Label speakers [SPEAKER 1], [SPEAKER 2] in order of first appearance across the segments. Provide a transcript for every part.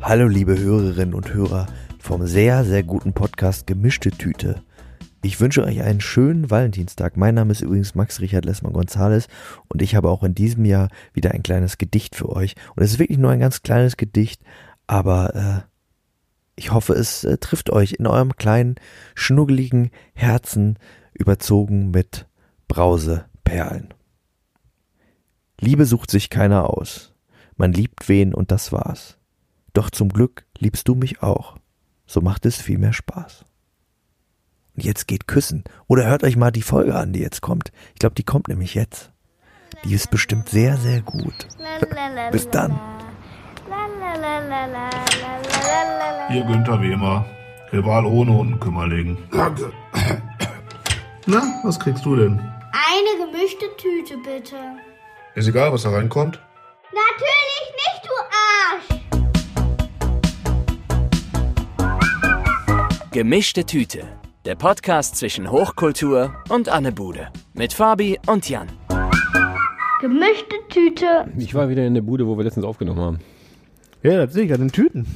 [SPEAKER 1] Hallo liebe Hörerinnen und Hörer vom sehr, sehr guten Podcast Gemischte Tüte. Ich wünsche euch einen schönen Valentinstag. Mein Name ist übrigens Max Richard Lessmann Gonzales und ich habe auch in diesem Jahr wieder ein kleines Gedicht für euch. Und es ist wirklich nur ein ganz kleines Gedicht, aber äh, ich hoffe, es äh, trifft euch in eurem kleinen, schnuggeligen Herzen, überzogen mit Brauseperlen. Liebe sucht sich keiner aus. Man liebt wen und das war's. Doch zum Glück liebst du mich auch. So macht es viel mehr Spaß. Und jetzt geht küssen. Oder hört euch mal die Folge an, die jetzt kommt. Ich glaube, die kommt nämlich jetzt. Die ist bestimmt sehr, sehr gut. Bis dann.
[SPEAKER 2] Ihr Günther wie immer. Rival ohne Unkümmerling. Danke. Na, was kriegst du denn?
[SPEAKER 3] Eine gemischte Tüte bitte.
[SPEAKER 2] Ist egal, was da reinkommt.
[SPEAKER 3] Natürlich nicht, du Arsch!
[SPEAKER 4] Gemischte Tüte. Der Podcast zwischen Hochkultur und Anne Bude. Mit Fabi und Jan.
[SPEAKER 3] Gemischte Tüte.
[SPEAKER 5] Ich war wieder in der Bude, wo wir letztens aufgenommen haben.
[SPEAKER 6] Ja, das sehe ich an den Tüten.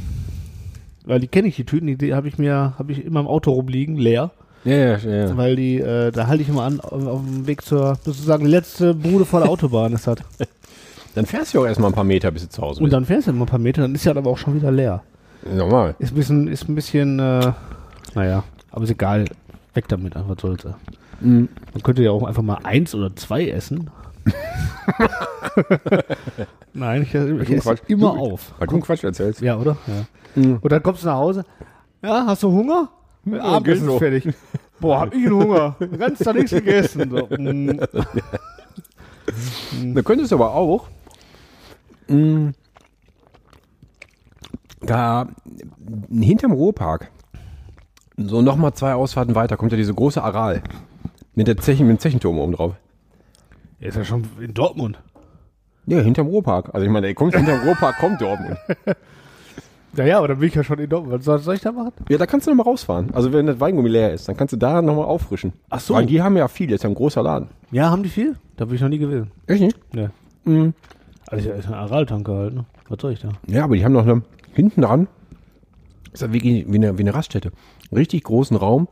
[SPEAKER 6] Weil die kenne ich, die Tüten, die, die habe ich mir, habe ich immer im Auto rumliegen, leer.
[SPEAKER 5] Ja, ja, ja.
[SPEAKER 6] Weil die, äh, da halte ich immer an, auf, auf dem Weg zur, sozusagen, die letzte Bude vor der Autobahn ist das.
[SPEAKER 5] Dann fährst du auch erstmal ein paar Meter bis du zu Hause
[SPEAKER 6] Und
[SPEAKER 5] bist.
[SPEAKER 6] dann fährst du immer ein paar Meter, dann ist ja aber auch schon wieder leer.
[SPEAKER 5] Normal.
[SPEAKER 6] Ist ein bisschen, ist ein bisschen, äh, naja, aber ist egal. Weg damit einfach, was soll's. ja.
[SPEAKER 5] Mhm.
[SPEAKER 6] Man könnte ja auch einfach mal eins oder zwei essen. Nein, ich, ich
[SPEAKER 5] Du
[SPEAKER 6] esse
[SPEAKER 5] Quatsch-
[SPEAKER 6] immer
[SPEAKER 5] du-
[SPEAKER 6] auf.
[SPEAKER 5] Weil du einen Quatsch erzählst.
[SPEAKER 6] Ja, oder? Mhm. Ja. Und dann kommst du nach Hause. Ja, hast du Hunger? Abendessen
[SPEAKER 5] geht so.
[SPEAKER 6] ist fertig. Boah, hab ich einen Hunger. Ganz da nichts gegessen. So. mm.
[SPEAKER 5] Du könntest aber auch mh, da mh, hinterm Ruhrpark so nochmal zwei Ausfahrten weiter kommt ja diese große Aral mit, der Zechen, mit dem Zechenturm oben drauf.
[SPEAKER 6] Ist ja schon in Dortmund.
[SPEAKER 5] Ja, hinterm Ruhrpark. Also ich meine, ey, kommt hinterm Ruhrpark, kommt Dortmund.
[SPEAKER 6] Naja, aber dann bin ich ja schon in Dortmund. Was soll, soll ich da machen?
[SPEAKER 5] Ja, da kannst du nochmal rausfahren. Also wenn das Weingummi leer ist, dann kannst du da nochmal auffrischen.
[SPEAKER 6] Ach so.
[SPEAKER 5] Weil die haben ja viel, das ist ja ein großer Laden.
[SPEAKER 6] Ja, haben die viel? Da bin ich noch nie gewesen.
[SPEAKER 5] Echt nicht?
[SPEAKER 6] Ne. Also, ist ein Araltanker halt, ne? Was soll ich da?
[SPEAKER 5] Ja, aber die haben noch eine, hinten dran, ist ja wirklich wie eine, wie eine Raststätte, einen richtig großen Raum.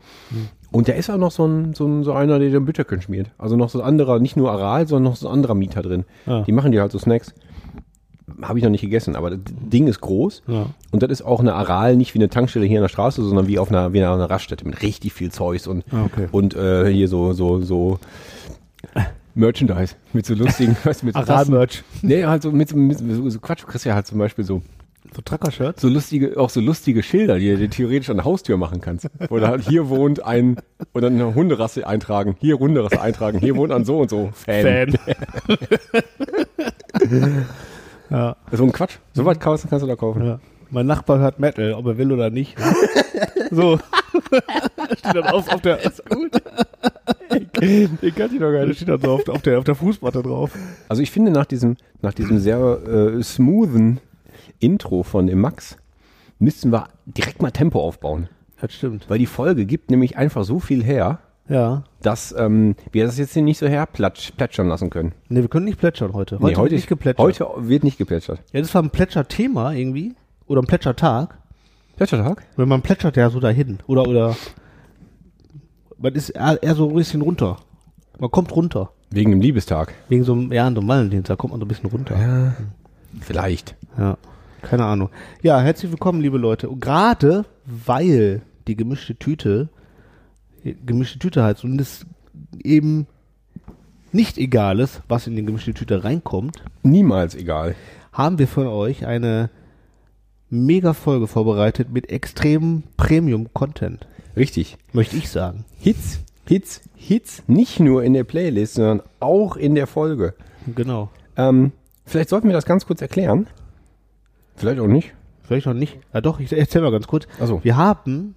[SPEAKER 5] Und da ist auch noch so, ein, so, ein, so einer, der den Bütterken schmiert. Also noch so ein anderer, nicht nur Aral, sondern noch so ein anderer Mieter drin.
[SPEAKER 6] Ja.
[SPEAKER 5] Die machen dir halt so Snacks. Habe ich noch nicht gegessen, aber das Ding ist groß.
[SPEAKER 6] Ja.
[SPEAKER 5] Und das ist auch eine Aral, nicht wie eine Tankstelle hier in der Straße, sondern wie auf einer, wie auf einer Raststätte mit richtig viel Zeugs und,
[SPEAKER 6] Ah, okay.
[SPEAKER 5] und äh, hier so, so, so Merchandise mit so lustigen, weißt du, mit so Tassen.
[SPEAKER 6] Aral-Merch.
[SPEAKER 5] Nee, halt so mit, so- mit so, so Quatsch, du kriegst ja halt zum Beispiel so
[SPEAKER 6] So Tracker-Shirts?
[SPEAKER 5] so lustige, auch so lustige Schilder, die du theoretisch an der Haustür machen kannst. Oder halt hier wohnt ein, oder eine Hunderasse eintragen, hier Hunderasse eintragen, hier wohnt ein so und so Fan. So ein Quatsch. So was kannst, kannst du da kaufen.
[SPEAKER 6] Ja. Mein Nachbar hört Metal, ob er will oder nicht. so. steht dann auf, auf der. Ist gut.
[SPEAKER 5] Den kann ich doch gar
[SPEAKER 6] Da steht dann so auf, auf der, auf der Fußmatte drauf.
[SPEAKER 5] Also ich finde nach diesem, nach diesem sehr äh, smoothen Intro von dem Max, müssten wir direkt mal Tempo aufbauen.
[SPEAKER 6] Das stimmt.
[SPEAKER 5] Weil die Folge gibt nämlich einfach so viel her,
[SPEAKER 6] Ja.
[SPEAKER 5] dass ähm, wir das jetzt hier nicht so herplatsch- plätschern lassen können.
[SPEAKER 6] Ne, wir können nicht plätschern heute. Heute,
[SPEAKER 5] Nee,
[SPEAKER 6] wird nicht
[SPEAKER 5] ist-
[SPEAKER 6] geplätschert.
[SPEAKER 5] Heute wird nicht geplätschert.
[SPEAKER 6] Ja, das war ein Plätscherthema irgendwie. Oder ein Plätschertag.
[SPEAKER 5] Plätschertag?
[SPEAKER 6] Wenn man plätschert ja so dahin. Oder, oder. Man ist eher, eher so ein bisschen runter. Man kommt runter.
[SPEAKER 5] Wegen dem Liebestag.
[SPEAKER 6] Wegen so einem, ja, an so einem Valentinstag kommt man so ein bisschen runter.
[SPEAKER 5] Vielleicht.
[SPEAKER 6] Ja. Keine Ahnung. Ja, herzlich willkommen, liebe Leute. Und gerade weil die gemischte Tüte, gemischte Tüte heißt und es eben nicht egal ist, was in die gemischte Tüte reinkommt,
[SPEAKER 5] Niemals egal.
[SPEAKER 6] haben wir von euch eine mega Folge vorbereitet mit extremem Premium-Content,
[SPEAKER 5] Richtig.
[SPEAKER 6] möchte ich sagen.
[SPEAKER 5] Hits, Hits, Hits. Nicht nur in der Playlist, sondern auch in der Folge.
[SPEAKER 6] Genau.
[SPEAKER 5] Ähm, vielleicht sollten wir das ganz kurz erklären. Vielleicht auch nicht.
[SPEAKER 6] Vielleicht noch nicht. Ja, doch, ich erzähl mal ganz kurz.
[SPEAKER 5] Ach so.
[SPEAKER 6] Wir haben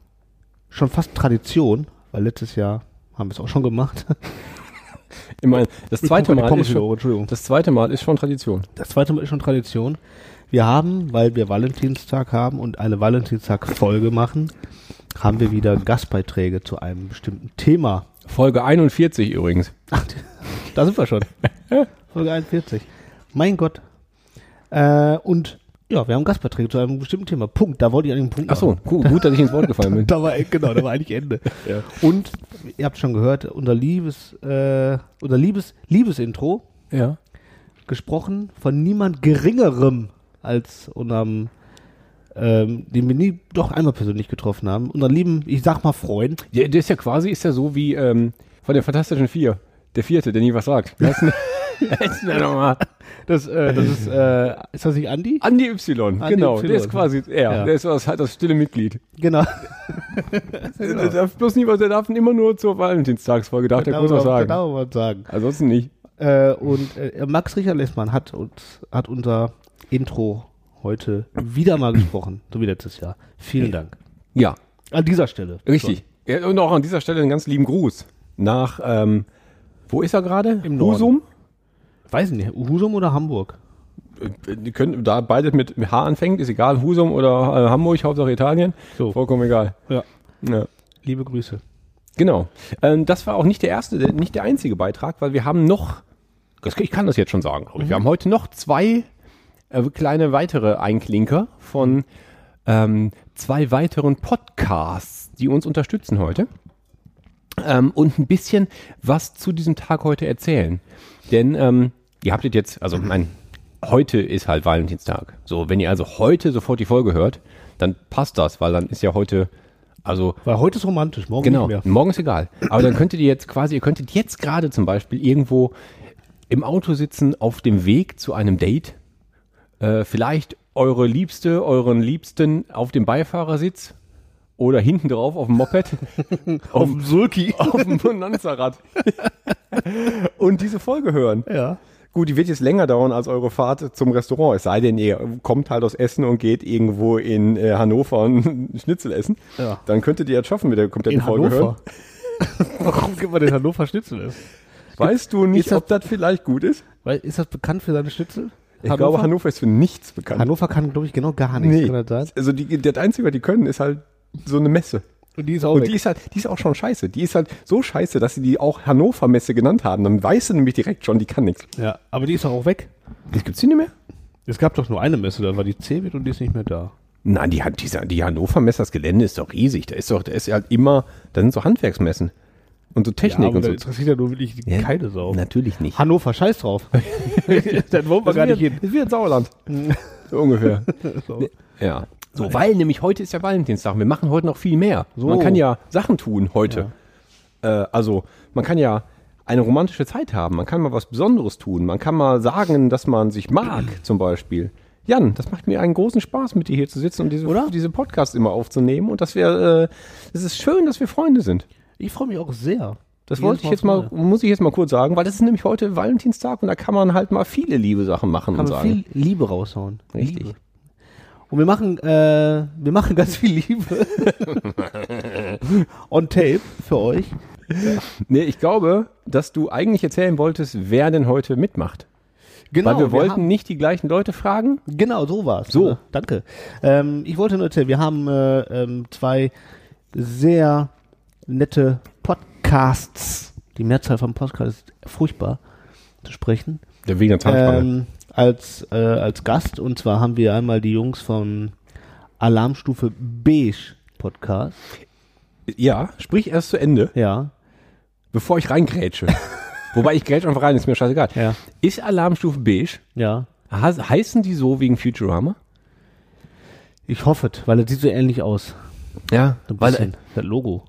[SPEAKER 6] schon fast Tradition, weil letztes Jahr haben wir es auch schon gemacht.
[SPEAKER 5] Ich meine, das
[SPEAKER 6] Ich
[SPEAKER 5] zweite
[SPEAKER 6] guck mal die
[SPEAKER 5] Mal
[SPEAKER 6] Pommes
[SPEAKER 5] ist
[SPEAKER 6] wieder hoch,
[SPEAKER 5] schon,
[SPEAKER 6] Entschuldigung.
[SPEAKER 5] das zweite Mal ist schon Tradition.
[SPEAKER 6] Das zweite Mal ist schon Tradition. Wir haben, weil wir Valentinstag haben und eine Valentinstag-Folge machen, haben wir wieder Gastbeiträge zu einem bestimmten Thema.
[SPEAKER 5] Folge 41 übrigens.
[SPEAKER 6] Ach, da sind wir schon. Folge 41. Mein Gott. Äh, und Ja, wir haben Gastbeiträge zu einem bestimmten Thema. Punkt. Da wollte ich an den Punkt.
[SPEAKER 5] Ach so,
[SPEAKER 6] machen.
[SPEAKER 5] gut, gut, dass ich ins Wort gefallen bin.
[SPEAKER 6] Da war, genau, da war eigentlich Ende. Und ihr habt schon gehört, unser liebes, äh, unser liebes, Liebesintro,
[SPEAKER 5] Ja.
[SPEAKER 6] gesprochen von niemand geringerem als unserem, ähm, den wir nie doch einmal persönlich getroffen haben. Unseren lieben, ich sag mal Freund.
[SPEAKER 5] ja. Der ist ja quasi, ist ja so wie ähm, von der Fantastischen Vier. Der vierte, der nie was sagt. Wie heißt denn- wie heißt denn der nochmal?
[SPEAKER 6] Das, äh, das ist, äh, ist das nicht Andi?
[SPEAKER 5] Andi Y,
[SPEAKER 6] Andi
[SPEAKER 5] genau.
[SPEAKER 6] Y.
[SPEAKER 5] Der ist quasi er.
[SPEAKER 6] Ja.
[SPEAKER 5] Der ist das, halt das stille Mitglied.
[SPEAKER 6] Genau.
[SPEAKER 5] Der darf bloß nie was, der darf immer nur zur Valentinstagsfolge, darf der
[SPEAKER 6] Darf
[SPEAKER 5] kurz
[SPEAKER 6] man-
[SPEAKER 5] was
[SPEAKER 6] Darf
[SPEAKER 5] sagen.
[SPEAKER 6] man was sagen.
[SPEAKER 5] Ansonsten nicht.
[SPEAKER 6] Äh, und äh, Max Richard Lessmann hat, uns, hat unser Intro heute wieder mal gesprochen, so wie letztes Jahr. Vielen Dank.
[SPEAKER 5] Ja,
[SPEAKER 6] An dieser Stelle.
[SPEAKER 5] Richtig. Ja, und auch an dieser Stelle einen ganz lieben Gruß nach, ähm, wo ist er gerade?
[SPEAKER 6] Im Norden.
[SPEAKER 5] Husum?
[SPEAKER 6] So. Weiß nicht, Husum oder Hamburg?
[SPEAKER 5] Äh, Die können, da beides mit H anfängt, ist egal, Husum oder äh, Hamburg, Hauptsache Italien.
[SPEAKER 6] So.
[SPEAKER 5] Vollkommen egal.
[SPEAKER 6] Ja.
[SPEAKER 5] Ja.
[SPEAKER 6] Liebe Grüße.
[SPEAKER 5] Genau. Ähm, das war auch nicht der erste, der- nicht der einzige Beitrag, weil wir haben noch, das, ich kann das jetzt schon sagen, glaub ich, wir haben heute noch zwei äh, kleine weitere Einklinker von ähm, zwei weiteren Podcasts, die uns unterstützen heute. Ähm, und ein bisschen was zu diesem Tag heute erzählen. Denn ähm, ihr habt es jetzt, also mein, heute ist halt Valentinstag. So, wenn ihr also heute sofort die Folge hört, dann passt das, weil dann ist ja heute, also
[SPEAKER 6] Weil heute ist romantisch, morgen
[SPEAKER 5] Genau,
[SPEAKER 6] nicht mehr.
[SPEAKER 5] morgen ist egal. Aber dann könntet ihr jetzt quasi, ihr könntet jetzt gerade zum Beispiel irgendwo im Auto sitzen, auf dem Weg zu einem Date, äh, vielleicht eure Liebste, euren Liebsten auf dem Beifahrersitz oder hinten drauf auf dem Moped, auf dem Sulki, auf dem Bonanza-Rad und diese Folge hören.
[SPEAKER 6] Ja.
[SPEAKER 5] Gut, die wird jetzt länger dauern als eure Fahrt zum Restaurant. Es sei denn, ihr kommt halt aus Essen und geht irgendwo in äh, Hannover einen Schnitzel essen.
[SPEAKER 6] Ja.
[SPEAKER 5] Dann könntet ihr jetzt schaffen mit der kompletten
[SPEAKER 6] In
[SPEAKER 5] Folge hören.
[SPEAKER 6] Hannover. Warum gibt man den Hannover Schnitzel ist?
[SPEAKER 5] Weißt du
[SPEAKER 6] Ist
[SPEAKER 5] nicht,
[SPEAKER 6] das-
[SPEAKER 5] ob das vielleicht gut ist?
[SPEAKER 6] Weil, ist das bekannt für seine Schnitzel?
[SPEAKER 5] Ich glaube, Hannover ist für nichts bekannt.
[SPEAKER 6] Hannover kann, glaube ich, genau gar nichts. Kann das sein?
[SPEAKER 5] Also die, das Einzige, was die können, ist halt so eine Messe.
[SPEAKER 6] Und die ist auch
[SPEAKER 5] Und die ist halt, die ist auch schon scheiße. Die ist halt so scheiße, dass sie die auch Hannover Messe genannt haben. Dann weißt du nämlich direkt schon, die kann nichts.
[SPEAKER 6] ja, aber die ist doch auch weg.
[SPEAKER 5] Gibt's die nicht mehr?
[SPEAKER 6] Es gab doch nur eine Messe, da war die Cebit und die ist nicht mehr da.
[SPEAKER 5] Nein, die, Han- diese, die Hannover Messe, das Gelände ist doch riesig. Da ist doch, da ist halt immer, da sind so Handwerksmessen. Und so Technik
[SPEAKER 6] aber
[SPEAKER 5] und
[SPEAKER 6] da
[SPEAKER 5] so.
[SPEAKER 6] interessiert ja nur wirklich keine Sau.
[SPEAKER 5] Natürlich nicht.
[SPEAKER 6] Hannover, scheiß drauf. Dann wollen wir gar nicht hin.
[SPEAKER 5] Das wird Sauerland. so ungefähr.
[SPEAKER 6] So.
[SPEAKER 5] Ja. So, weil nämlich heute ist ja Valentinstag. Wir machen heute noch viel mehr.
[SPEAKER 6] So.
[SPEAKER 5] Man kann ja Sachen tun heute. Äh, also, man kann ja eine romantische Zeit haben. Man kann mal was Besonderes tun. Man kann mal sagen, dass man sich mag, zum Beispiel. Jan, das macht mir einen großen Spaß, mit dir hier zu sitzen und diese, diese Podcasts immer aufzunehmen. Und dass wir, äh, es ist schön, dass wir Freunde sind.
[SPEAKER 6] Ich freue mich auch sehr.
[SPEAKER 5] Das
[SPEAKER 6] Jedes
[SPEAKER 5] wollte ich jetzt mal,
[SPEAKER 6] aufs Neue.
[SPEAKER 5] muss ich jetzt mal kurz sagen, weil das ist nämlich heute Valentinstag und da kann man halt mal viele liebe Sachen machen
[SPEAKER 6] Kann
[SPEAKER 5] und
[SPEAKER 6] man
[SPEAKER 5] sagen.
[SPEAKER 6] viel Liebe raushauen.
[SPEAKER 5] Richtig.
[SPEAKER 6] Liebe. Und wir machen, äh, wir machen ganz viel Liebe. On tape für euch.
[SPEAKER 5] Nee, ich glaube, dass du eigentlich erzählen wolltest, wer denn heute mitmacht.
[SPEAKER 6] Genau.
[SPEAKER 5] Weil wir wollten
[SPEAKER 6] haben-
[SPEAKER 5] nicht die gleichen Leute fragen.
[SPEAKER 6] Genau, so war's.
[SPEAKER 5] So.
[SPEAKER 6] Ja, danke. Ähm, ich wollte nur erzählen, wir haben äh, ähm, zwei sehr nette Podcasts. Die Mehrzahl von Podcasts ist furchtbar zu sprechen.
[SPEAKER 5] Der wegen der
[SPEAKER 6] Ähm, als, äh, als Gast. Und zwar haben wir einmal die Jungs vom Alarmstufe Beige Podcast. Ähm.
[SPEAKER 5] ja, sprich erst zu Ende,
[SPEAKER 6] Ja.
[SPEAKER 5] bevor ich reingrätsche. Wobei ich grätsche einfach rein, ist mir scheißegal.
[SPEAKER 6] Ja.
[SPEAKER 5] Ist Alarmstufe beige?
[SPEAKER 6] Ja.
[SPEAKER 5] Ha- Heißen die so wegen Futurama?
[SPEAKER 6] Ich hoffe es, weil es sieht so ähnlich aus.
[SPEAKER 5] Ja,
[SPEAKER 6] So ein
[SPEAKER 5] weil,
[SPEAKER 6] bisschen. das Logo.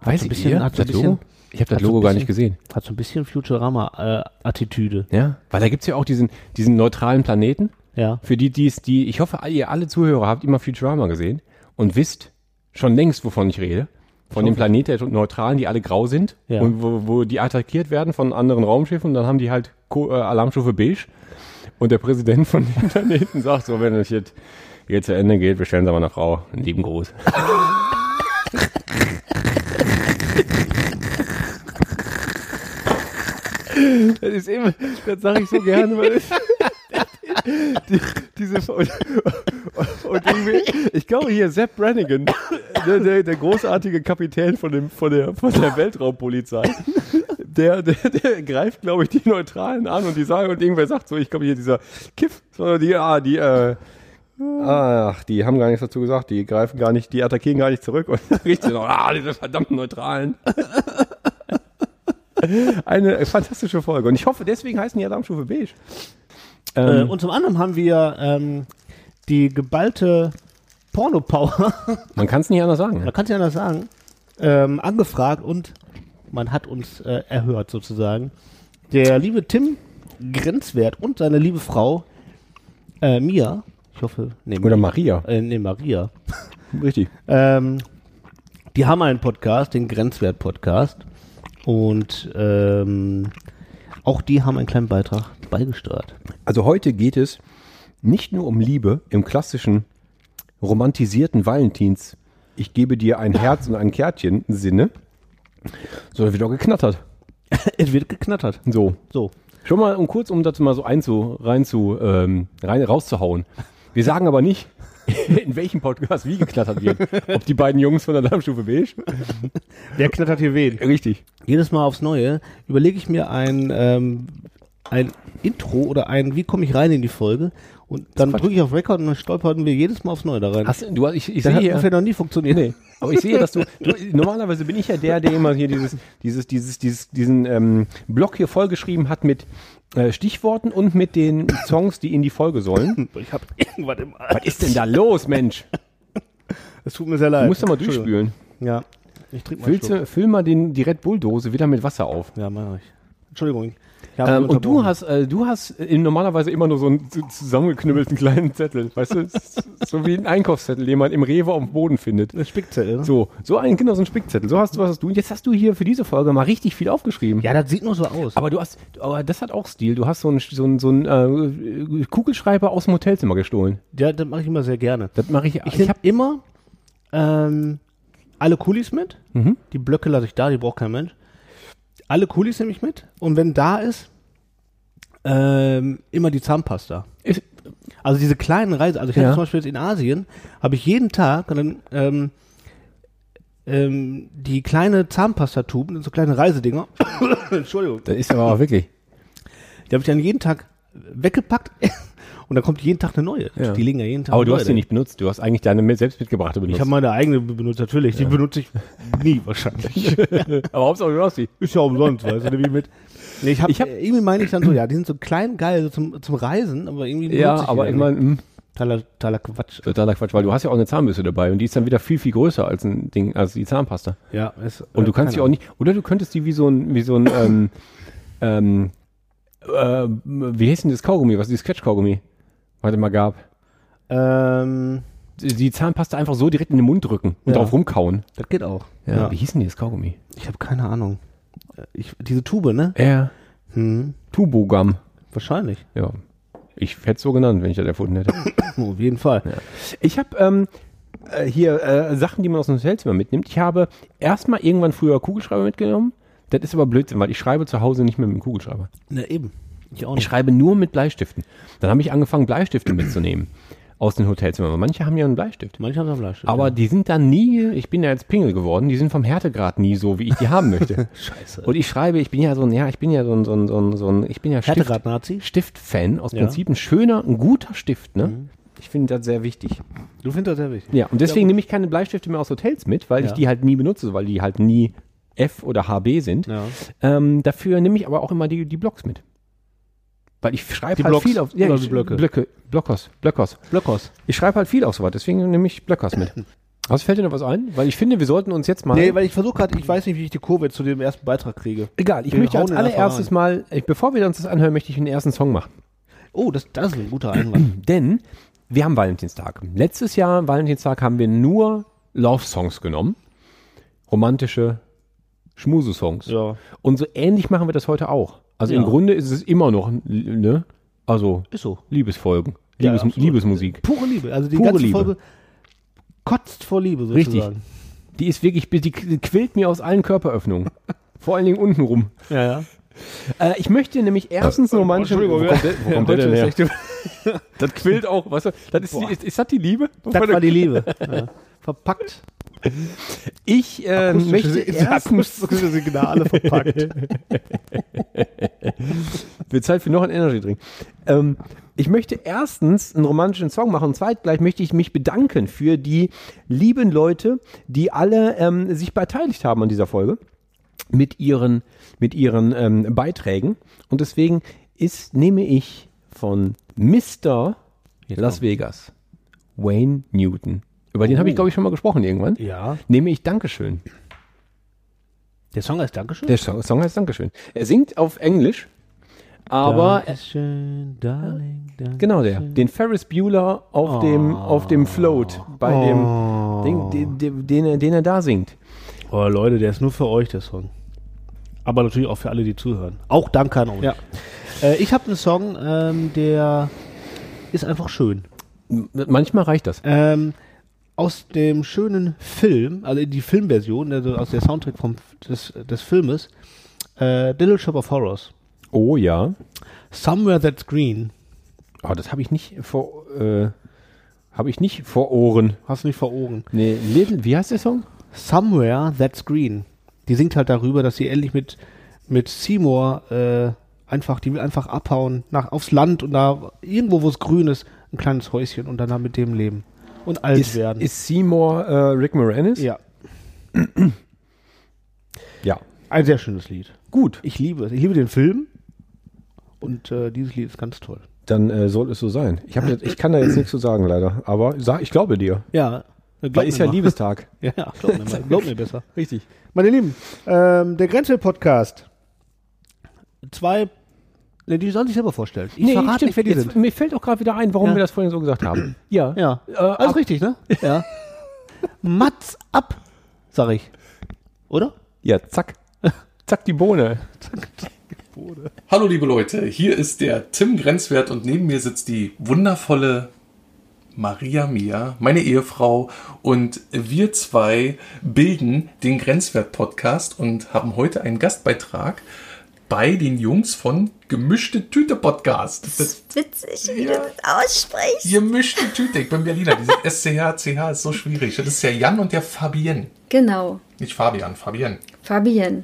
[SPEAKER 5] weiß
[SPEAKER 6] so ein
[SPEAKER 5] ich
[SPEAKER 6] bisschen-
[SPEAKER 5] ihr,
[SPEAKER 6] hat so ein
[SPEAKER 5] das Logo?
[SPEAKER 6] bisschen-
[SPEAKER 5] Ich habe das
[SPEAKER 6] hat so ein
[SPEAKER 5] Logo gar
[SPEAKER 6] bisschen-
[SPEAKER 5] nicht gesehen.
[SPEAKER 6] Hat so ein bisschen äh, Futurama-Attitüde.
[SPEAKER 5] Ja, weil da gibt's ja auch diesen, diesen neutralen Planeten.
[SPEAKER 6] ja.
[SPEAKER 5] Für die, die es, die, ich hoffe, all- ihr alle Zuhörer habt immer Futurama gesehen und wisst schon längst, wovon ich rede. Von dem Planet der Neutralen, die alle grau sind
[SPEAKER 6] Ja.
[SPEAKER 5] und wo, wo die attackiert werden von anderen Raumschiffen und dann haben die halt Ko äh, Alarmstufe beige und der Präsident von dem Planeten sagt so, wenn das jetzt hier zu Ende geht, bestellen Sie meiner Frau einen lieben Gruß. Das ist immer, das sage ich so gerne, weil es, die, diese und, und irgendwie, ich glaube hier Sepp Brannigan, der, der, der großartige Kapitän von dem von der von der Weltraumpolizei, der, der, der greift glaube ich die Neutralen an und die sagen und irgendwer sagt so, ich glaube hier dieser Kiff, sondern die ah, die äh, Ach, die haben gar nichts dazu gesagt. Die greifen gar nicht, die attackieren gar nicht zurück. Und richtig noch, ah, diese verdammten Neutralen. Eine fantastische Folge. Und ich hoffe, deswegen heißen die Alarmstufe beige. Ähm.
[SPEAKER 6] Äh, und zum anderen haben wir ähm, die geballte Porno-Power,
[SPEAKER 5] Man kann es nicht anders sagen.
[SPEAKER 6] man kann es ja anders sagen, ähm, angefragt und man hat uns äh, erhört sozusagen. Der liebe Tim Grenzwert und seine liebe Frau äh, Mia, ich hoffe, nee,
[SPEAKER 5] Oder Maria.
[SPEAKER 6] äh, nee, Maria,
[SPEAKER 5] Richtig.
[SPEAKER 6] ähm, die haben einen Podcast, den Grenzwert-Podcast. Und ähm, auch die haben einen kleinen Beitrag beigesteuert.
[SPEAKER 5] Also heute geht es nicht nur um Liebe im klassischen romantisierten Valentins. Ich gebe dir ein Herz und ein Kärtchen Sinne, sondern wird auch geknattert.
[SPEAKER 6] es wird geknattert.
[SPEAKER 5] So.
[SPEAKER 6] So.
[SPEAKER 5] Schon mal um kurz, um das mal so einzu, rein zu, ähm, rein, rauszuhauen. Wir sagen aber nicht, in welchem Podcast wie geknattert wird. Ob die beiden Jungs von der Darmstufe beige?
[SPEAKER 6] Wer knattert hier wen?
[SPEAKER 5] Richtig.
[SPEAKER 6] Jedes Mal aufs Neue überlege ich mir ein, ähm, ein Intro oder ein, wie komme ich rein in die Folge? Und dann drücke ich auf Record und dann stolpern wir jedes Mal aufs Neue da rein.
[SPEAKER 5] Hast, du, ich, ich
[SPEAKER 6] das
[SPEAKER 5] sehe
[SPEAKER 6] hat
[SPEAKER 5] hier,
[SPEAKER 6] ungefähr noch nie funktioniert.
[SPEAKER 5] Nee. Aber ich sehe, dass du, du. Normalerweise bin ich ja der, der immer hier dieses, dieses, dieses, dieses, diesen ähm, Blog hier vollgeschrieben hat mit äh, Stichworten und mit den Songs, die in die Folge sollen.
[SPEAKER 6] Ich habe irgendwas im Arsch.
[SPEAKER 5] Was ist denn da los, Mensch?
[SPEAKER 6] Es tut mir sehr leid.
[SPEAKER 5] Du musst doch mal
[SPEAKER 6] Entschuldigung.
[SPEAKER 5] durchspülen.
[SPEAKER 6] Ja. Ich trinke mal einen
[SPEAKER 5] Füllst du- Füll mal den, die Red Bull-Dose wieder mit Wasser auf.
[SPEAKER 6] Schluck. Ja, mach ich. Entschuldigung. Ich hab
[SPEAKER 5] Ähm,
[SPEAKER 6] dich
[SPEAKER 5] und du
[SPEAKER 6] unterbrochen.
[SPEAKER 5] hast, äh, du hast äh, normalerweise immer nur so einen zu- zusammengeknüppelten kleinen Zettel, weißt du, so wie einen Einkaufszettel, den man im Rewe auf dem Boden findet.
[SPEAKER 6] eine Spickzettel. ne?
[SPEAKER 5] So, so einen genau so einen Spickzettel. So hast du, was hast du. Und jetzt hast du hier für diese Folge mal richtig viel aufgeschrieben.
[SPEAKER 6] Ja, das sieht nur so aus.
[SPEAKER 5] Aber du hast, aber das hat auch Stil. Du hast so einen, so einen, so einen äh, Kugelschreiber aus dem Hotelzimmer gestohlen.
[SPEAKER 6] ja, das mache ich immer sehr gerne.
[SPEAKER 5] Das mache ich.
[SPEAKER 6] Ich nehme immer ähm, alle Kulis mit.
[SPEAKER 5] Mhm.
[SPEAKER 6] Die Blöcke lasse ich da, die braucht kein Mensch. Alle Kulis nehme ich mit. Und wenn da ist, ähm, immer die Zahnpasta.
[SPEAKER 5] Ist-
[SPEAKER 6] also diese kleinen Reisen. Also ich
[SPEAKER 5] Ja.
[SPEAKER 6] hatte zum Beispiel jetzt in Asien, habe ich jeden Tag und dann, ähm, ähm, die kleine Zahnpastatuben, so kleine Reisedinger. Entschuldigung.
[SPEAKER 5] das ist aber auch wirklich.
[SPEAKER 6] Die habe ich dann jeden Tag weggepackt und dann kommt jeden Tag eine neue.
[SPEAKER 5] Ja.
[SPEAKER 6] Die liegen ja jeden Tag
[SPEAKER 5] Aber du
[SPEAKER 6] eine
[SPEAKER 5] hast die
[SPEAKER 6] neue.
[SPEAKER 5] nicht benutzt. Du hast eigentlich deine mit- selbst mitgebrachte benutzt.
[SPEAKER 6] Ich habe meine eigene benutzt, natürlich. Die benutze ich nie wahrscheinlich.
[SPEAKER 5] aber Hauptsache du hast die.
[SPEAKER 6] Ist ja umsonst, weißt du, wie mit. Nee, ich hab,
[SPEAKER 5] Ich hab-
[SPEAKER 6] äh, irgendwie meine ich dann so, ja, die sind so klein geil so zum, zum Reisen, aber irgendwie. benutze ich
[SPEAKER 5] Ja,
[SPEAKER 6] die
[SPEAKER 5] aber
[SPEAKER 6] dann
[SPEAKER 5] ich meine,
[SPEAKER 6] nicht. Totaler, totaler Quatsch.
[SPEAKER 5] totaler Quatsch, weil du hast ja auch eine Zahnbürste dabei und die ist dann wieder viel, viel größer als ein Ding, als die Zahnpasta.
[SPEAKER 6] Ja, äh, ist,
[SPEAKER 5] Und du kannst die auch nicht, oder du könntest die wie so ein, wie so ein, ähm, ähm, äh, wie heißt denn das Kaugummi, was dieses Quetschkaugummi, was es mal gab,
[SPEAKER 6] Ähm,
[SPEAKER 5] die- die Zahnpasta einfach so direkt in den Mund drücken und
[SPEAKER 6] Ja.
[SPEAKER 5] drauf rumkauen.
[SPEAKER 6] das geht auch.
[SPEAKER 5] Ja, Wie hieß denn dieses Kaugummi?
[SPEAKER 6] Ich habe keine Ahnung. Äh, Ich, diese Tube, ne?
[SPEAKER 5] Ja.
[SPEAKER 6] Hm,
[SPEAKER 5] Tubogam.
[SPEAKER 6] wahrscheinlich.
[SPEAKER 5] Ja. Ich hätte es so genannt, wenn ich das erfunden hätte.
[SPEAKER 6] Oh, auf jeden Fall.
[SPEAKER 5] Ich habe ähm, äh, hier äh, Sachen, die man aus dem Hotelzimmer mitnimmt. Ich habe erstmal irgendwann früher Kugelschreiber mitgenommen. Das ist aber Blödsinn, weil ich schreibe zu Hause nicht mehr mit dem Kugelschreiber.
[SPEAKER 6] Na eben. Ich auch
[SPEAKER 5] Ich
[SPEAKER 6] nicht.
[SPEAKER 5] schreibe nur mit Bleistiften. Dann habe ich angefangen, Bleistifte mitzunehmen aus den Hotelzimmern. Manche haben ja einen Bleistift.
[SPEAKER 6] Manche haben so einen Bleistift.
[SPEAKER 5] Aber die sind dann nie, ich bin ja jetzt Pingel geworden, die sind vom Härtegrad nie so, wie ich die haben möchte.
[SPEAKER 6] Scheiße.
[SPEAKER 5] Und ich schreibe, ich bin ja so ein, ja, ich bin ja so ein, so ein, so ein, so ein ich bin ja Stift,
[SPEAKER 6] Härtegrad-Nazi?
[SPEAKER 5] Stift-Fan aus Prinzip, ein schöner, ein guter Stift, ne?
[SPEAKER 6] Mhm.
[SPEAKER 5] Ich finde das sehr wichtig.
[SPEAKER 6] Du findest das sehr wichtig.
[SPEAKER 5] Ja, und deswegen nehme ich keine Bleistifte mehr aus Hotels mit, weil ich
[SPEAKER 6] Ja.
[SPEAKER 5] die halt nie benutze, weil die halt nie F oder HB sind.
[SPEAKER 6] Ja.
[SPEAKER 5] Ähm, dafür nehme ich aber auch immer die, die Blocks mit. Weil ich schreibe
[SPEAKER 6] Die
[SPEAKER 5] halt
[SPEAKER 6] Blocks
[SPEAKER 5] viel auf
[SPEAKER 6] oder
[SPEAKER 5] ich,
[SPEAKER 6] die Blöcke?
[SPEAKER 5] Blöcke. Blockers, Blockers.
[SPEAKER 6] Blockhaus.
[SPEAKER 5] Ich schreibe halt viel auf sowas, deswegen nehme ich Blockers mit. Was fällt dir noch was ein? Weil ich finde, wir sollten uns jetzt mal.
[SPEAKER 6] Nee, weil ich versuche gerade, ich weiß nicht, wie ich die Kurve zu dem ersten Beitrag kriege.
[SPEAKER 5] egal, ich
[SPEAKER 6] wir
[SPEAKER 5] möchte
[SPEAKER 6] hauen
[SPEAKER 5] als
[SPEAKER 6] den einfach
[SPEAKER 5] allererstes
[SPEAKER 6] rein.
[SPEAKER 5] mal, ich, bevor wir uns das anhören, möchte ich den ersten Song machen.
[SPEAKER 6] Oh, das, das ist ein guter Einwand.
[SPEAKER 5] Denn wir haben Valentinstag. Letztes Jahr, Valentinstag, haben wir nur Love-Songs genommen. Romantische Schmusesongs.
[SPEAKER 6] ja.
[SPEAKER 5] Und so ähnlich machen wir das heute auch. Also im
[SPEAKER 6] Ja.
[SPEAKER 5] Grunde ist es immer noch, ne? Also
[SPEAKER 6] Ist so.
[SPEAKER 5] Liebesfolgen.
[SPEAKER 6] Ja,
[SPEAKER 5] Liebes,
[SPEAKER 6] absolut.
[SPEAKER 5] Liebesmusik.
[SPEAKER 6] Pure Liebe. Also die
[SPEAKER 5] Pure
[SPEAKER 6] ganze
[SPEAKER 5] Liebe.
[SPEAKER 6] Folge kotzt vor Liebe
[SPEAKER 5] Richtig.
[SPEAKER 6] sozusagen.
[SPEAKER 5] Die ist wirklich, die quillt mir aus allen Körperöffnungen. Vor allen Dingen unten rum.
[SPEAKER 6] Ja, ja. Äh,
[SPEAKER 5] Äh, ich möchte nämlich erstens eine romantische.
[SPEAKER 6] Entschuldigung,
[SPEAKER 5] wo kommt der, wo kommt der denn her? Das quillt auch, weißt du? Das ist, die,
[SPEAKER 6] Boah.
[SPEAKER 5] ist, ist das die Liebe?
[SPEAKER 6] Das war die Liebe. Ja. Verpackt.
[SPEAKER 5] Ich äh, möchte erstens.
[SPEAKER 6] akustische Signale verpackt.
[SPEAKER 5] Wird Zeit für noch einen Energy Drink. Ähm, Ich möchte erstens einen romantischen Song machen und zweitgleich möchte ich mich bedanken für die lieben Leute, die alle ähm, sich beteiligt haben an dieser Folge mit ihren, mit ihren ähm, Beiträgen. Und deswegen ist, nehme ich von Mr. Las Vegas, Wayne Newton. Über den habe ich, glaube ich, schon mal gesprochen irgendwann.
[SPEAKER 6] Ja.
[SPEAKER 5] Nehme ich Dankeschön.
[SPEAKER 6] Der Song heißt Dankeschön?
[SPEAKER 5] Der Song, Song heißt Dankeschön. Er singt auf Englisch, aber
[SPEAKER 6] Dankeschön, darling, danke.
[SPEAKER 5] Genau der. Den Ferris Bueller auf dem
[SPEAKER 6] Ah.
[SPEAKER 5] auf dem Float bei dem Ding, den, den, den, er- den er da singt.
[SPEAKER 6] Oh, Leute, der ist nur für euch, der Song. Aber natürlich auch für alle, die zuhören. Auch danke an euch. Ja. Äh, ich habe einen Song, ähm, der ist einfach schön.
[SPEAKER 5] Manchmal reicht das.
[SPEAKER 6] Ähm, aus dem schönen Film, also die Filmversion, also aus der Soundtrack vom, des, des Filmes, äh, Little Shop of Horrors.
[SPEAKER 5] Oh ja.
[SPEAKER 6] Somewhere That's Green.
[SPEAKER 5] Oh, das habe ich nicht vor äh, habe ich nicht vor Ohren.
[SPEAKER 6] Hast du nicht vor Ohren.
[SPEAKER 5] Nee, Little, wie heißt der Song?
[SPEAKER 6] Somewhere That's Green. Die singt halt darüber, dass sie endlich mit, mit Seymour äh, einfach, die will einfach abhauen nach, aufs Land und da irgendwo, wo es grün ist, ein kleines Häuschen und dann da mit dem leben. Und alt
[SPEAKER 5] Ist,
[SPEAKER 6] werden.
[SPEAKER 5] ist Seymour äh, Rick Moranis?
[SPEAKER 6] ja.
[SPEAKER 5] ja.
[SPEAKER 6] Ein sehr schönes Lied.
[SPEAKER 5] Gut,
[SPEAKER 6] Ich liebe es. Ich liebe den Film. Und äh, dieses Lied ist ganz toll.
[SPEAKER 5] dann äh, soll es so sein. Ich, hab, jetzt- ich kann da jetzt nichts zu sagen, leider. Aber sag, ich glaube dir.
[SPEAKER 6] Ja.
[SPEAKER 5] Weil ist ja Liebestag.
[SPEAKER 6] Ja, glaub mir, mal. glaub mir besser.
[SPEAKER 5] Richtig.
[SPEAKER 6] Meine Lieben, ähm, der Grenzel-Podcast. Zwei. Ne, die sollen sich selber vorstellen. Ich verrate
[SPEAKER 5] stimmt.
[SPEAKER 6] nicht, wer die
[SPEAKER 5] Jetzt-
[SPEAKER 6] sind.
[SPEAKER 5] Mir fällt auch gerade wieder ein, warum
[SPEAKER 6] Ja.
[SPEAKER 5] wir das vorhin so gesagt haben. Ja.
[SPEAKER 6] Ja.
[SPEAKER 5] Äh,
[SPEAKER 6] Alles
[SPEAKER 5] ab-
[SPEAKER 6] richtig, ne? Ja. Mats ab, sag ich. Oder?
[SPEAKER 5] Ja, zack. Zack, die Bohne.
[SPEAKER 7] Hallo liebe Leute, hier ist der Tim Grenzwert und neben mir sitzt die wundervolle Maria Mia, meine Ehefrau und wir zwei bilden den Grenzwert Podcast und haben heute einen Gastbeitrag bei den Jungs von Gemischte Tüte Podcast. Das
[SPEAKER 8] Witzig, wie du das aussprichst.
[SPEAKER 7] gemischte Tüte, ich bin Berliner, dieses SCH-CH ist so schwierig. Das ist der Jan und der Fabienne.
[SPEAKER 8] Genau.
[SPEAKER 7] Nicht Fabian, Fabienne.
[SPEAKER 8] Fabienne.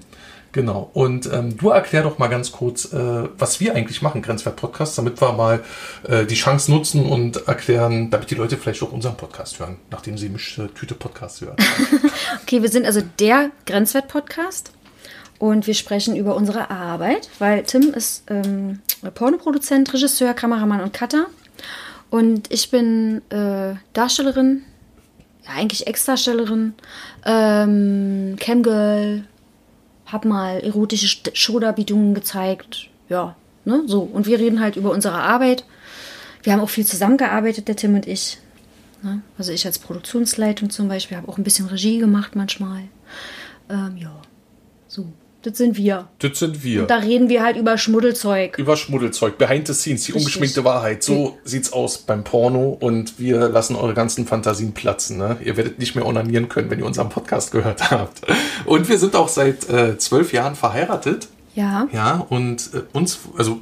[SPEAKER 7] Genau. Und ähm, du erklär doch mal ganz kurz, äh, was wir eigentlich machen, Grenzwert Podcast, damit wir mal äh, die Chance nutzen und erklären, damit die Leute vielleicht auch unseren Podcast hören, nachdem sie mischte Tüte Podcast hören.
[SPEAKER 8] Okay, wir sind also der Grenzwert-Podcast und wir sprechen über unsere Arbeit, weil Tim ist ähm, Pornoproduzent, Regisseur, Kameramann und Cutter. Und ich bin äh, Darstellerin, ja, eigentlich Ex-Darstellerin, ähm, Camgirl, hab mal erotische St- Showdarbietungen gezeigt. Ja, ne, so. Und wir reden halt über unsere Arbeit. Wir haben auch viel zusammengearbeitet, der Tim und ich. Ne? Also ich als Produktionsleitung zum Beispiel habe auch ein bisschen Regie gemacht manchmal. Ähm, ja, so. Das sind wir.
[SPEAKER 7] das sind wir.
[SPEAKER 8] Und da reden wir halt über Schmuddelzeug.
[SPEAKER 7] Über Schmuddelzeug, behind the scenes, die ungeschminkte Wahrheit. So sieht's aus beim Porno und wir lassen eure ganzen Fantasien platzen. Ne? Ihr werdet nicht mehr onanieren können, wenn ihr unseren Podcast gehört habt. Und wir sind auch seit äh, zwölf Jahren verheiratet.
[SPEAKER 8] Ja.
[SPEAKER 7] Ja, und äh, uns, also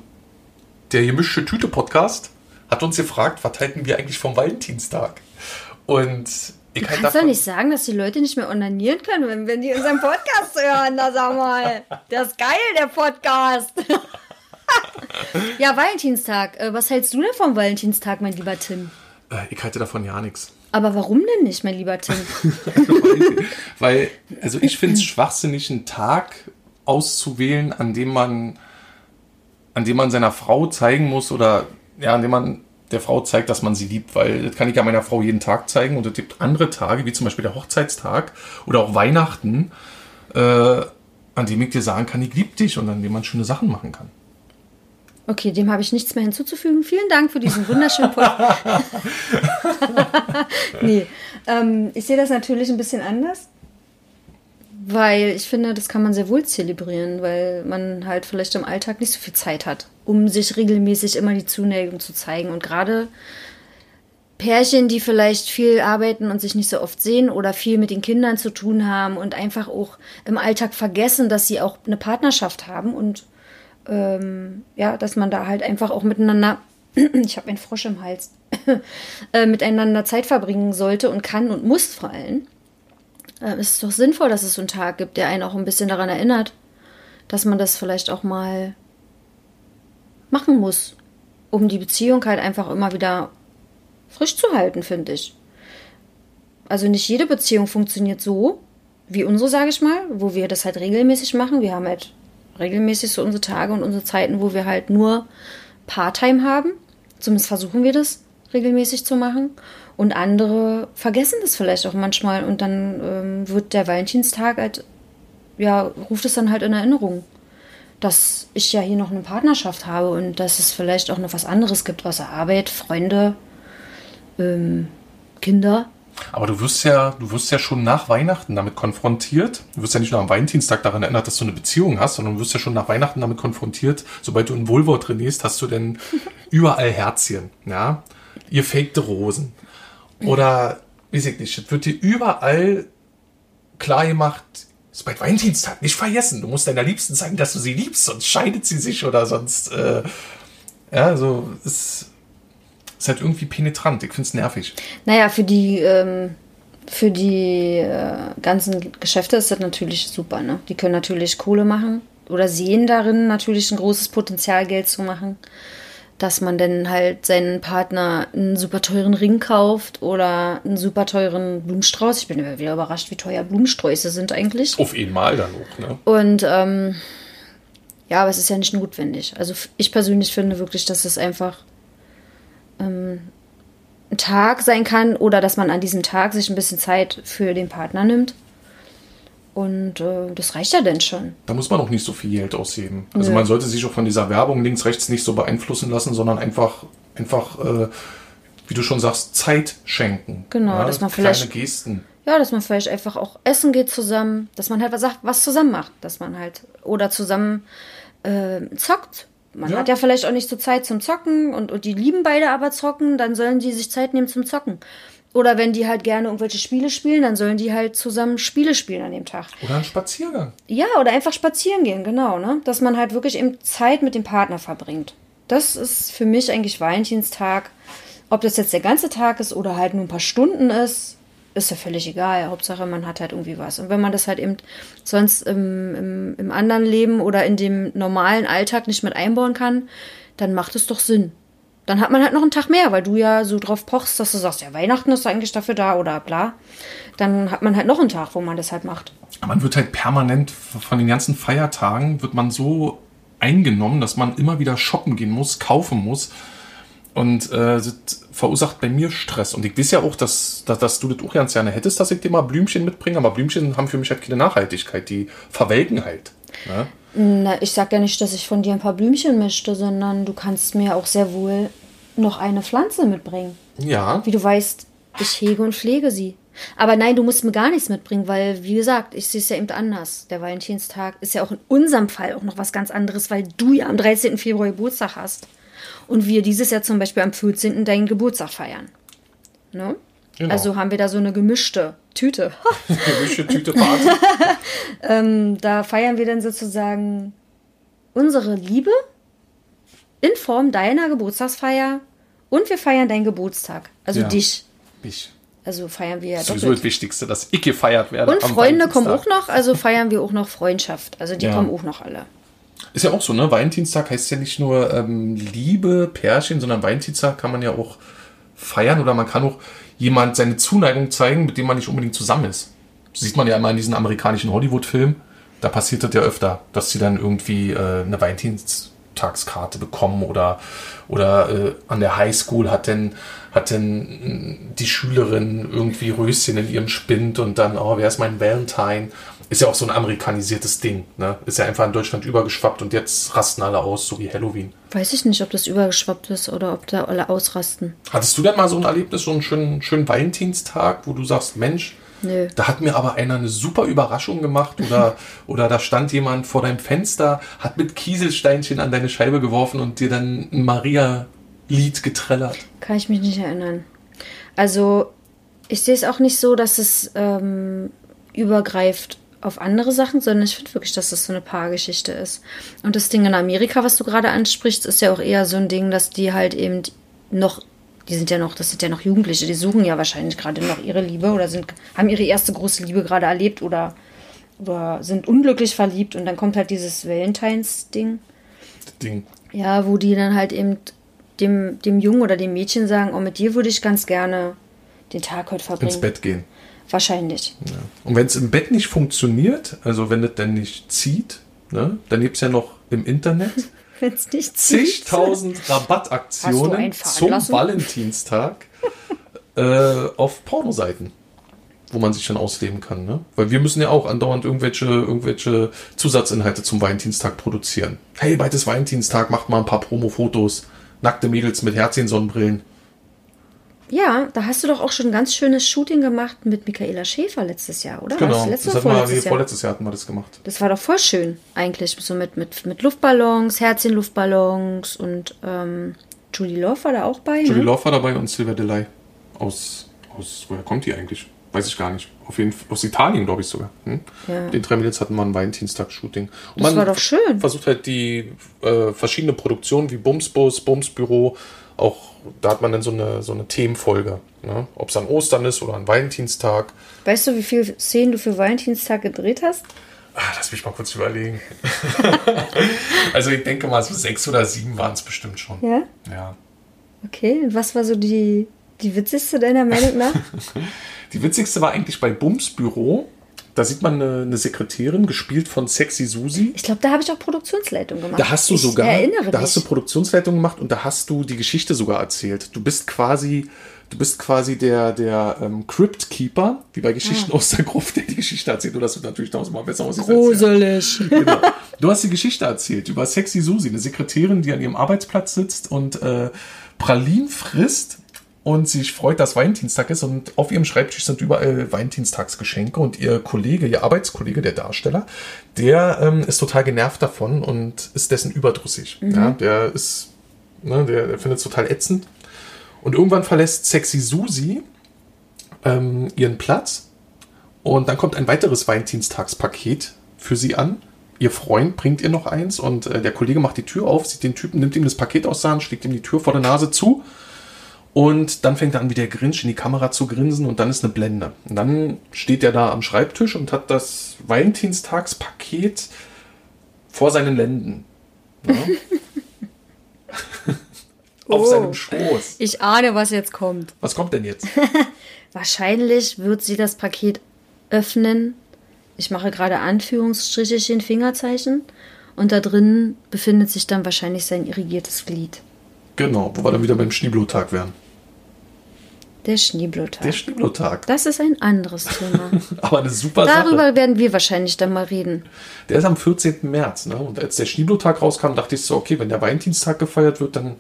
[SPEAKER 7] der gemischte Tüte-Podcast hat uns gefragt, was halten wir eigentlich vom Valentinstag? Und ich
[SPEAKER 8] Du
[SPEAKER 7] halt
[SPEAKER 8] kannst doch nicht sagen, dass die Leute nicht mehr onanieren können, wenn, wenn die unseren Podcast hören. Na sag mal, das ist geil, der Podcast. ja, Valentinstag. Äh, Was hältst du denn vom Valentinstag, mein lieber Tim?
[SPEAKER 7] äh, ich halte davon ja nichts.
[SPEAKER 8] Aber warum denn nicht, mein lieber Tim?
[SPEAKER 7] Weil, also ich finde es schwachsinnig, einen Tag auszuwählen, an dem man, an dem man seiner Frau zeigen muss oder ja, an dem man der Frau zeigt, dass man sie liebt, weil das kann ich ja meiner Frau jeden Tag zeigen und es gibt andere Tage, wie zum Beispiel der Hochzeitstag oder auch Weihnachten, äh, an dem ich dir sagen kann, ich liebe dich und an dem man schöne Sachen machen kann.
[SPEAKER 8] Okay, dem habe ich nichts mehr hinzuzufügen. Vielen Dank für diesen wunderschönen Podcast. nee, ähm, ich sehe das natürlich ein bisschen anders, weil ich finde, das kann man sehr wohl zelebrieren, weil man halt vielleicht im Alltag nicht so viel Zeit hat, um sich regelmäßig immer die Zuneigung zu zeigen. Und gerade Pärchen, die vielleicht viel arbeiten und sich nicht so oft sehen oder viel mit den Kindern zu tun haben und einfach auch im Alltag vergessen, dass sie auch eine Partnerschaft haben und ähm, ja, dass man da halt einfach auch miteinander, ich habe einen Frosch im Hals, äh, miteinander Zeit verbringen sollte und kann und muss vor allem. Ähm, es ist doch sinnvoll, dass es so einen Tag gibt, der einen auch ein bisschen daran erinnert, dass man das vielleicht auch mal machen muss, um die Beziehung halt einfach immer wieder frisch zu halten, finde ich. Also nicht jede Beziehung funktioniert so, wie unsere, sage ich mal, wo wir das halt regelmäßig machen. Wir haben halt regelmäßig so unsere Tage und unsere Zeiten, wo wir halt nur Part-Time haben. Zumindest versuchen wir das regelmäßig zu machen. Und andere vergessen das vielleicht auch manchmal und dann ähm, wird der Valentinstag halt, ja, ruft es dann halt in Erinnerung, dass ich ja hier noch eine Partnerschaft habe und dass es vielleicht auch noch was anderes gibt außer Arbeit, Freunde, ähm, Kinder.
[SPEAKER 7] Aber du wirst ja, du wirst ja schon nach Weihnachten damit konfrontiert. Du wirst ja nicht nur am Valentinstag daran erinnert, dass du eine Beziehung hast, sondern du wirst ja schon nach Weihnachten damit konfrontiert, sobald du in Vulva trainierst, hast du denn überall Herzchen, ja? Ihr fakte Rosen. Oder, weiß ich nicht, es wird dir überall klar gemacht, ist bald Valentinstag, nicht vergessen. Du musst deiner Liebsten zeigen, dass du sie liebst, sonst scheidet sie sich oder sonst, äh, ja, so, ist, ist halt irgendwie penetrant. Ich find's nervig.
[SPEAKER 8] Naja, für die, ähm, für die äh, ganzen Geschäfte ist das natürlich super. Ne? Die können natürlich Kohle machen oder sehen darin natürlich ein großes Potenzial, Geld zu machen. Dass man dann halt seinen Partner einen super teuren Ring kauft oder einen super teuren Blumenstrauß. Ich bin immer wieder überrascht, wie teuer Blumensträuße sind eigentlich.
[SPEAKER 7] Auf einmal dann auch, ne?
[SPEAKER 8] Und ähm, ja, aber es ist ja nicht notwendig. Also f- ich persönlich finde wirklich, dass es einfach ähm, ein Tag sein kann oder dass man an diesem Tag sich ein bisschen Zeit für den Partner nimmt. Und äh, das reicht ja dann schon.
[SPEAKER 7] Da muss man auch nicht so viel Geld ausheben. Also man sollte sich auch von dieser Werbung links, rechts nicht so beeinflussen lassen, sondern einfach, einfach, äh, wie du schon sagst, Zeit schenken.
[SPEAKER 8] Genau, dass man vielleicht-
[SPEAKER 7] Kleine Gesten.
[SPEAKER 8] Ja, dass man vielleicht einfach auch essen geht zusammen, dass man halt was, sagt- was zusammen macht, dass man halt oder zusammen ähm, zockt. Man
[SPEAKER 7] Ja.
[SPEAKER 8] hat ja vielleicht auch nicht so Zeit zum Zocken und, und die lieben beide aber zocken, dann sollen die sich Zeit nehmen zum Zocken. Oder wenn die halt gerne irgendwelche Spiele spielen, dann sollen die halt zusammen Spiele spielen an dem Tag.
[SPEAKER 7] Oder ein Spaziergang.
[SPEAKER 8] Ja, oder einfach spazieren gehen, genau, ne? Dass man halt wirklich eben Zeit mit dem Partner verbringt. Das ist für mich eigentlich Valentinstag. Ob das jetzt der ganze Tag ist oder halt nur ein paar Stunden ist, ist ja völlig egal. Hauptsache, man hat halt irgendwie was. Und wenn man das halt eben sonst im, im, im anderen Leben oder in dem normalen Alltag nicht mit einbauen kann, dann macht es doch Sinn. Dann hat man halt noch einen Tag mehr, weil du ja so drauf pochst, dass du sagst, ja, Weihnachten ist eigentlich dafür da oder bla. Dann hat man halt noch einen Tag, wo man das halt macht.
[SPEAKER 7] Man wird halt permanent von den ganzen Feiertagen wird man so eingenommen, dass man immer wieder shoppen gehen muss, kaufen muss. Und äh, das verursacht bei mir Stress. Und ich weiß ja auch, dass, dass, dass du das auch ganz gerne hättest, dass ich dir mal Blümchen mitbringe, aber Blümchen haben für mich halt keine Nachhaltigkeit, die verwelken halt. Ne?
[SPEAKER 8] Na, ich sag ja nicht, dass ich von dir ein paar Blümchen möchte, sondern du kannst mir auch sehr wohl noch eine Pflanze mitbringen.
[SPEAKER 7] Ja.
[SPEAKER 8] Wie du weißt, ich hege und pflege sie. Aber nein, du musst mir gar nichts mitbringen, weil, wie gesagt, ich sehe es ja eben anders. Der Valentinstag ist ja auch in unserem Fall auch noch was ganz anderes, weil du ja am 13. Februar Geburtstag hast. Und wir dieses Jahr zum Beispiel am 14. deinen Geburtstag feiern. Ne?
[SPEAKER 7] Genau.
[SPEAKER 8] Also haben wir da so eine gemischte Tüte.
[SPEAKER 7] Gemischte Tüte Party.
[SPEAKER 8] da feiern wir dann sozusagen unsere Liebe in Form deiner Geburtstagsfeier und wir feiern deinen Geburtstag, also
[SPEAKER 7] Ja.
[SPEAKER 8] dich.
[SPEAKER 7] Ich.
[SPEAKER 8] Also feiern wir ja
[SPEAKER 7] Das ist sowieso das
[SPEAKER 8] doppelt.
[SPEAKER 7] Wichtigste, dass ich gefeiert werde.
[SPEAKER 8] Und
[SPEAKER 7] am
[SPEAKER 8] Freunde kommen auch
[SPEAKER 7] Valentinstag.
[SPEAKER 8] noch, also feiern wir auch noch Freundschaft. Also die
[SPEAKER 7] Ja.
[SPEAKER 8] kommen auch noch alle.
[SPEAKER 7] Ist ja auch so, ne? Valentinstag heißt ja nicht nur ähm, Liebe, Pärchen, sondern Valentinstag kann man ja auch feiern oder man kann auch jemand seine Zuneigung zeigen, mit dem man nicht unbedingt zusammen ist. Das sieht man ja immer in diesen amerikanischen Hollywood-Filmen. Da passiert das ja öfter, dass sie dann irgendwie äh, eine Valentinstagskarte bekommen oder, oder äh, an der Highschool hat denn, hat denn mh, die Schülerin irgendwie Röschen in ihrem Spind und dann, oh, wer ist mein Valentine? Ist ja auch so ein amerikanisiertes Ding. Ne? Ist ja einfach in Deutschland übergeschwappt und jetzt rasten alle aus, so wie Halloween.
[SPEAKER 8] Weiß ich nicht, ob das übergeschwappt ist oder ob da alle ausrasten.
[SPEAKER 7] Hattest du denn mal so ein Erlebnis, so einen schönen, schönen Valentinstag, wo du sagst, Mensch,
[SPEAKER 8] Nö.
[SPEAKER 7] da hat mir aber einer eine super Überraschung gemacht oder, oder da stand jemand vor deinem Fenster, hat mit Kieselsteinchen an deine Scheibe geworfen und dir dann ein Maria-Lied getrellert.
[SPEAKER 8] Kann ich mich nicht erinnern. Also, ich sehe es auch nicht so, dass es ähm, übergreift auf andere Sachen, sondern ich finde wirklich, dass das so eine Paargeschichte ist. Und das Ding in Amerika, was du gerade ansprichst, ist ja auch eher so ein Ding, dass die halt eben noch, die sind ja noch, das sind ja noch Jugendliche, die suchen ja wahrscheinlich gerade noch ihre Liebe oder sind, haben ihre erste große Liebe gerade erlebt oder, oder sind unglücklich verliebt und dann kommt halt dieses Valentines-Ding.
[SPEAKER 7] Ding.
[SPEAKER 8] Ja, wo die dann halt eben dem, dem Jungen oder dem Mädchen sagen, oh, mit dir würde ich ganz gerne den Tag heute verbringen.
[SPEAKER 7] ins Bett Hm. gehen.
[SPEAKER 8] Wahrscheinlich.
[SPEAKER 7] Und wenn es im Bett nicht funktioniert, also wenn es dann nicht zieht, ne, dann gibt es ja noch im Internet
[SPEAKER 8] Wenn es nicht zieht.
[SPEAKER 7] zigtausend
[SPEAKER 8] Hast du
[SPEAKER 7] Rabattaktionen
[SPEAKER 8] einen
[SPEAKER 7] zum
[SPEAKER 8] veranlassen?
[SPEAKER 7] Valentinstag äh, auf Pornoseiten, wo man sich dann ausleben kann. Ne? Weil wir müssen ja auch andauernd irgendwelche, irgendwelche Zusatzinhalte zum Valentinstag produzieren. Hey, bald ist Valentinstag, macht mal ein paar Promo-Fotos. Nackte Mädels mit Herzchen-Sonnenbrillen.
[SPEAKER 8] Ja, da hast du doch auch schon ein ganz schönes Shooting gemacht mit Michaela Schäfer letztes Jahr, oder? War
[SPEAKER 7] Genau,
[SPEAKER 8] Das, letztes
[SPEAKER 7] das
[SPEAKER 8] oder
[SPEAKER 7] hatten wir, nee,
[SPEAKER 8] vorletztes Jahr?
[SPEAKER 7] vorletztes Jahr hatten wir das gemacht.
[SPEAKER 8] das war doch voll schön, eigentlich. So mit, mit, mit Luftballons, Herzchen-Luftballons und ähm, Julie Love war da auch bei.
[SPEAKER 7] Julie
[SPEAKER 8] ne?
[SPEAKER 7] Love war dabei und Silver Delay. Aus, aus, woher kommt die eigentlich? Weiß ich gar nicht. Auf jeden Fall, aus Italien, glaube ich sogar. Hm?
[SPEAKER 8] Ja.
[SPEAKER 7] Den drei Mädels hatten wir ein Valentinstag-Shooting. Und
[SPEAKER 8] Das war doch schön.
[SPEAKER 7] versucht halt die äh, verschiedenen Produktionen wie Bumsbus, Bumsbüro, auch da hat man dann so eine, so eine Themenfolge. Ne? Ob es an Ostern ist oder an Valentinstag.
[SPEAKER 8] Weißt du, wie viele Szenen du für Valentinstag gedreht hast?
[SPEAKER 7] Ah, lass mich mal kurz überlegen. also ich denke mal, so sechs oder sieben waren es bestimmt schon.
[SPEAKER 8] Ja?
[SPEAKER 7] ja.
[SPEAKER 8] Okay, und was war so die, die witzigste deiner Meinung nach?
[SPEAKER 7] Die witzigste war eigentlich bei Bums Büro. Da sieht man eine, eine Sekretärin, gespielt von Sexy Susi.
[SPEAKER 8] Ich glaube, da habe ich auch Produktionsleitung gemacht.
[SPEAKER 7] Da hast du
[SPEAKER 8] ich
[SPEAKER 7] sogar,
[SPEAKER 8] Erinnere
[SPEAKER 7] da
[SPEAKER 8] mich.
[SPEAKER 7] hast du Produktionsleitung gemacht und da hast du die Geschichte sogar erzählt. Du bist quasi, du bist quasi der, der ähm, Crypt Keeper, wie bei Geschichten
[SPEAKER 8] Ah.
[SPEAKER 7] aus der Gruft, der die Geschichte erzählt. Du hast natürlich tausendmal besser aus
[SPEAKER 8] Gruselig.
[SPEAKER 7] genau. Du hast die Geschichte erzählt über Sexy Susi, eine Sekretärin, die an ihrem Arbeitsplatz sitzt und äh, Pralinen frisst und sich freut, dass Valentinstag ist. Und auf ihrem Schreibtisch sind überall Valentinstagsgeschenke. Und ihr Kollege, ihr Arbeitskollege, der Darsteller, der ähm, ist total genervt davon und ist dessen überdrüssig. Ja, der ist, ne, der, der findet es total ätzend. Und irgendwann verlässt Sexy Susi ähm, ihren Platz und dann kommt ein weiteres Valentinstagspaket für sie an. Ihr Freund bringt ihr noch eins und äh, der Kollege macht die Tür auf, sieht den Typen, nimmt ihm das Paket aus der Hand, schlägt ihm die Tür vor der Nase zu und dann fängt er an, wie der Grinch in die Kamera zu grinsen und dann ist eine Blende. Und dann steht er da am Schreibtisch und hat das Valentinstagspaket vor seinen Lenden. Ja? Auf
[SPEAKER 8] Oh.
[SPEAKER 7] seinem Schoß.
[SPEAKER 8] Ich ahne, was jetzt kommt.
[SPEAKER 7] Was kommt denn jetzt?
[SPEAKER 8] Wahrscheinlich wird sie das Paket öffnen. Ich mache gerade Anführungsstrichechen, Fingerzeichen. Und da drin befindet sich dann wahrscheinlich sein irrigiertes Glied.
[SPEAKER 7] Genau, wo wir dann wieder beim Schneeblotag wären.
[SPEAKER 8] Der
[SPEAKER 7] Der
[SPEAKER 8] Schneeblotag.
[SPEAKER 7] Schneeblotag.
[SPEAKER 8] Das ist ein anderes Thema.
[SPEAKER 7] Aber eine super Sache.
[SPEAKER 8] Darüber werden wir wahrscheinlich dann mal reden.
[SPEAKER 7] Der ist am 14. März. Ne? Und als der Schneeblotag rauskam, dachte ich so, okay, wenn der Valentinstag gefeiert wird, dann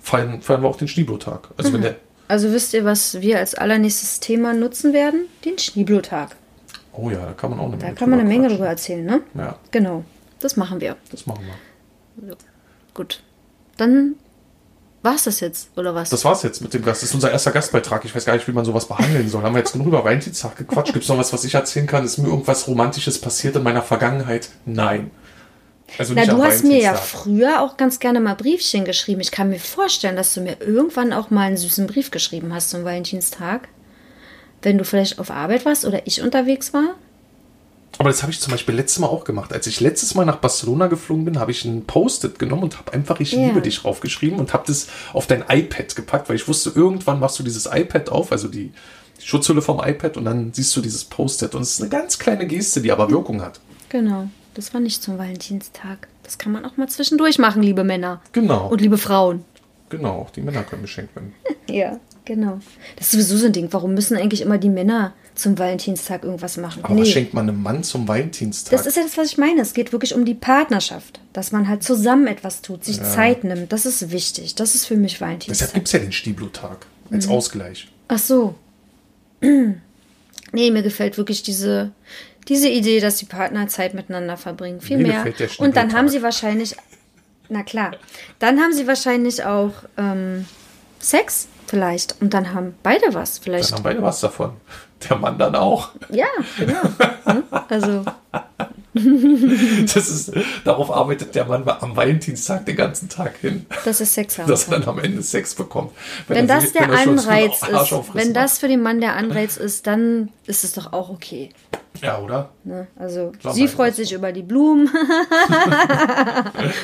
[SPEAKER 7] feiern, feiern wir auch den Schneeblotag. Also wenn der...
[SPEAKER 8] Also wisst ihr, was wir als allernächstes Thema nutzen werden? Den Schneeblotag.
[SPEAKER 7] Oh ja, da kann man auch eine
[SPEAKER 8] Da
[SPEAKER 7] Menge
[SPEAKER 8] kann man eine Menge
[SPEAKER 7] quatschen.
[SPEAKER 8] drüber erzählen, ne?
[SPEAKER 7] Ja,
[SPEAKER 8] Genau. Das machen wir.
[SPEAKER 7] das machen wir.
[SPEAKER 8] Gut. Dann war's das jetzt, oder was?
[SPEAKER 7] Das war's jetzt mit dem Gast. Das ist unser erster Gastbeitrag. Ich weiß gar nicht, wie man sowas behandeln soll. Haben wir jetzt genug über Valentinstag gequatscht? Gibt's noch was, was ich erzählen kann? Ist mir irgendwas Romantisches passiert in meiner Vergangenheit? Nein. Also
[SPEAKER 8] Na,
[SPEAKER 7] am
[SPEAKER 8] du hast mir ja
[SPEAKER 7] Valentinstag.
[SPEAKER 8] früher auch ganz gerne mal Briefchen geschrieben. Ich kann mir vorstellen, dass du mir irgendwann auch mal einen süßen Brief geschrieben hast zum Valentinstag. Wenn du vielleicht auf Arbeit warst oder ich unterwegs war.
[SPEAKER 7] Aber das habe ich zum Beispiel letztes Mal auch gemacht. Als ich letztes Mal nach Barcelona geflogen bin, habe ich ein Post-it genommen und habe einfach Ich
[SPEAKER 8] Ja.
[SPEAKER 7] liebe dich draufgeschrieben und habe das auf dein iPad gepackt, weil ich wusste, irgendwann machst du dieses iPad auf, also die Schutzhülle vom iPad und dann siehst du dieses Post-it. Und es ist eine ganz kleine Geste, die aber Wirkung hat.
[SPEAKER 8] Genau. Das war nicht zum Valentinstag. Das kann man auch mal zwischendurch machen, liebe Männer.
[SPEAKER 7] Genau,
[SPEAKER 8] Und liebe Frauen.
[SPEAKER 7] genau. Auch die Männer können geschenkt werden.
[SPEAKER 8] Ja, genau. Das ist sowieso so ein Ding. Warum müssen eigentlich immer die Männer zum Valentinstag irgendwas machen?
[SPEAKER 7] Aber was schenkt man einem Mann zum Valentinstag?
[SPEAKER 8] Das ist ja das, was ich meine. Es geht wirklich um die Partnerschaft. Dass man halt zusammen etwas tut, sich Zeit nimmt. Das ist wichtig. Das ist für mich
[SPEAKER 7] Deshalb
[SPEAKER 8] Valentinstag.
[SPEAKER 7] gibt es ja den Stieblotag
[SPEAKER 8] Mhm.
[SPEAKER 7] als Ausgleich.
[SPEAKER 8] Ach so. Nee, mir gefällt wirklich diese, diese Idee, dass die Partner Zeit miteinander verbringen. Viel
[SPEAKER 7] Mir
[SPEAKER 8] mehr.
[SPEAKER 7] gefällt der
[SPEAKER 8] Und dann
[SPEAKER 7] Schnibbeltag.
[SPEAKER 8] haben sie wahrscheinlich, na klar, dann haben sie wahrscheinlich auch ähm, Sex vielleicht. Und dann haben beide was
[SPEAKER 7] Dann
[SPEAKER 8] vielleicht.
[SPEAKER 7] haben beide was davon. Der Mann dann auch.
[SPEAKER 8] Ja, genau. Hm? Also,
[SPEAKER 7] Das ist, darauf arbeitet der Mann am Valentinstag den ganzen Tag hin.
[SPEAKER 8] das ist Sex haben.
[SPEAKER 7] dass er dann am Ende Sex bekommt.
[SPEAKER 8] wenn
[SPEAKER 7] er
[SPEAKER 8] das
[SPEAKER 7] sich-
[SPEAKER 8] der
[SPEAKER 7] er schon so einen
[SPEAKER 8] Anreiz
[SPEAKER 7] Arsch
[SPEAKER 8] ist,
[SPEAKER 7] aufrissen
[SPEAKER 8] wenn
[SPEAKER 7] hat.
[SPEAKER 8] das für den Mann der Anreiz ist, dann ist es doch auch okay.
[SPEAKER 7] Ja, oder?
[SPEAKER 8] Ne? Also
[SPEAKER 7] Sag
[SPEAKER 8] sie
[SPEAKER 7] mal,
[SPEAKER 8] freut sich über die Blumen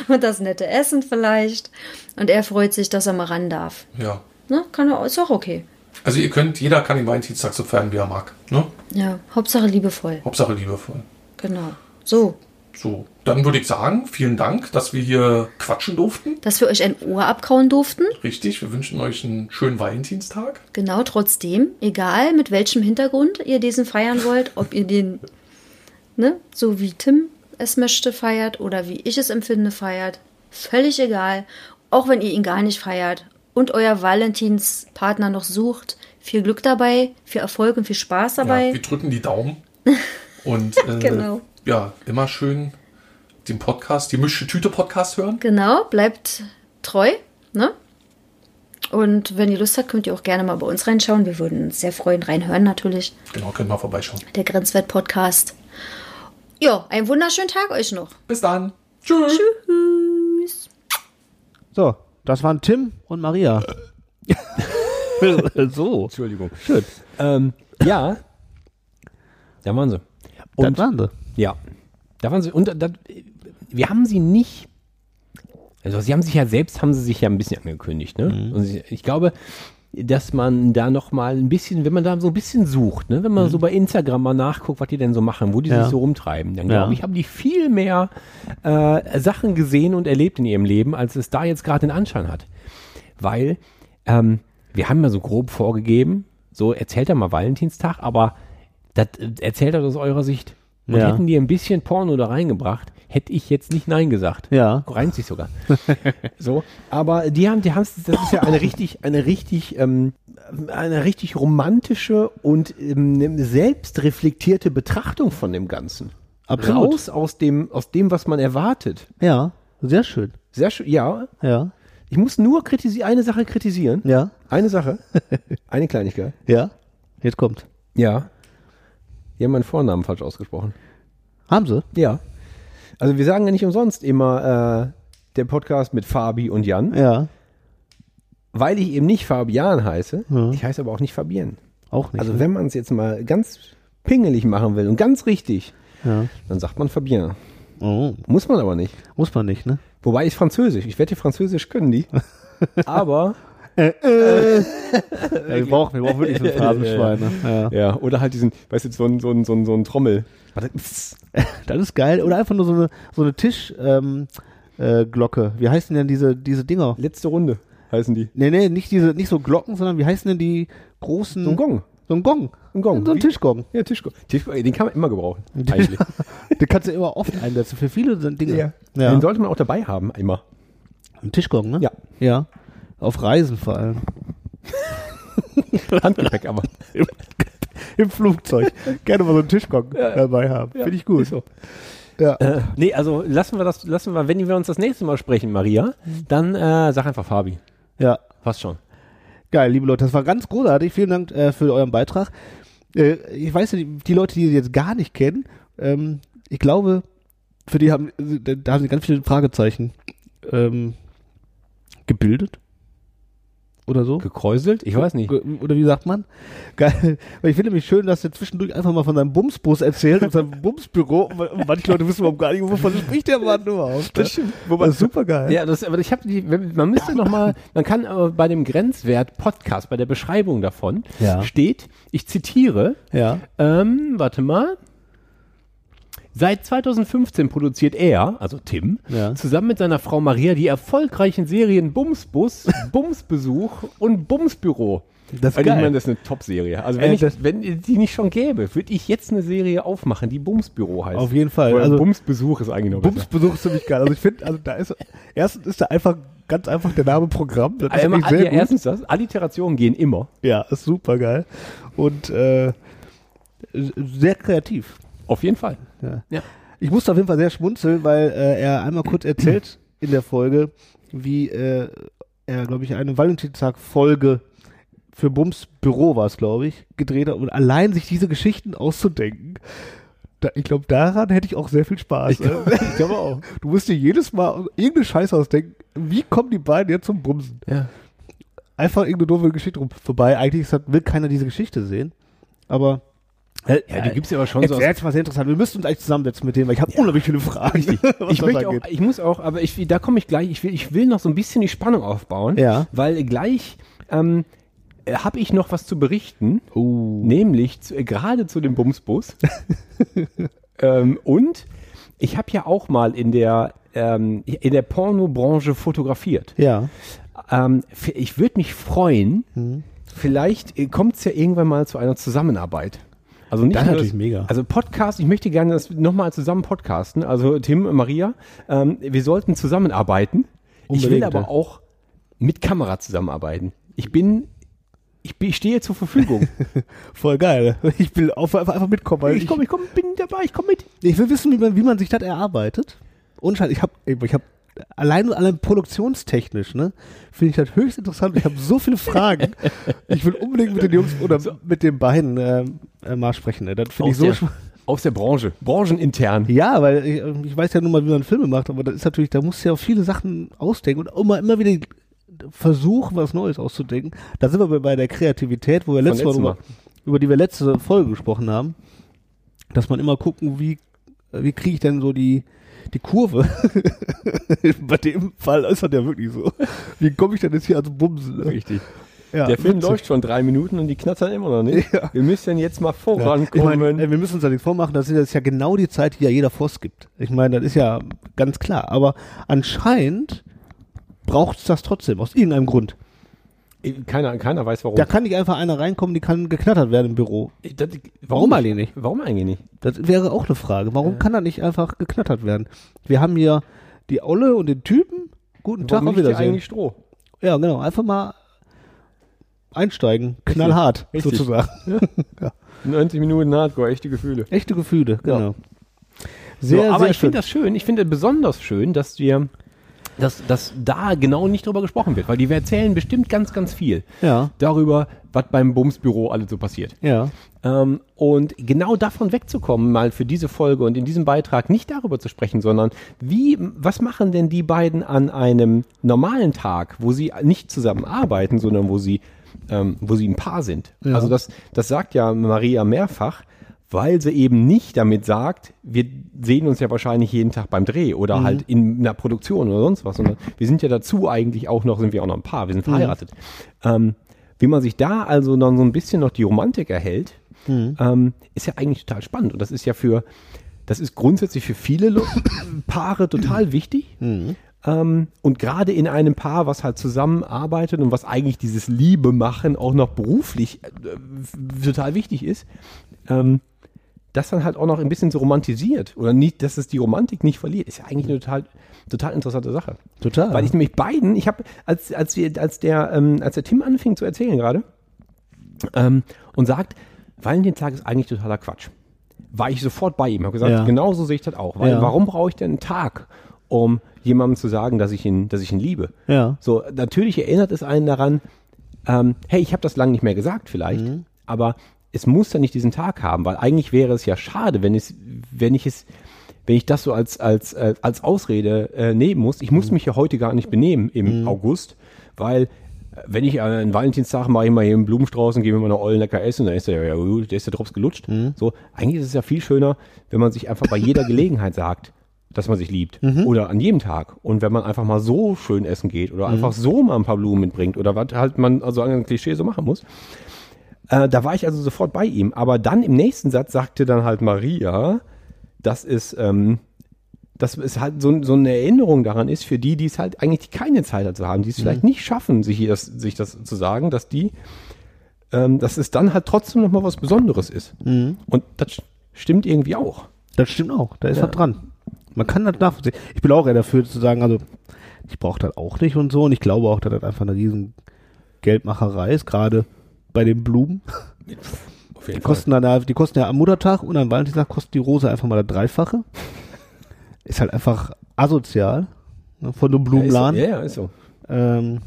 [SPEAKER 8] und das nette Essen vielleicht. Und er freut sich, dass er mal ran darf.
[SPEAKER 7] Ja.
[SPEAKER 8] Ne? Kann er, ist auch okay.
[SPEAKER 7] Also ihr könnt, jeder kann den Valentinstag so feiern, wie er mag. Ne?
[SPEAKER 8] Ja, Hauptsache liebevoll.
[SPEAKER 7] Hauptsache liebevoll.
[SPEAKER 8] Genau. So,
[SPEAKER 7] So, dann würde ich sagen, vielen Dank, dass wir hier quatschen durften.
[SPEAKER 8] dass wir euch ein Ohr abkauen durften.
[SPEAKER 7] Richtig, wir wünschen euch einen schönen Valentinstag.
[SPEAKER 8] Genau, trotzdem, egal mit welchem Hintergrund ihr diesen feiern wollt, ob ihr den, ne, so wie Tim es möchte, feiert oder wie ich es empfinde, feiert, völlig egal, auch wenn ihr ihn gar nicht feiert und euer Valentinspartner noch sucht, viel Glück dabei, viel Erfolg und viel Spaß dabei.
[SPEAKER 7] Ja, wir drücken die Daumen. Und äh,
[SPEAKER 8] Genau.
[SPEAKER 7] ja, immer schön den Podcast, die Mischte Tüte Podcast hören.
[SPEAKER 8] Genau, bleibt treu, ne? Und wenn ihr Lust habt, könnt ihr auch gerne mal bei uns reinschauen. Wir würden uns sehr freuen, reinhören natürlich.
[SPEAKER 7] Genau, könnt mal vorbeischauen.
[SPEAKER 8] Der Grenzwert-Podcast. Ja, einen wunderschönen Tag euch noch.
[SPEAKER 7] Bis dann. Tschüss.
[SPEAKER 6] So, das waren Tim und Maria. so,
[SPEAKER 5] Entschuldigung.
[SPEAKER 6] schön.
[SPEAKER 5] Ähm, ja, da waren sie.
[SPEAKER 6] Dann waren sie.
[SPEAKER 5] Ja, da waren sie. Und da, wir haben sie nicht. Also sie haben sich ja selbst, haben sie sich ja ein bisschen angekündigt. Ne?
[SPEAKER 6] Mhm.
[SPEAKER 5] Und ich, ich glaube, dass man da noch mal ein bisschen, wenn man da so ein bisschen sucht, ne? wenn man so bei Instagram mal nachguckt, was die denn so machen, wo die
[SPEAKER 6] Mhm. Ja.
[SPEAKER 5] sich so rumtreiben, dann
[SPEAKER 6] Ja.
[SPEAKER 5] glaube ich, haben die viel mehr äh, Sachen gesehen und erlebt in ihrem Leben, als es da jetzt gerade den Anschein hat. Weil ähm, wir haben ja so grob vorgegeben, so erzählt er mal Valentinstag, aber das äh, erzählt er aus eurer Sicht. Und
[SPEAKER 6] Ja.
[SPEAKER 5] hätten die ein bisschen Porno da reingebracht, hätte ich jetzt nicht Nein gesagt.
[SPEAKER 6] Ja.
[SPEAKER 5] Reimt sich sogar. so. Aber die haben, die haben, das ist ja eine richtig, eine richtig, ähm, eine richtig romantische und ähm, selbstreflektierte Betrachtung von dem Ganzen.
[SPEAKER 6] Absolut.
[SPEAKER 5] Raus aus dem, aus dem, was man erwartet.
[SPEAKER 6] Ja, sehr schön.
[SPEAKER 5] Sehr schön. Ja.
[SPEAKER 6] Ja,
[SPEAKER 5] Ich muss nur kritisi eine Sache kritisieren.
[SPEAKER 6] ja,
[SPEAKER 5] Eine Sache. Eine Kleinigkeit.
[SPEAKER 6] ja. Jetzt kommt.
[SPEAKER 5] Ja. Die haben meinen Vornamen falsch ausgesprochen.
[SPEAKER 6] Haben sie?
[SPEAKER 5] Ja. Also wir sagen ja nicht umsonst immer äh, der Podcast mit Fabi und Jan,
[SPEAKER 6] Ja,
[SPEAKER 5] weil ich eben nicht Fabian heiße. Ich heiße aber auch nicht Fabian.
[SPEAKER 6] auch nicht.
[SPEAKER 5] Also
[SPEAKER 6] ne?
[SPEAKER 5] wenn man es jetzt mal ganz pingelig machen will und ganz richtig,
[SPEAKER 6] Ja.
[SPEAKER 5] dann sagt man Fabian.
[SPEAKER 6] oh,
[SPEAKER 5] Muss man aber nicht.
[SPEAKER 6] muss man nicht, ne?
[SPEAKER 5] Wobei ich Französisch, ich wette, Französisch können die. aber
[SPEAKER 6] wir, brauchen, wir brauchen wirklich so ein Phrasenschwein. ne?
[SPEAKER 5] ja, oder halt diesen, weißt du, so ein, so ein, so ein, so ein Trommel. Warte,
[SPEAKER 6] Das ist geil. Oder einfach nur so eine, so eine Tischglocke. Ähm, äh, Glocke. wie heißen denn diese, diese Dinger?
[SPEAKER 5] letzte Runde heißen die.
[SPEAKER 6] Nee, nee, nicht, diese, nicht so Glocken, sondern wie heißen denn die großen.
[SPEAKER 5] So ein Gong.
[SPEAKER 6] So ein Gong.
[SPEAKER 5] Ein Gong.
[SPEAKER 6] So ein
[SPEAKER 5] Wie-
[SPEAKER 6] Tischgong.
[SPEAKER 5] Ja, Tischgong. Tischgong, den kann man immer gebrauchen. Eigentlich.
[SPEAKER 6] Den kannst du immer oft einsetzen. Für viele sind Dinge.
[SPEAKER 5] Den sollte man auch dabei haben, immer.
[SPEAKER 6] Ein Tischgong, ne?
[SPEAKER 5] Ja.
[SPEAKER 6] Ja. Auf Reisen vor allem.
[SPEAKER 5] Handgepäck aber.
[SPEAKER 6] Im Flugzeug. Gerne mal so einen Tischgong dabei haben. Finde ich gut. Ja.
[SPEAKER 5] Nee, also lassen wir das, lassen wir, wenn wir uns das nächste Mal sprechen, Maria, dann äh, sag einfach Fabi.
[SPEAKER 6] ja.
[SPEAKER 5] Passt schon.
[SPEAKER 6] Geil, liebe Leute, das war ganz großartig. Vielen Dank äh, für euren Beitrag. Äh, ich weiß, die, die Leute, die sie jetzt gar nicht kennen, ähm, ich glaube, für die haben, da haben sie ganz viele Fragezeichen ähm, gebildet. Oder so?
[SPEAKER 5] Gekräuselt? Ich weiß nicht.
[SPEAKER 6] Ge- Oder wie sagt man? Geil. Weil ich finde mich schön, dass er zwischendurch einfach mal von seinem Bumsbus erzählt und seinem Bumsbüro. Und man- und manche Leute wissen überhaupt gar nicht, wovon spricht der Mann überhaupt. Das, das ist super geil.
[SPEAKER 5] Ja, das, aber ich habe die, wenn- man müsste noch mal, man kann aber bei dem Grenzwert-Podcast, bei der Beschreibung davon,
[SPEAKER 6] Ja.
[SPEAKER 5] steht, ich zitiere,
[SPEAKER 6] Ja.
[SPEAKER 5] ähm, warte mal, seit 2015 produziert er, also Tim,
[SPEAKER 6] Ja.
[SPEAKER 5] zusammen mit seiner Frau Maria die erfolgreichen Serien Bumsbus, Bumsbesuch und Bumsbüro.
[SPEAKER 6] Das ist
[SPEAKER 5] also ich
[SPEAKER 6] geil.
[SPEAKER 5] meine, das ist eine Top-Serie. Also wenn,
[SPEAKER 6] Äh,
[SPEAKER 5] ich,
[SPEAKER 6] das-
[SPEAKER 5] wenn es die nicht schon gäbe, würde ich jetzt eine Serie aufmachen, die Bumsbüro heißt.
[SPEAKER 6] Auf jeden Fall.
[SPEAKER 5] Oder
[SPEAKER 6] Also-
[SPEAKER 5] Bumsbesuch ist eigentlich noch besser.
[SPEAKER 6] Bumsbesuch ist ziemlich geil. Also ich finde, also da ist erstens ist da einfach ganz einfach der Name Programm. Das ist
[SPEAKER 5] Also,
[SPEAKER 6] wirklich
[SPEAKER 5] immer,
[SPEAKER 6] sehr
[SPEAKER 5] ja,
[SPEAKER 6] gut.
[SPEAKER 5] erstens das, Alliterationen gehen immer.
[SPEAKER 6] ja, ist super geil. Und äh, sehr kreativ.
[SPEAKER 5] Auf jeden Fall.
[SPEAKER 6] Ja.
[SPEAKER 5] Ja.
[SPEAKER 6] Ich musste auf jeden Fall sehr schmunzeln, weil äh, er einmal kurz erzählt in der Folge, wie äh, er, glaube ich, eine Valentinstag-Folge für Bums Büro war es, glaube ich, gedreht hat. Und allein sich diese Geschichten auszudenken, da, ich glaube, daran hätte ich auch sehr viel Spaß. ich glaube auch. Du musst dir jedes Mal irgendeine Scheiße ausdenken. Wie kommen die beiden jetzt zum Bumsen?
[SPEAKER 5] Ja.
[SPEAKER 6] Einfach irgendeine doofe Geschichte rum vorbei. Eigentlich ist das, will keiner diese Geschichte sehen. Aber äh,
[SPEAKER 5] Ja, die gibt's ja aber schon
[SPEAKER 6] Jetzt
[SPEAKER 5] so. aus-
[SPEAKER 6] wäre jetzt mal sehr interessant. Wir müssten uns eigentlich zusammensetzen mit denen, weil ich habe unglaublich viele Fragen. was
[SPEAKER 5] ich
[SPEAKER 6] das
[SPEAKER 5] möchte auch,
[SPEAKER 6] angeht.
[SPEAKER 5] ich muss auch, aber ich, will- da komme ich gleich, ich will, ich will noch so ein bisschen die Spannung aufbauen,
[SPEAKER 6] Ja.
[SPEAKER 5] weil gleich ähm, habe ich noch was zu berichten, nämlich zu, äh, gerade zu dem Bumsbus. ähm, und ich habe ja auch mal in der, ähm, in der Pornobranche fotografiert.
[SPEAKER 6] Ja.
[SPEAKER 5] Ähm, f- ich würde mich freuen,
[SPEAKER 6] Mhm.
[SPEAKER 5] vielleicht kommt es ja irgendwann mal zu einer Zusammenarbeit. Also nicht
[SPEAKER 6] Das
[SPEAKER 5] nur
[SPEAKER 6] natürlich mega.
[SPEAKER 5] Also Podcast, ich möchte gerne das nochmal zusammen podcasten. Also Tim, Maria, ähm, wir sollten zusammenarbeiten. Ich will
[SPEAKER 6] Unbedingt,
[SPEAKER 5] aber
[SPEAKER 6] ja.
[SPEAKER 5] auch mit Kamera zusammenarbeiten. Ich bin, ich, bin, ich stehe zur Verfügung.
[SPEAKER 6] Voll geil. Ich will auf, einfach, einfach mitkommen. Weil ich,
[SPEAKER 5] ich komme, ich komme, bin dabei, ich komme mit.
[SPEAKER 6] ich will wissen, wie man, wie man sich das erarbeitet. Und ich habe ich hab, allein, allein produktionstechnisch, ne, finde ich das höchst interessant. Ich habe so viele Fragen. ich will unbedingt mit den Jungs oder mit den beiden ähm, äh, mal sprechen. Ne. Das finde ich
[SPEAKER 5] Aus,
[SPEAKER 6] so
[SPEAKER 5] der,
[SPEAKER 6] spa-
[SPEAKER 5] aus der Branche, branchenintern.
[SPEAKER 6] Ja, weil ich, ich weiß ja nun mal, wie man Filme macht, aber das ist natürlich, da musst du ja auch viele Sachen ausdenken und immer, immer wieder versuchen, was Neues auszudenken. Da sind wir bei- bei der Kreativität, wo wir letztes Mal,
[SPEAKER 5] letztem
[SPEAKER 6] drüber, über die wir letzte Folge gesprochen haben, dass man immer gucken, wie, äh, wie kriege ich denn so die, die Kurve. bei dem Fall ist das ja wirklich so. Wie komme ich denn jetzt hier ans Bumsen? ne?
[SPEAKER 5] Richtig.
[SPEAKER 6] Ja,
[SPEAKER 5] Der Film
[SPEAKER 6] witzig.
[SPEAKER 5] läuft schon drei Minuten und die knattern immer noch nicht.
[SPEAKER 6] Ja.
[SPEAKER 5] Wir müssen jetzt mal
[SPEAKER 6] Ja.
[SPEAKER 5] vorankommen.
[SPEAKER 6] Ich meine, äh, wir müssen uns da nichts vormachen, das ist jetzt ja genau die Zeit, die ja jeder Voss gibt. Ich meine, das ist ja ganz klar. Aber anscheinend braucht es das trotzdem, aus irgendeinem Grund.
[SPEAKER 5] Keiner, keiner weiß warum.
[SPEAKER 6] Da kann nicht einfach einer reinkommen, die kann geknattert werden im Büro.
[SPEAKER 5] Das-
[SPEAKER 6] Warum eigentlich
[SPEAKER 5] nicht? Warum eigentlich nicht?
[SPEAKER 6] Das wäre auch eine Frage. Warum kann da nicht einfach geknattert werden? Wir haben hier die Olle und den Typen. Guten Tag,
[SPEAKER 5] Warum
[SPEAKER 6] auf
[SPEAKER 5] riecht ihr
[SPEAKER 6] Wiedersehen.
[SPEAKER 5] eigentlich Stroh?
[SPEAKER 6] Ja, genau. Einfach mal einsteigen. Knallhart,
[SPEAKER 5] Richtig.
[SPEAKER 6] sozusagen.
[SPEAKER 5] 90 Minuten Hardcore, echte Gefühle.
[SPEAKER 6] Echte Gefühle, genau.
[SPEAKER 5] so, aber
[SPEAKER 6] sehr
[SPEAKER 5] ich finde das schön, ich finde besonders schön, dass wir, dass, dass da genau nicht drüber gesprochen wird, weil die erzählen bestimmt ganz, ganz viel
[SPEAKER 6] Ja,
[SPEAKER 5] darüber, was beim Bumsbüro alles so passiert.
[SPEAKER 6] ja.
[SPEAKER 5] Ähm, und genau davon wegzukommen, mal für diese Folge und in diesem Beitrag nicht darüber zu sprechen, sondern wie, was machen denn die beiden an einem normalen Tag, wo sie nicht zusammenarbeiten, sondern wo sie, ähm, wo sie ein Paar sind? Also das, das sagt ja Maria mehrfach, weil sie eben nicht damit sagt, wir sehen uns ja wahrscheinlich jeden Tag beim Dreh oder halt in einer Produktion oder sonst was, sondern wir sind ja dazu eigentlich auch noch, sind wir auch noch ein Paar, wir sind verheiratet. Ähm, wie man sich da also dann so ein bisschen noch die Romantik erhält, ähm, ist ja eigentlich total spannend. Und das ist ja für, das ist grundsätzlich für viele Lo- Paare total wichtig. Ähm, und gerade in einem Paar, was halt zusammenarbeitet und was eigentlich dieses Liebe machen auch noch beruflich äh, f- total wichtig ist, ähm, das dann halt auch noch ein bisschen so romantisiert oder nicht, dass es die Romantik nicht verliert, ist ja eigentlich eine total, total interessante Sache.
[SPEAKER 6] Total.
[SPEAKER 5] Weil ich nämlich beiden, ich habe, als, als, wir, als, der, ähm, als der Tim anfing zu erzählen gerade ähm, und sagt, Valentinstag ist eigentlich totaler Quatsch, war ich sofort bei ihm. habe gesagt,
[SPEAKER 6] Ja.
[SPEAKER 5] genau so sehe ich das auch. Weil
[SPEAKER 6] Ja.
[SPEAKER 5] warum brauche ich denn einen Tag, um jemandem zu sagen, dass ich ihn, dass ich ihn liebe?
[SPEAKER 6] Ja.
[SPEAKER 5] So, natürlich erinnert es einen daran, ähm, hey, ich habe das lange nicht mehr gesagt vielleicht,
[SPEAKER 6] Mhm.
[SPEAKER 5] aber es muss ja nicht diesen Tag haben, weil eigentlich wäre es ja schade, wenn es, wenn ich es, wenn ich das so als, als, äh, als Ausrede äh, nehmen muss. Ich muss mich ja heute gar nicht benehmen im August, weil äh, wenn ich äh, an Valentinstag mache ich mal hier einen Blumenstrauß und gebe mir eine Ollen lecker essen, dann ist der, ja, gut, der ist der Drops gelutscht. So, eigentlich ist es ja viel schöner, wenn man sich einfach bei jeder Gelegenheit sagt, dass man sich liebt. Oder an jedem Tag. Und wenn man einfach mal so schön essen geht oder einfach so mal ein paar Blumen mitbringt oder was halt man also an einem Klischee so machen muss. Äh, da war ich also sofort bei ihm. Aber dann im nächsten Satz sagte dann halt Maria, dass es, ähm, dass es halt so, so eine Erinnerung daran ist, für die, die es halt eigentlich keine Zeit dazu haben, die es vielleicht nicht schaffen, sich das, sich das zu sagen, dass die, ähm, dass es dann halt trotzdem nochmal was Besonderes ist. Und das st- stimmt irgendwie auch.
[SPEAKER 6] Das stimmt auch, da ist was dran. Man kann das nachvollziehen. Ich bin auch eher dafür zu sagen, also ich brauche das auch nicht und so und ich glaube auch, dass das einfach eine riesen Geldmacherei ist, gerade bei den Blumen.
[SPEAKER 5] Auf jeden
[SPEAKER 6] Die kosten, dann, ja- die kosten ja am Muttertag und am Valentinstag kostet die Rose einfach mal das Dreifache. Ist halt einfach asozial ne, von einem Blumenladen.
[SPEAKER 5] Ja, ist so. ja, ja, ist so.
[SPEAKER 6] Ähm,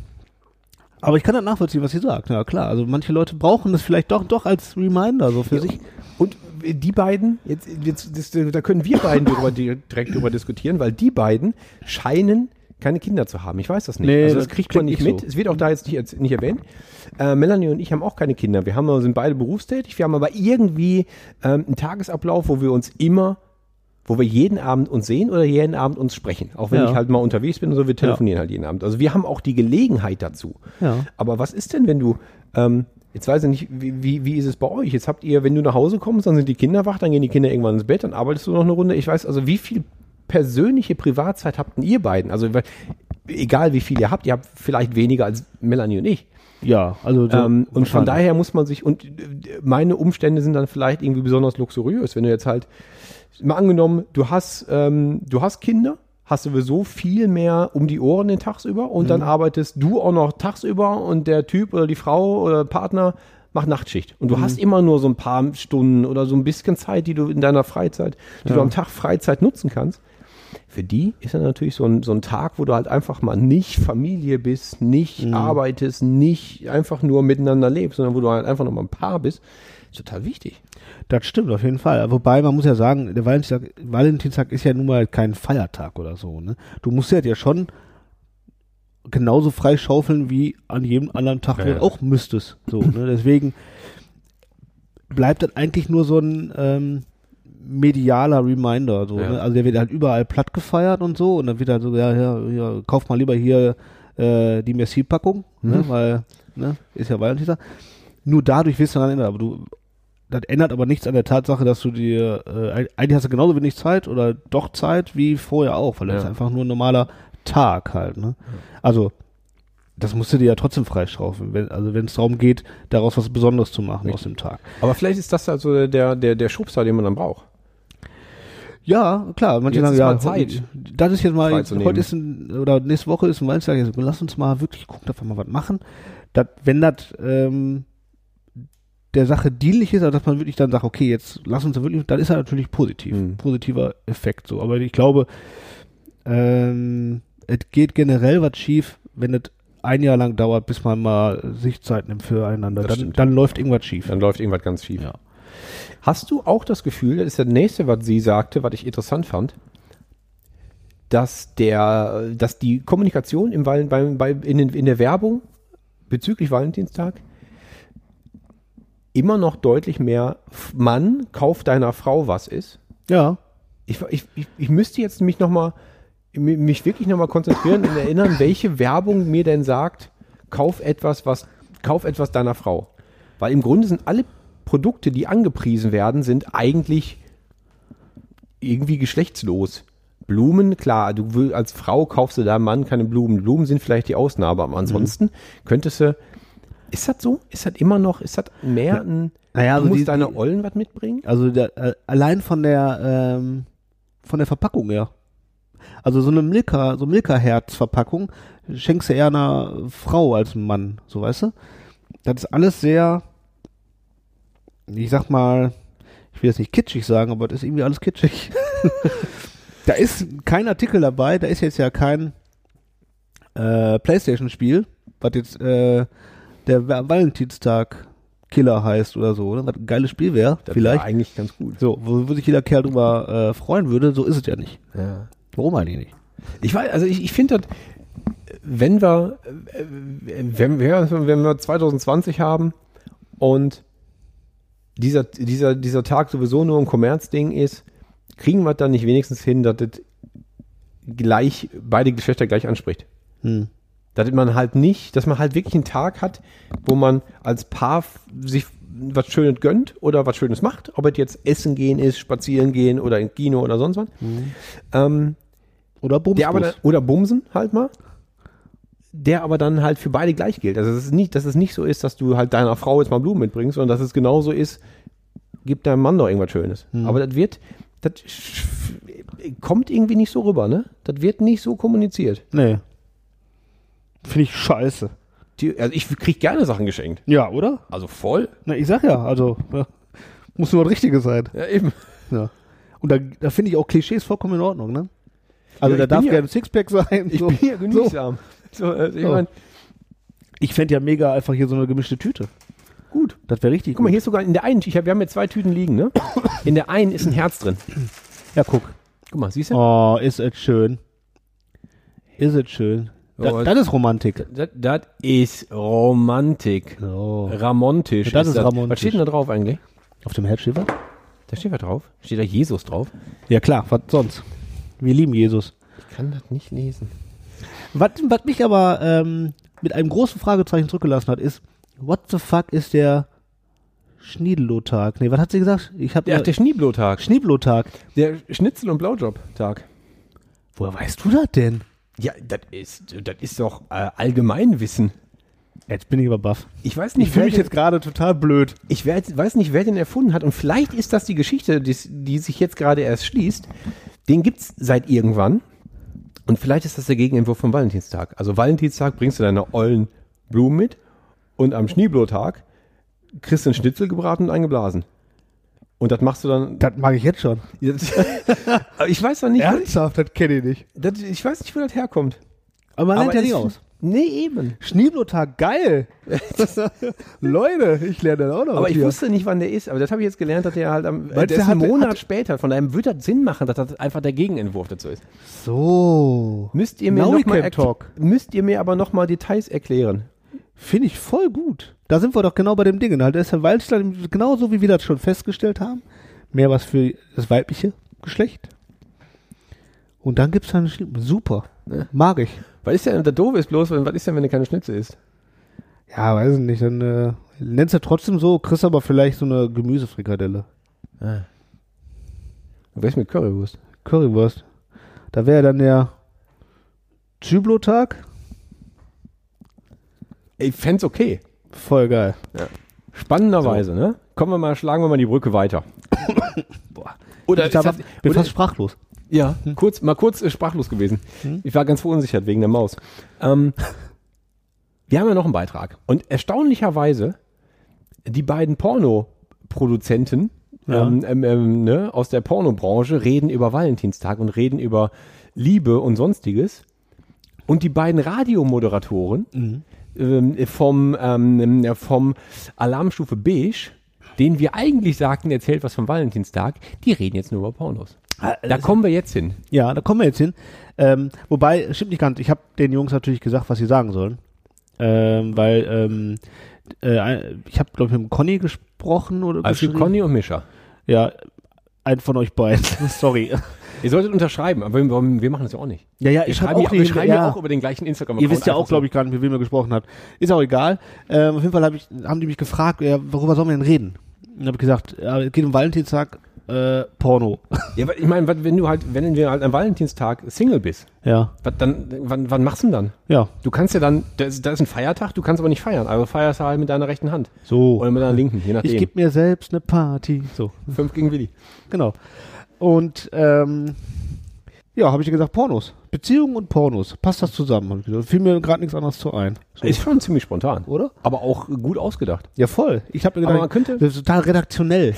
[SPEAKER 6] aber ich kann das nachvollziehen, was sie sagt. Ja klar, also manche Leute brauchen das vielleicht doch, doch als Reminder so für sich.
[SPEAKER 5] Und die beiden, jetzt, jetzt, das, da können wir beiden darüber, direkt darüber diskutieren, weil die beiden scheinen keine Kinder zu haben. Ich weiß das nicht.
[SPEAKER 6] Nee,
[SPEAKER 5] also das
[SPEAKER 6] das
[SPEAKER 5] kriegt man
[SPEAKER 6] klingt
[SPEAKER 5] nicht
[SPEAKER 6] nicht
[SPEAKER 5] mit.
[SPEAKER 6] so.
[SPEAKER 5] Es wird auch da jetzt nicht, jetzt nicht erwähnt. Äh, Melanie und ich haben auch keine Kinder. Wir haben, sind beide berufstätig. Wir haben aber irgendwie ähm, einen Tagesablauf, wo wir uns immer, wo wir jeden Abend uns sehen oder jeden Abend uns sprechen. Auch wenn
[SPEAKER 6] Ja.
[SPEAKER 5] ich halt mal unterwegs bin und so, wir telefonieren halt jeden Abend. Also wir haben auch die Gelegenheit dazu.
[SPEAKER 6] Ja.
[SPEAKER 5] Aber was ist denn, wenn du, ähm, jetzt weiß ich nicht, wie, wie, wie ist es bei euch? Jetzt habt ihr, wenn du nach Hause kommst, dann sind die Kinder wach, dann gehen die Kinder irgendwann ins Bett, dann arbeitest du noch eine Runde. Ich weiß also, wie viel persönliche Privatzeit habt denn ihr beiden? Also weil- egal wie viel ihr habt, ihr habt vielleicht weniger als Melanie und ich.
[SPEAKER 6] Ja, also so
[SPEAKER 5] Ähm, und von
[SPEAKER 6] wahrscheinlich.
[SPEAKER 5] daher muss man sich, und äh, meine Umstände sind dann vielleicht irgendwie besonders luxuriös, wenn du jetzt halt, mal angenommen, du hast, ähm, du hast Kinder, hast sowieso viel mehr um die Ohren den tagsüber und dann arbeitest du auch noch tagsüber und der Typ oder die Frau oder Partner macht Nachtschicht. Und du hast immer nur so ein paar Stunden oder so ein bisschen Zeit, die du in deiner Freizeit, die du am Tag Freizeit nutzen kannst für die ist dann natürlich so ein, so ein Tag, wo du halt einfach mal nicht Familie bist, nicht arbeitest, nicht einfach nur miteinander lebst, sondern wo du halt einfach nochmal ein Paar bist, ist total wichtig.
[SPEAKER 6] Das stimmt auf jeden Fall. Wobei man muss ja sagen, der Valentinstag, Valentinstag ist ja nun mal kein Feiertag oder so. Ne? Du musst ja dir schon genauso freischaufeln wie an jedem anderen Tag,
[SPEAKER 5] Ja,
[SPEAKER 6] den
[SPEAKER 5] ja.
[SPEAKER 6] du auch müsstest. So, ne? Deswegen bleibt das eigentlich nur so ein ähm, medialer Reminder. So,
[SPEAKER 5] Ja.
[SPEAKER 6] ne? Also der wird halt überall platt gefeiert und so und dann wird halt so, ja, ja, ja kauf mal lieber hier äh, die Merci-Packung,
[SPEAKER 5] Mhm.
[SPEAKER 6] ne? weil ne? ist ja Valentinstag. Nur dadurch wirst du daran erinnert, aber du das ändert aber nichts an der Tatsache, dass du dir, äh, eigentlich hast du genauso wenig Zeit oder doch Zeit wie vorher auch, weil das
[SPEAKER 5] Ja.
[SPEAKER 6] ist einfach nur ein normaler Tag halt. Ne? Also, das musst du dir ja trotzdem freischraufen, wenn, also wenn es darum geht, daraus was Besonderes zu machen aus dem Tag.
[SPEAKER 5] Aber vielleicht ist das also der, der, der Schubser, den man dann braucht.
[SPEAKER 6] Ja, klar, manche
[SPEAKER 5] Jetzt
[SPEAKER 6] sagen,
[SPEAKER 5] ist
[SPEAKER 6] ja,
[SPEAKER 5] mal Zeit,
[SPEAKER 6] das ist jetzt mal,
[SPEAKER 5] freizunehmen.
[SPEAKER 6] heute ist ein, oder nächste Woche ist ein Valentinstag, jetzt lass uns mal wirklich gucken, dass wir mal was machen. Das, wenn das ähm, der Sache dienlich ist, also dass man wirklich dann sagt, okay, jetzt lass uns da wirklich, dann ist er natürlich positiv,
[SPEAKER 5] Mhm.
[SPEAKER 6] positiver Effekt so. Aber ich glaube, ähm, es geht generell was schief, wenn es ein Jahr lang dauert, bis man mal sich Zeit nimmt füreinander.
[SPEAKER 5] Das
[SPEAKER 6] Dann,
[SPEAKER 5] stimmt.
[SPEAKER 6] dann läuft irgendwas schief.
[SPEAKER 5] Dann läuft irgendwas ganz schief.
[SPEAKER 6] Ja.
[SPEAKER 5] Hast du auch das Gefühl, das ist das nächste, was sie sagte, was ich interessant fand, dass der, dass die Kommunikation im, Val- beim, bei, in, den, in der Werbung bezüglich Valentinstag immer noch deutlich mehr F- Mann kauft deiner Frau was ist.
[SPEAKER 6] Ja,
[SPEAKER 5] Ich, ich, ich, ich müsste jetzt mich noch mal, mi- mich wirklich noch mal konzentrieren und erinnern, welche Werbung mir denn sagt, kauf etwas, was, kauf etwas deiner Frau. Weil im Grunde sind alle Produkte, die angepriesen werden, sind eigentlich irgendwie geschlechtslos. Blumen, klar, du will, als Frau kaufst du deinem Mann keine Blumen. Blumen sind vielleicht die Ausnahme, aber
[SPEAKER 6] Mhm.
[SPEAKER 5] ansonsten könntest du. Ist das so? Ist das immer noch? Ist das mehr ein.
[SPEAKER 6] naja,
[SPEAKER 5] du
[SPEAKER 6] also
[SPEAKER 5] musst
[SPEAKER 6] die-
[SPEAKER 5] deine Ollen was mitbringen?
[SPEAKER 6] Also der, äh, allein von der ähm, von der Verpackung her. Also so eine Milka, so Milka-Herz-Verpackung schenkst du eher einer Frau als einem Mann, so weißt du? Das ist alles sehr, ich sag mal, ich will jetzt nicht kitschig sagen, aber das ist irgendwie alles kitschig. da ist kein Artikel dabei, da ist jetzt ja kein äh, Playstation-Spiel, was jetzt äh, der Wa- Valentinstag-Killer heißt oder so, ne? was ein geiles Spiel wäre,
[SPEAKER 5] Das wär
[SPEAKER 6] vielleicht.
[SPEAKER 5] eigentlich ganz gut.
[SPEAKER 6] So, wo, wo sich jeder Kerl drüber äh, freuen würde, so ist es ja nicht.
[SPEAKER 5] Ja.
[SPEAKER 6] Warum eigentlich nicht?
[SPEAKER 5] halt Ich weiß, also ich, ich finde das, wenn wir, äh, wenn wir, wenn wir 2020 haben und dieser, dieser, dieser Tag sowieso nur ein Kommerzding ist, kriegen wir dann nicht wenigstens hin, dass das gleich, beide Geschlechter gleich anspricht.
[SPEAKER 6] Hm.
[SPEAKER 5] Dass man halt nicht, dass man halt wirklich einen Tag hat, wo man als Paar f- sich was Schönes gönnt oder was Schönes macht, ob es jetzt Essen gehen ist, spazieren gehen oder ins Kino oder sonst was. Ähm,
[SPEAKER 6] Oder Bums.
[SPEAKER 5] der aber dann, oder bumsen halt mal. Der aber dann halt für beide gleich gilt. Also es ist nicht, dass es nicht so ist, dass du halt deiner Frau jetzt mal Blumen mitbringst, sondern dass es genauso ist, gib deinem Mann doch irgendwas Schönes. Aber das wird, das sch- kommt irgendwie nicht so rüber, ne? Das wird nicht so kommuniziert.
[SPEAKER 6] nee. Finde ich scheiße.
[SPEAKER 5] Die, also ich krieg gerne Sachen geschenkt.
[SPEAKER 6] Ja, oder?
[SPEAKER 5] Also voll?
[SPEAKER 6] Na, ich sag ja, also ja, muss nur das Richtige sein.
[SPEAKER 5] Ja, eben.
[SPEAKER 6] Ja. Und da, da finde ich auch Klischees vollkommen in Ordnung, ne?
[SPEAKER 5] Ja,
[SPEAKER 6] Also
[SPEAKER 5] ich
[SPEAKER 6] da darf
[SPEAKER 5] bin ja-
[SPEAKER 6] gerne ein Sixpack sein.
[SPEAKER 5] Ich
[SPEAKER 6] so.
[SPEAKER 5] bin ja genügsam. So. also ich
[SPEAKER 6] So.
[SPEAKER 5] mein,
[SPEAKER 6] Ich fände ja mega einfach hier so eine gemischte Tüte.
[SPEAKER 5] gut.
[SPEAKER 6] Das wäre richtig.
[SPEAKER 5] Guck mal,
[SPEAKER 6] gut.
[SPEAKER 5] hier ist sogar in der einen, ich hab, wir haben jetzt zwei Tüten liegen, ne? In der einen ist ein Herz drin.
[SPEAKER 6] Ja, guck.
[SPEAKER 5] Oh. Guck mal, siehst du?
[SPEAKER 6] Oh, ist es schön. Ist es schön.
[SPEAKER 5] aber-
[SPEAKER 6] Da, das ist Romantik.
[SPEAKER 5] Das, das ist Romantik. Oh.
[SPEAKER 6] So.
[SPEAKER 5] Ramontisch.
[SPEAKER 6] Das ist ramontisch.
[SPEAKER 5] Was steht denn da drauf eigentlich?
[SPEAKER 6] Auf dem Herzschiffer?
[SPEAKER 5] Da steht was drauf. Steht da Jesus drauf?
[SPEAKER 6] Ja klar, was sonst? Wir lieben Jesus.
[SPEAKER 5] Ich kann das nicht lesen.
[SPEAKER 6] Was, was mich aber ähm, mit einem großen Fragezeichen zurückgelassen hat, ist, what the fuck ist der Schniedelotag? Nee, was hat sie gesagt? Ich habe
[SPEAKER 5] Der, der Schnieblotag.
[SPEAKER 6] Schniedelotag.
[SPEAKER 5] Der Schnitzel- und Blaujob-Tag.
[SPEAKER 6] Woher weißt du das denn?
[SPEAKER 5] Ja, das ist, das ist doch äh, Allgemeinwissen.
[SPEAKER 6] Jetzt bin ich aber baff.
[SPEAKER 5] Ich weiß
[SPEAKER 6] Ich
[SPEAKER 5] nicht,
[SPEAKER 6] fühle
[SPEAKER 5] wer
[SPEAKER 6] mich
[SPEAKER 5] den,
[SPEAKER 6] jetzt gerade total blöd.
[SPEAKER 5] ich weiß weiß nicht, wer den erfunden hat. Und vielleicht ist das die Geschichte, die, die sich jetzt gerade erst schließt. Den gibt's seit irgendwann. Und vielleicht ist das der Gegenentwurf vom Valentinstag. Also Valentinstag bringst du deine ollen Blumen mit und am Schneeblotag kriegst du einen Schnitzel gebraten und eingeblasen. Und das machst du dann.
[SPEAKER 6] Das mag ich jetzt schon.
[SPEAKER 5] Aber ich weiß noch nicht, wo-
[SPEAKER 6] Ernsthaft, das kenne ich nicht.
[SPEAKER 5] das, ich weiß nicht, wo das herkommt.
[SPEAKER 6] Aber man lernt ja
[SPEAKER 5] es-
[SPEAKER 6] nicht aus.
[SPEAKER 5] Nee, eben.
[SPEAKER 6] Schniedelotag, geil. Leute, ich lerne das auch noch.
[SPEAKER 5] Aber ich
[SPEAKER 6] hier.
[SPEAKER 5] wusste nicht, wann der ist. Aber das habe ich jetzt gelernt, dass der halt am.
[SPEAKER 6] du,
[SPEAKER 5] der ist
[SPEAKER 6] der
[SPEAKER 5] einen
[SPEAKER 6] hat-
[SPEAKER 5] Monat
[SPEAKER 6] hat-
[SPEAKER 5] später. Von daher würde das Sinn machen, dass das einfach der Gegenentwurf dazu ist.
[SPEAKER 6] so.
[SPEAKER 5] Müsst ihr mir,
[SPEAKER 6] Now
[SPEAKER 5] noch
[SPEAKER 6] we
[SPEAKER 5] mal
[SPEAKER 6] can
[SPEAKER 5] erkl-
[SPEAKER 6] talk.
[SPEAKER 5] müsst ihr mir aber nochmal Details erklären.
[SPEAKER 6] Finde ich voll gut. Da sind wir doch genau bei dem Ding. Da ist der Waldstein genauso, wie wir das schon festgestellt haben. Mehr was für das weibliche Geschlecht. Und dann gibt es dann Schli- Super.
[SPEAKER 5] Ne?
[SPEAKER 6] Mag ich.
[SPEAKER 5] Was ist denn, der doofe ist bloß, wenn- was ist denn, wenn du keine Schnitze isst?
[SPEAKER 6] Ja, weiß ich nicht. Dann äh, nennst du trotzdem so, kriegst aber vielleicht so eine Gemüsefrikadelle.
[SPEAKER 5] Was ist mit Currywurst?
[SPEAKER 6] Currywurst. Da wäre dann der Zyblotag.
[SPEAKER 5] Ich fänd's okay.
[SPEAKER 6] Voll geil.
[SPEAKER 5] Spannenderweise, ne? Kommen wir mal, schlagen wir mal die Brücke weiter. Oder
[SPEAKER 6] Ich
[SPEAKER 5] Äh, ist das,
[SPEAKER 6] bin
[SPEAKER 5] oder,
[SPEAKER 6] fast sprachlos.
[SPEAKER 5] ja, kurz, mal kurz äh, sprachlos gewesen. Ich war ganz verunsichert wegen der Maus. Ähm, wir haben ja noch einen Beitrag. Und erstaunlicherweise, die beiden Porno-Produzenten ähm, ähm, ähm, ne, aus der Pornobranche reden über Valentinstag und reden über Liebe und Sonstiges. Und die beiden Radiomoderatoren ähm, vom, ähm, äh, vom Alarmstufe Beige, denen wir eigentlich sagten, erzählt was vom Valentinstag, die reden jetzt nur über Pornos.
[SPEAKER 6] Ah, äh,
[SPEAKER 5] Da kommen wir jetzt hin.
[SPEAKER 6] Ja, da kommen wir jetzt hin. Ähm, wobei, stimmt nicht ganz. Ich habe den Jungs natürlich gesagt, was sie sagen sollen. Ähm, weil ähm, äh, ein- ich habe, glaube ich, mit dem Conny gesprochen oder
[SPEAKER 5] Also
[SPEAKER 6] geschrieben.
[SPEAKER 5] Conny und Mischa.
[SPEAKER 6] Ja, ein von euch beiden. Sorry.
[SPEAKER 5] Ihr solltet unterschreiben, aber wir, wir machen das ja auch nicht.
[SPEAKER 6] Ja, ja, ich
[SPEAKER 5] Wir
[SPEAKER 6] schreibe
[SPEAKER 5] schreiben,
[SPEAKER 6] auch
[SPEAKER 5] ja, wir
[SPEAKER 6] nicht.
[SPEAKER 5] schreiben ja
[SPEAKER 6] ja.
[SPEAKER 5] auch über den gleichen Also, instagram
[SPEAKER 6] Ihr wisst ja auch, glaube ich, gar nicht, mit wem ihr gesprochen habt. Ist auch egal. Ähm, auf jeden Fall hab ich, haben die mich gefragt, ja, worüber sollen wir denn reden? Und habe ich gesagt, ja, es geht um Valentinstag, äh, Porno.
[SPEAKER 5] Ja, weil ich meine, was- wenn du halt, wenn wir halt am Valentinstag Single bist,
[SPEAKER 6] Ja,
[SPEAKER 5] was dann, wann, wann machst du denn dann?
[SPEAKER 6] ja,
[SPEAKER 5] Du kannst ja dann, da ist, da ist ein Feiertag, du kannst aber nicht feiern. Also feierst du halt mit deiner rechten Hand.
[SPEAKER 6] so.
[SPEAKER 5] Oder mit deiner linken, je nachdem.
[SPEAKER 6] ich gebe mir selbst eine Party. So.
[SPEAKER 5] Fünf gegen Willi.
[SPEAKER 6] Genau. Und ähm, ja, habe ich dir gesagt, Pornos. Beziehungen und Pornos. Passt das zusammen? Hab ich gesagt. Fiel mir gerade nichts anderes zu ein. So.
[SPEAKER 5] Ist schon ziemlich spontan.
[SPEAKER 6] Oder?
[SPEAKER 5] Aber auch gut ausgedacht.
[SPEAKER 6] ja, voll. Ich habe mir
[SPEAKER 5] Aber
[SPEAKER 6] gedacht,
[SPEAKER 5] man könnte-
[SPEAKER 6] das ist total redaktionell.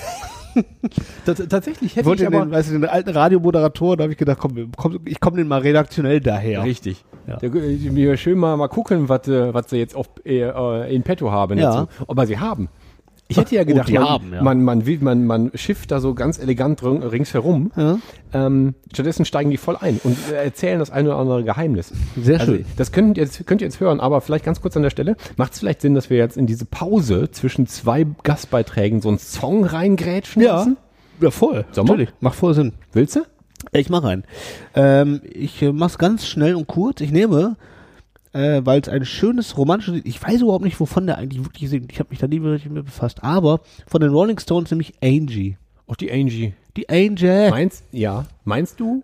[SPEAKER 5] tatsächlich
[SPEAKER 6] Ich
[SPEAKER 5] hätte
[SPEAKER 6] wollte den, weißt du, den alten Radiomoderatoren, da habe ich gedacht, komm, komm ich komme den mal redaktionell daher.
[SPEAKER 5] Richtig.
[SPEAKER 6] Ja.
[SPEAKER 5] Da, äh, wir schön mal, mal gucken, was, äh, was sie jetzt auf, äh, äh, in petto haben.
[SPEAKER 6] Ja.
[SPEAKER 5] Dazu. Aber sie haben. Ich hätte ja gedacht,
[SPEAKER 6] Oh, die
[SPEAKER 5] man,
[SPEAKER 6] haben, ja.
[SPEAKER 5] man, man, will, man, man schifft da so ganz elegant rin- ringsherum.
[SPEAKER 6] Ja.
[SPEAKER 5] Ähm, stattdessen steigen die voll ein und äh, erzählen das ein oder andere Geheimnis. Also,
[SPEAKER 6] Sehr schön.
[SPEAKER 5] das könnt ihr, jetzt, könnt ihr jetzt hören, aber vielleicht ganz kurz an der Stelle. Macht es vielleicht Sinn, dass wir jetzt in diese Pause zwischen zwei Gastbeiträgen so einen Song reingrätschen
[SPEAKER 6] Ja.
[SPEAKER 5] lassen?
[SPEAKER 6] Ja, voll.
[SPEAKER 5] Sommer?
[SPEAKER 6] Natürlich. Macht voll Sinn.
[SPEAKER 5] Willst du?
[SPEAKER 6] Ich mache einen. Ähm, ich äh, mach's ganz schnell und kurz. Ich nehme, äh, weil es ein schönes romantisches, ich weiß überhaupt nicht, wovon der eigentlich wirklich singt. Ich habe mich da nie wirklich mit befasst. Aber von den Rolling Stones nämlich Angie.
[SPEAKER 5] Auch die Angie.
[SPEAKER 6] Die Angel.
[SPEAKER 5] Meinst, ja. Meinst du?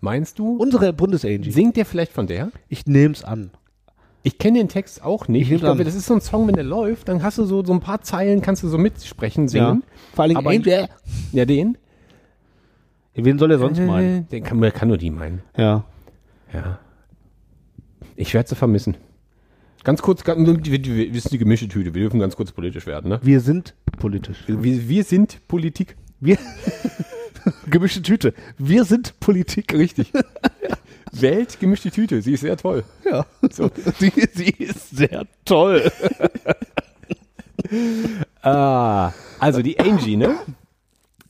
[SPEAKER 5] Meinst du?
[SPEAKER 6] Unsere Bundesangie.
[SPEAKER 5] Singt der vielleicht von der?
[SPEAKER 6] Ich nehm's an.
[SPEAKER 5] Ich kenne den Text auch nicht.
[SPEAKER 6] Ich
[SPEAKER 5] Ich,
[SPEAKER 6] nehm
[SPEAKER 5] glaube,
[SPEAKER 6] dran.
[SPEAKER 5] das ist so ein Song, wenn der läuft, dann hast du so, so ein paar Zeilen, kannst du so mitsprechen, singen.
[SPEAKER 6] Vor allem
[SPEAKER 5] Aber-
[SPEAKER 6] Angel.
[SPEAKER 5] Ja, den. Äh,
[SPEAKER 6] Wen soll er sonst meinen?
[SPEAKER 5] Den kann, kann nur die meinen.
[SPEAKER 6] Ja.
[SPEAKER 5] Ja. Ich werde sie vermissen. Ganz kurz, ganz, wir, wir, wir sind die gemischte Tüte, wir dürfen ganz kurz politisch werden, ne?
[SPEAKER 6] Wir sind politisch.
[SPEAKER 5] Wir, wir sind Politik.
[SPEAKER 6] Wir. Gemischte Tüte. Wir sind Politik.
[SPEAKER 5] Richtig. Welt gemischte Tüte, sie ist sehr toll.
[SPEAKER 6] Ja. So. sie, sie ist sehr toll.
[SPEAKER 5] Ah, also die Angie, ne?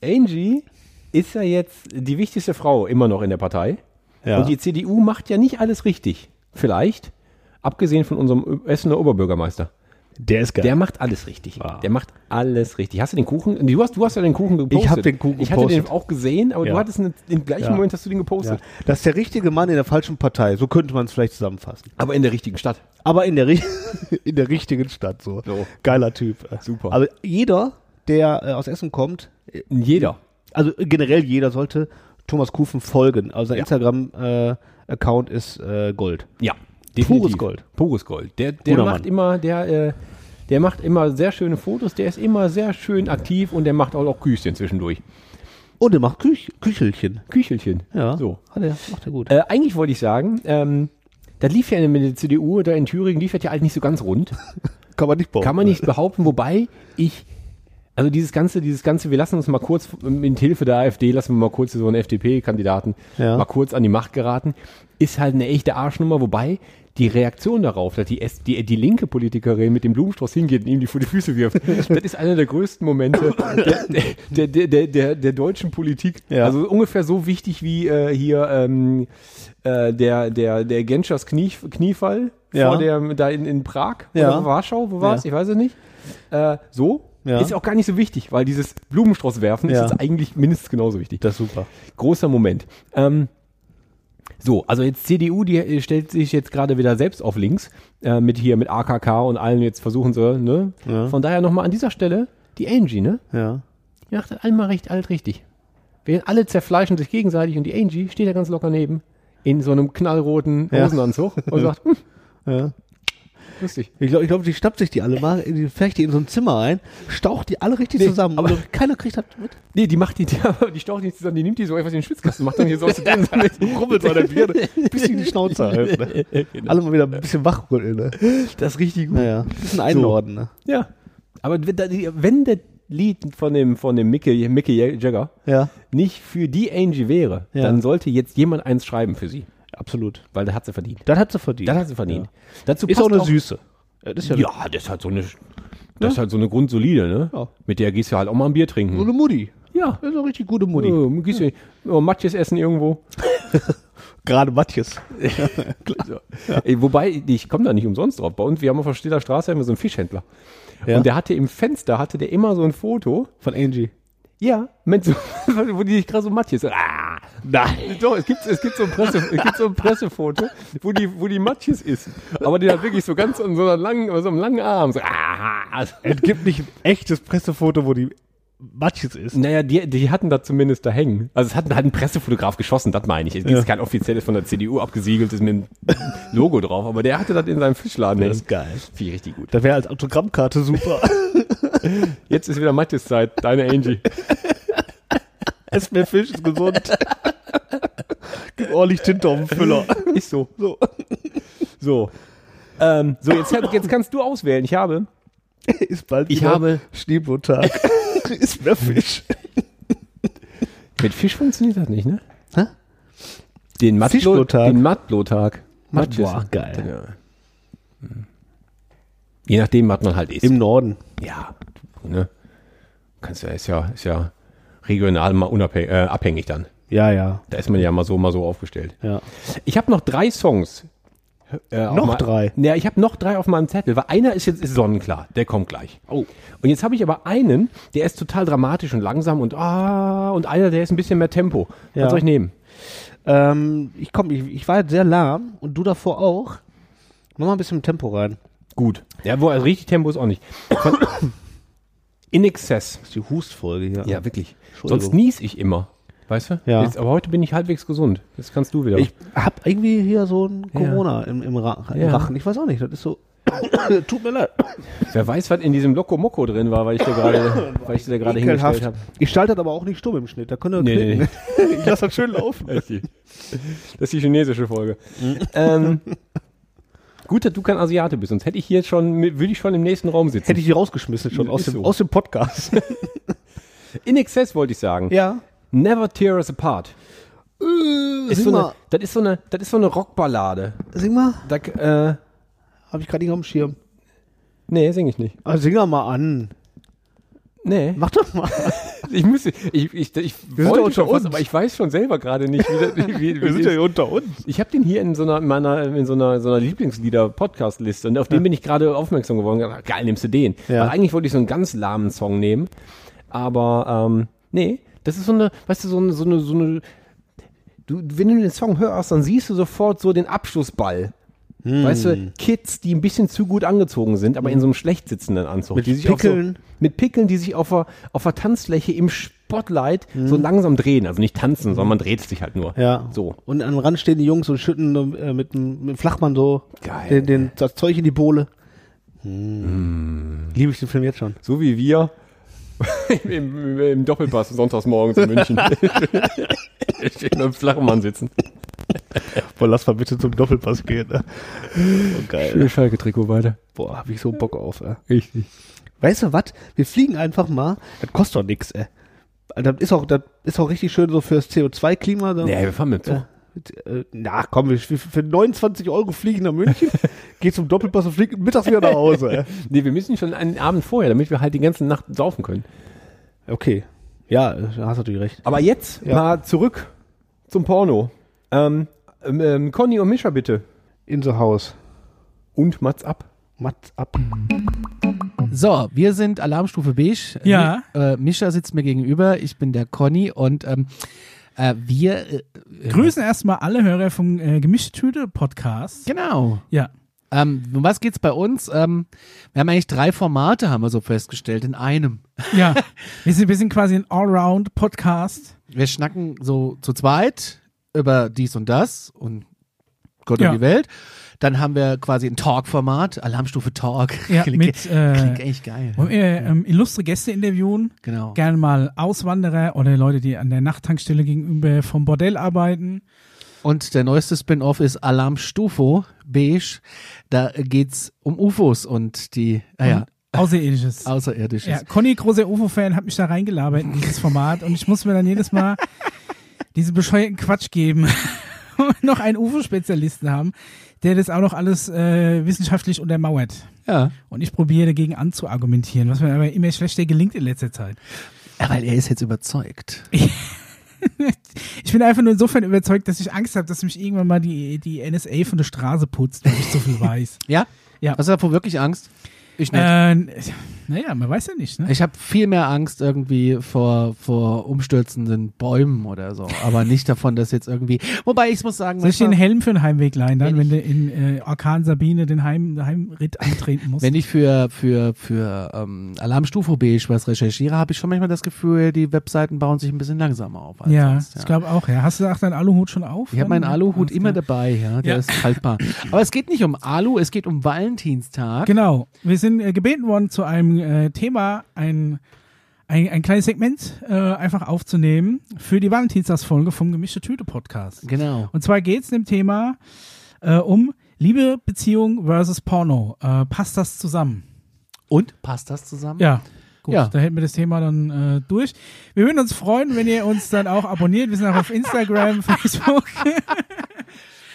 [SPEAKER 5] Angie ist ja jetzt die wichtigste Frau immer noch in der Partei.
[SPEAKER 6] Ja.
[SPEAKER 5] Und die CDU macht ja nicht alles richtig. Vielleicht. Abgesehen von unserem Essener Oberbürgermeister.
[SPEAKER 6] der ist geil.
[SPEAKER 5] Der macht alles richtig.
[SPEAKER 6] Ah.
[SPEAKER 5] Der macht alles richtig. Hast du den Kuchen? Du hast, du hast ja den Kuchen gepostet.
[SPEAKER 6] hab den Kuchen
[SPEAKER 5] Ich hatte den
[SPEAKER 6] gepostet.
[SPEAKER 5] auch gesehen, aber
[SPEAKER 6] Ja.
[SPEAKER 5] du hattest einen, im gleichen
[SPEAKER 6] Ja.
[SPEAKER 5] Moment hast du den
[SPEAKER 6] ja.
[SPEAKER 5] gepostet.
[SPEAKER 6] Das ist der richtige Mann in der falschen Partei. So könnte man es vielleicht zusammenfassen.
[SPEAKER 5] Aber in der richtigen Stadt.
[SPEAKER 6] Aber in der, ri- in der richtigen Stadt so.
[SPEAKER 5] So.
[SPEAKER 6] Geiler Typ.
[SPEAKER 5] Super.
[SPEAKER 6] Aber jeder, der äh, aus Essen kommt,
[SPEAKER 5] Jeder.
[SPEAKER 6] also generell jeder sollte Thomas Kufen folgen. Also sein Instagram-Account ist äh, Gold.
[SPEAKER 5] Ja.
[SPEAKER 6] Pures Gold.
[SPEAKER 5] Pures Gold. Der, der
[SPEAKER 6] Guter
[SPEAKER 5] macht
[SPEAKER 6] Mann.
[SPEAKER 5] immer, der, äh, der macht immer sehr schöne Fotos, der ist immer sehr schön aktiv und der macht auch, auch Küchchen zwischendurch.
[SPEAKER 6] Und er macht Küch Küchelchen.
[SPEAKER 5] Küchelchen.
[SPEAKER 6] Ja.
[SPEAKER 5] So.
[SPEAKER 6] Hat er, macht er gut.
[SPEAKER 5] Äh, eigentlich wollte ich sagen, ähm, das lief ja mit der CDU da in Thüringen, lief das ja alles nicht so ganz rund.
[SPEAKER 6] kann man nicht bauen.
[SPEAKER 5] Kann man nicht behaupten, wobei ich, also dieses ganze, dieses ganze, wir lassen uns mal kurz mit Hilfe der AfD, lassen wir mal kurz so einen FDP-Kandidaten
[SPEAKER 6] Ja.
[SPEAKER 5] mal kurz an die Macht geraten, ist halt eine echte Arschnummer, wobei die Reaktion darauf, dass die, S die, die linke Politikerin mit dem Blumenstrauß hingeht und ihm die vor die Füße wirft, das ist einer der größten Momente der, der, der, der, der, der deutschen Politik.
[SPEAKER 6] Ja.
[SPEAKER 5] Also ungefähr so wichtig wie äh, hier ähm, äh, der, der, der Genschers Knie, Kniefall
[SPEAKER 6] Ja.
[SPEAKER 5] vor der, da in, in Prag
[SPEAKER 6] Ja.
[SPEAKER 5] oder Warschau, wo war es?
[SPEAKER 6] Ja.
[SPEAKER 5] Ich weiß es nicht. Äh, so
[SPEAKER 6] Ja.
[SPEAKER 5] ist auch gar nicht so wichtig, weil dieses Blumenstrauß werfen
[SPEAKER 6] Ja.
[SPEAKER 5] ist jetzt eigentlich mindestens genauso wichtig.
[SPEAKER 6] Das ist super.
[SPEAKER 5] Großer Moment. Ähm, so, also jetzt CDU, die äh, stellt sich jetzt gerade wieder selbst auf links äh, mit hier mit AKK und allen jetzt versuchen sie, ne?
[SPEAKER 6] Ja.
[SPEAKER 5] Von daher nochmal an dieser Stelle die Angie, ne?
[SPEAKER 6] Ja.
[SPEAKER 5] Die macht das einmal recht, alles richtig. Wir alle zerfleischen sich gegenseitig und die Angie steht da ganz locker neben in so einem knallroten
[SPEAKER 6] Ja.
[SPEAKER 5] Hosenanzug und sagt, hm,
[SPEAKER 6] Ja.
[SPEAKER 5] lustig.
[SPEAKER 6] Ich glaube, ich glaub, die schnappt sich die alle mal, die flecht die in so ein Zimmer ein, staucht die alle richtig
[SPEAKER 5] Nee,
[SPEAKER 6] zusammen.
[SPEAKER 5] aber-
[SPEAKER 6] Aber keiner kriegt das mit.
[SPEAKER 5] Nee, die macht die, die, die staucht nicht zusammen, die nimmt die so einfach in den Schwitzkasten, macht dann hier so aus der Dose mit.
[SPEAKER 6] Rummelt bei der Birne. Bisschen die Schnauze halt. Ne? Alle mal wieder ein bisschen wachrütteln. Ne?
[SPEAKER 5] Das ist richtig gut.
[SPEAKER 6] Naja, bisschen einordnen. Ne?
[SPEAKER 5] Ja. Aber wenn da- wenn das Lied von dem, von dem Mickey, Mickey Jagger
[SPEAKER 6] Ja,
[SPEAKER 5] nicht für die Angie wäre,
[SPEAKER 6] Ja.
[SPEAKER 5] dann sollte jetzt jemand eins schreiben für sie,
[SPEAKER 6] absolut.
[SPEAKER 5] weil das hat sie verdient.
[SPEAKER 6] Das hat sie verdient.
[SPEAKER 5] Das hat sie verdient. Dazu
[SPEAKER 6] Ist
[SPEAKER 5] passt
[SPEAKER 6] auch eine Süße. Ja, Das ist ja,
[SPEAKER 5] Ja, das ist halt so eine, das ist halt so eine grundsolide, ne?
[SPEAKER 6] Ja.
[SPEAKER 5] Mit der gehst du halt auch mal ein Bier trinken.
[SPEAKER 6] so eine Mutti.
[SPEAKER 5] ja.
[SPEAKER 6] Das ist eine richtig gute Mutti.
[SPEAKER 5] Oh, gehst du, oh, Matjes essen irgendwo.
[SPEAKER 6] Gerade Matthias.
[SPEAKER 5] Also, Ey, Wobei, ich komme da nicht umsonst drauf. Bei uns, wir haben auf der Stiller Straße immer so einen Fischhändler.
[SPEAKER 6] Ja.
[SPEAKER 5] Und der hatte im Fenster, hatte der immer so ein Foto.
[SPEAKER 6] Von Angie.
[SPEAKER 5] Ja, mit so, wo die sich gerade so Matthias. Ah, nein. Doch, es gibt, es gibt so ein, Presse, es gibt so ein Pressefoto, wo die, wo die Matthias ist. Aber die hat wirklich so ganz an so, einer langen, so einem langen Arm. So, ah.
[SPEAKER 6] Es gibt nicht ein echtes Pressefoto, wo die Matthias ist.
[SPEAKER 5] Naja, die, die hatten da zumindest da hängen. Also es hat, hat ein Pressefotograf geschossen, das meine ich. Es ist kein offizielles von der CDU abgesiegeltes mit einem Logo drauf, aber der hatte das in seinem Fischladen.
[SPEAKER 6] Das
[SPEAKER 5] hängen.
[SPEAKER 6] ist geil.
[SPEAKER 5] Finde ich richtig gut.
[SPEAKER 6] Das wäre als Autogrammkarte super.
[SPEAKER 5] Jetzt ist wieder Matthias Zeit, deine Angie.
[SPEAKER 6] Ess mehr Fisch, ist gesund. Gib ordentlich Tinte auf den Füller.
[SPEAKER 5] Ist so.
[SPEAKER 6] So.
[SPEAKER 5] So. Ähm, so, jetzt, jetzt kannst du auswählen. Ich habe.
[SPEAKER 6] Ist bald
[SPEAKER 5] Ich
[SPEAKER 6] wieder
[SPEAKER 5] habe-
[SPEAKER 6] Schneebutttag. ist mehr Fisch.
[SPEAKER 5] Mit Fisch funktioniert das nicht, ne? Hä? Den
[SPEAKER 6] Fischblottag.
[SPEAKER 5] Den Matblotag.
[SPEAKER 6] Boah, geil.
[SPEAKER 5] Ja. Hm. Je nachdem, was man halt isst.
[SPEAKER 6] Im Norden.
[SPEAKER 5] ja. Ne? Kannst ja, ist ja, ist ja regional mal unabhängig, äh, abhängig dann.
[SPEAKER 6] Ja, ja.
[SPEAKER 5] Da ist man ja mal so, mal so aufgestellt.
[SPEAKER 6] ja.
[SPEAKER 5] Ich habe noch drei Songs. Äh, auf
[SPEAKER 6] Noch
[SPEAKER 5] mein-
[SPEAKER 6] drei?
[SPEAKER 5] Ja, ich habe noch drei auf meinem Zettel, weil einer ist jetzt ist sonnenklar, der kommt gleich. Oh. Und jetzt habe ich aber einen, der ist total dramatisch und langsam und ah, und einer, der ist ein bisschen mehr Tempo.
[SPEAKER 6] Ja.
[SPEAKER 5] Was soll ich nehmen?
[SPEAKER 6] Ähm, ich komm, ich, ich war jetzt sehr lahm und du davor auch. Mach mal ein bisschen Tempo rein.
[SPEAKER 5] Gut. Ja, wo also richtig Tempo ist auch nicht. Von In excess.
[SPEAKER 6] Das ist die Hustfolge hier.
[SPEAKER 5] Ja, wirklich.
[SPEAKER 6] Entschuldigung.
[SPEAKER 5] Sonst nies ich immer. Weißt du?
[SPEAKER 6] Ja.
[SPEAKER 5] Jetzt, aber heute bin ich halbwegs gesund. Jetzt kannst du wieder.
[SPEAKER 6] Ich hab irgendwie hier so ein Corona im, im, Ra im
[SPEAKER 5] Ja.
[SPEAKER 6] Rachen. Ich weiß auch nicht, das ist so. Tut mir leid.
[SPEAKER 5] Wer weiß, was in diesem Loco Moco drin war, weil ich da gerade, weil ich da gerade hingestellt habe.
[SPEAKER 6] Ich schalte das aber auch nicht stumm im Schnitt. Da könnt ihr
[SPEAKER 5] Nee, nee, nee.
[SPEAKER 6] knicken. Ich lasse das schön laufen.
[SPEAKER 5] Das ist die- das ist die chinesische Folge.
[SPEAKER 6] Mhm.
[SPEAKER 5] ähm, gut, dass du kein Asiate bist, sonst hätte ich hier schon, mit- würde ich schon im nächsten Raum sitzen.
[SPEAKER 6] Hätte ich die rausgeschmissen schon aus
[SPEAKER 5] Ist
[SPEAKER 6] dem,
[SPEAKER 5] so.
[SPEAKER 6] aus dem Podcast.
[SPEAKER 5] In Excess wollte ich sagen.
[SPEAKER 6] ja.
[SPEAKER 5] Never Tear Us Apart. Ist
[SPEAKER 6] Äh, sing
[SPEAKER 5] so eine,
[SPEAKER 6] mal.
[SPEAKER 5] das, ist so eine, das ist so eine Rockballade.
[SPEAKER 6] Sing mal.
[SPEAKER 5] Da, k- äh,
[SPEAKER 6] Hab ich gerade nicht auf dem Schirm.
[SPEAKER 5] nee, singe ich nicht.
[SPEAKER 6] Ah, sing doch mal an.
[SPEAKER 5] Nee.
[SPEAKER 9] Mach doch mal.
[SPEAKER 5] Ich müsste, ich, ich, ich
[SPEAKER 9] sind ja
[SPEAKER 5] wollte
[SPEAKER 9] unter
[SPEAKER 5] schon was,
[SPEAKER 9] uns.
[SPEAKER 5] aber ich weiß schon selber gerade nicht, wie, das- wie, wie, wie das-
[SPEAKER 9] unter uns.
[SPEAKER 5] Ich habe den hier in so einer in meiner in so einer, so einer Lieblingslieder-Podcast-Liste und auf den bin ich gerade aufmerksam geworden. Ich hab gedacht, Geil, nimmst du den?
[SPEAKER 9] Ja.
[SPEAKER 5] Weil eigentlich wollte ich so einen ganz lahmen Song nehmen, aber ähm, nee, das ist so eine, weißt du, so eine, so eine, so eine du, wenn du den Song hörst, dann siehst du sofort so den Abschlussball.
[SPEAKER 9] Hm.
[SPEAKER 5] Weißt du, Kids, die ein bisschen zu gut angezogen sind, aber in so einem schlecht sitzenden Anzug.
[SPEAKER 9] Mit
[SPEAKER 5] die sich auf
[SPEAKER 9] Pickeln.
[SPEAKER 5] So, mit Pickeln, die sich auf der, auf der Tanzfläche im Spotlight so langsam drehen. Also nicht tanzen, sondern man dreht sich halt nur.
[SPEAKER 9] Hm. Ja.
[SPEAKER 5] So.
[SPEAKER 9] Und am Rand stehen die Jungs und schütten äh, mit, dem- mit dem Flachmann so
[SPEAKER 5] Geil.
[SPEAKER 9] Den, den, das Zeug in die Bohle. Liebe ich den Film jetzt schon.
[SPEAKER 5] So wie wir im, im Doppelpass sonntags morgens in München. Schön am Flachmann sitzen.
[SPEAKER 9] Boah, lass mal bitte zum Doppelpass gehen. Ne? Oh, geil.
[SPEAKER 5] Schalke-Trikot weiter.
[SPEAKER 9] Boah, hab ich so Bock auf. Ey.
[SPEAKER 5] Richtig.
[SPEAKER 9] Weißt du was? Wir fliegen einfach mal. Das kostet doch nichts, ey. Also, Das ist, auch, das ist auch richtig schön so fürs CO2-Klima. so.
[SPEAKER 5] Nee, wir fahren mit dem Zug.
[SPEAKER 9] Mit, äh, Na komm, wir wir- für 29 Euro fliegen nach München, geh zum Doppelpass und flieg mittags wieder nach Hause.
[SPEAKER 5] Nee, wir müssen schon einen Abend vorher, damit wir halt die ganze Nacht saufen können.
[SPEAKER 9] ey. Okay. Ja, äh, hast natürlich recht.
[SPEAKER 5] Aber jetzt
[SPEAKER 9] Ja.
[SPEAKER 5] mal zurück zum Porno. Ähm, ähm, ähm, Conny und Mischa bitte.
[SPEAKER 9] In the house.
[SPEAKER 5] Und Mats ab.
[SPEAKER 9] Mats ab.
[SPEAKER 6] So, wir sind Alarmstufe Beige.
[SPEAKER 7] Ja.
[SPEAKER 6] Mi- Äh, Mischa sitzt mir gegenüber, ich bin der Conny und ähm, äh, wir. Äh,
[SPEAKER 7] Grüßen erstmal alle Hörer vom äh, Gemischte Tüte Podcast.
[SPEAKER 6] genau.
[SPEAKER 7] Ja.
[SPEAKER 6] Ähm, um was geht's bei uns? Ähm, wir haben eigentlich drei Formate, haben wir so festgestellt, in einem.
[SPEAKER 7] Ja. wir, sind, wir sind quasi ein Allround Podcast.
[SPEAKER 6] Wir schnacken so zu zweit über dies und das und Gott
[SPEAKER 7] Ja.
[SPEAKER 6] und die Welt. Dann haben wir quasi ein Talk-Format, Alarmstufe Talk.
[SPEAKER 7] Ja,
[SPEAKER 6] Klingt-
[SPEAKER 7] mit, äh,
[SPEAKER 6] klingt echt geil.
[SPEAKER 7] Wollen wir ähm, illustre Gäste interviewen?
[SPEAKER 6] Genau.
[SPEAKER 7] Gerne mal Auswanderer oder Leute, die an der Nachttankstelle gegenüber vom Bordell arbeiten.
[SPEAKER 6] Und der neueste Spin-off ist Alarmstufo Beige. Da geht's um UFOs und die ah ja,
[SPEAKER 7] Außerirdisches.
[SPEAKER 6] Außerirdisches.
[SPEAKER 7] Ja, Conny, großer UFO-Fan, hat mich da reingelabert in dieses Format und ich muss mir dann jedes Mal diesen bescheuerten Quatsch geben und noch einen UFO-Spezialisten haben, der das auch noch alles äh, wissenschaftlich untermauert.
[SPEAKER 6] Ja.
[SPEAKER 7] Und ich probiere dagegen anzuargumentieren, was mir aber immer schlechter gelingt in letzter Zeit.
[SPEAKER 6] ja, weil er ist jetzt überzeugt.
[SPEAKER 7] Ich bin einfach nur insofern überzeugt, dass ich Angst habe, dass mich irgendwann mal die, die NSA von der Straße putzt, weil ich so viel weiß.
[SPEAKER 6] Ja?
[SPEAKER 7] Ja.
[SPEAKER 6] Hast du davor wirklich Angst? Ich nicht.
[SPEAKER 7] äh, naja, man weiß ja nicht, ne?
[SPEAKER 6] Ich habe viel mehr Angst irgendwie vor, vor umstürzenden Bäumen oder so. Aber nicht davon, dass jetzt irgendwie. Wobei ich muss sagen,
[SPEAKER 7] Soll ich dir einen
[SPEAKER 6] manchmal-
[SPEAKER 7] Helm für einen Heimweg leihen, dann,
[SPEAKER 6] Wenn
[SPEAKER 7] wenn du in äh, Orkan Sabine den Heim, Heimritt antreten musst?
[SPEAKER 6] wenn ich für, für, für ähm, Alarmstufe Beige was recherchiere, habe ich schon manchmal das Gefühl, die Webseiten bauen sich ein bisschen langsamer auf. als
[SPEAKER 7] ja,
[SPEAKER 6] sonst,
[SPEAKER 7] ich glaube auch, ja. Hast du auch deinen Aluhut schon auf?
[SPEAKER 6] Ich habe meinen
[SPEAKER 7] Dann-
[SPEAKER 6] Aluhut
[SPEAKER 7] Alles
[SPEAKER 6] immer
[SPEAKER 7] klar.
[SPEAKER 6] dabei, ja, der
[SPEAKER 7] Ja.
[SPEAKER 6] ist haltbar. Aber es geht nicht um Alu, es geht um Valentinstag.
[SPEAKER 7] Genau. Wir sind äh, gebeten worden, zu einem äh, Thema ein, ein, ein kleines Segment äh, einfach aufzunehmen für die Valentinstagsfolge vom Gemischte Tüte Podcast.
[SPEAKER 6] Genau.
[SPEAKER 7] Und zwar geht es in dem Thema äh, um Liebe, Beziehung versus Porno. Äh, passt das zusammen?
[SPEAKER 6] Und passt das zusammen?
[SPEAKER 7] Ja. Gut,
[SPEAKER 6] Ja.
[SPEAKER 7] da hätten wir das Thema dann äh, durch. Wir würden uns freuen, wenn ihr uns dann auch abonniert. Wir sind auch auf Instagram, Facebook.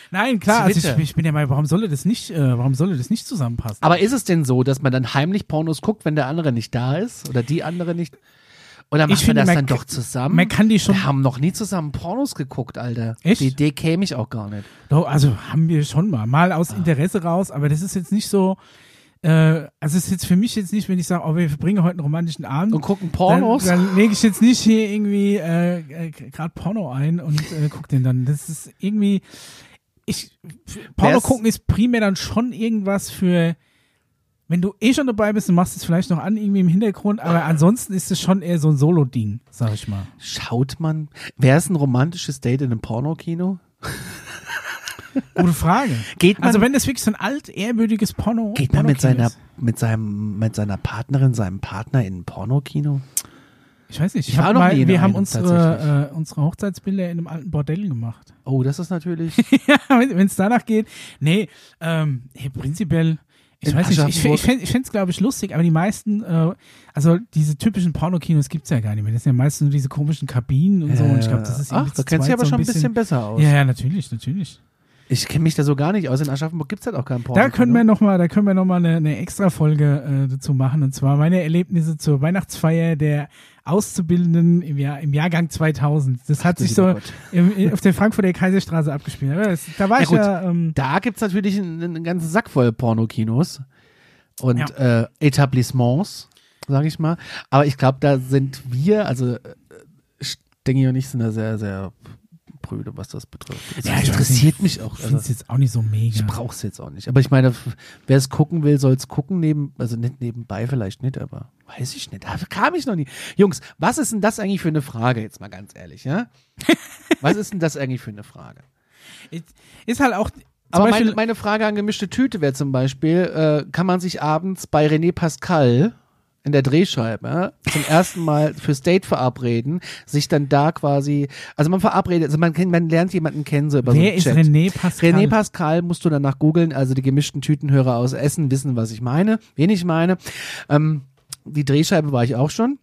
[SPEAKER 7] Nein, klar, also
[SPEAKER 6] Twitter.
[SPEAKER 7] ich, ich bin ja mal, warum soll das nicht, äh, warum soll das nicht zusammenpassen?
[SPEAKER 6] Aber ist es denn so, dass man dann heimlich Pornos guckt, wenn der andere nicht da ist oder die andere nicht? Oder macht man
[SPEAKER 7] finde,
[SPEAKER 6] das
[SPEAKER 7] man
[SPEAKER 6] dann
[SPEAKER 7] k-
[SPEAKER 6] doch zusammen?
[SPEAKER 7] man kann die schon-
[SPEAKER 6] Wir haben noch nie zusammen Pornos geguckt, Alter.
[SPEAKER 7] Echt?
[SPEAKER 6] Die Idee käme ich auch gar nicht.
[SPEAKER 7] Doch, also haben wir schon mal. Mal aus Interesse raus, aber das ist jetzt nicht so. Äh, also es ist jetzt für mich jetzt nicht, wenn ich sage, oh, wir verbringen heute einen romantischen Abend.
[SPEAKER 6] Und gucken Pornos?
[SPEAKER 7] Dann, dann lege ich jetzt nicht hier irgendwie äh, äh, gerade Porno ein und äh, guck den dann. Das ist irgendwie. Ich, Porno
[SPEAKER 6] Wär's-
[SPEAKER 7] gucken ist primär dann schon irgendwas für. Wenn du eh schon dabei bist, dann machst du es vielleicht noch an, irgendwie im Hintergrund, aber ansonsten ist es schon eher so ein Solo-Ding, sag ich mal.
[SPEAKER 6] Schaut man. Wäre es ein romantisches Date in einem Pornokino?
[SPEAKER 7] Gute Frage.
[SPEAKER 6] Geht man-
[SPEAKER 7] also wenn das wirklich so ein alt, ehrwürdiges Porno
[SPEAKER 6] Geht man mit
[SPEAKER 7] Pornokino
[SPEAKER 6] seiner,
[SPEAKER 7] ist.
[SPEAKER 6] mit, seinem, mit seiner Partnerin, seinem Partner in ein Pornokino?
[SPEAKER 7] Ich weiß nicht. Ich
[SPEAKER 6] Ich war
[SPEAKER 7] hab
[SPEAKER 6] noch
[SPEAKER 7] mal,
[SPEAKER 6] nie in
[SPEAKER 7] wir
[SPEAKER 6] einem,
[SPEAKER 7] haben unsere, äh, unsere Hochzeitsbilder in einem alten Bordell gemacht.
[SPEAKER 6] Oh, das ist natürlich.
[SPEAKER 7] Wenn es danach geht. Nee, ähm, hey, prinzipiell. Ich
[SPEAKER 6] In
[SPEAKER 7] weiß nicht, ich, fä-
[SPEAKER 6] Aschaffenburg.
[SPEAKER 7] ich, fänd- ich fände es, glaube ich, lustig, aber die meisten, äh, also diese typischen Pornokinos gibt es ja gar nicht mehr. Das sind ja meistens nur diese komischen Kabinen und so. Und ich glaube, das ist
[SPEAKER 6] Äh, Ach,
[SPEAKER 7] irgendwie
[SPEAKER 6] da
[SPEAKER 7] zu
[SPEAKER 6] kennst du dich
[SPEAKER 7] zweit
[SPEAKER 6] aber
[SPEAKER 7] so
[SPEAKER 6] schon ein bisschen besser aus.
[SPEAKER 7] Ja, ja, natürlich, natürlich.
[SPEAKER 6] Ich kenne mich da so gar nicht aus. In Aschaffenburg gibt es halt auch keinen Porno.
[SPEAKER 7] Da können wir nochmal, da können wir noch mal eine, eine extra Folge äh, dazu machen. Und zwar meine Erlebnisse zur Weihnachtsfeier der Auszubildenden im, Jahr, im Jahrgang 2000. Das hat
[SPEAKER 6] du
[SPEAKER 7] sich so
[SPEAKER 6] lieber Gott.
[SPEAKER 7] im, in, auf der Frankfurter Kaiserstraße abgespielt. Aber das, da war
[SPEAKER 6] Ja,
[SPEAKER 7] ich
[SPEAKER 6] gut.
[SPEAKER 7] ja, ähm,
[SPEAKER 6] Da gibt es natürlich einen, einen ganzen Sack voll Pornokinos und äh, Etablissements, sage ich mal. Aber ich glaube, da sind wir, also äh, Stengi und ich sind da sehr, sehr prüde, was das betrifft. Das
[SPEAKER 7] Ja, ich
[SPEAKER 6] interessiert
[SPEAKER 7] weiß
[SPEAKER 6] mich auch.
[SPEAKER 7] ich finde es jetzt auch nicht so mega.
[SPEAKER 6] Ich brauche es jetzt auch nicht. Aber ich meine, f- wer es gucken will, soll es gucken, neben, also nicht nebenbei vielleicht nicht, aber weiß ich nicht. Da kam ich noch nie. Jungs, was ist denn das eigentlich für eine Frage, jetzt mal ganz ehrlich, ja? was ist denn das eigentlich für eine Frage?
[SPEAKER 7] Ist halt auch, zum
[SPEAKER 6] aber
[SPEAKER 7] Beispiel,
[SPEAKER 6] meine, meine Frage an gemischte Tüte wäre zum Beispiel, äh, kann man sich abends bei René Pascal in der Drehscheibe ja, zum ersten Mal fürs Date verabreden, sich dann da quasi, also man verabredet, also man, kennt- man lernt jemanden kennen so über so
[SPEAKER 7] wer
[SPEAKER 6] einen
[SPEAKER 7] ist
[SPEAKER 6] Chat.
[SPEAKER 7] René Pascal?
[SPEAKER 6] René Pascal musst du danach googeln, also die gemischten Tütenhörer aus Essen wissen, was ich meine, wen ich meine. Ähm, die Drehscheibe war ich auch schon.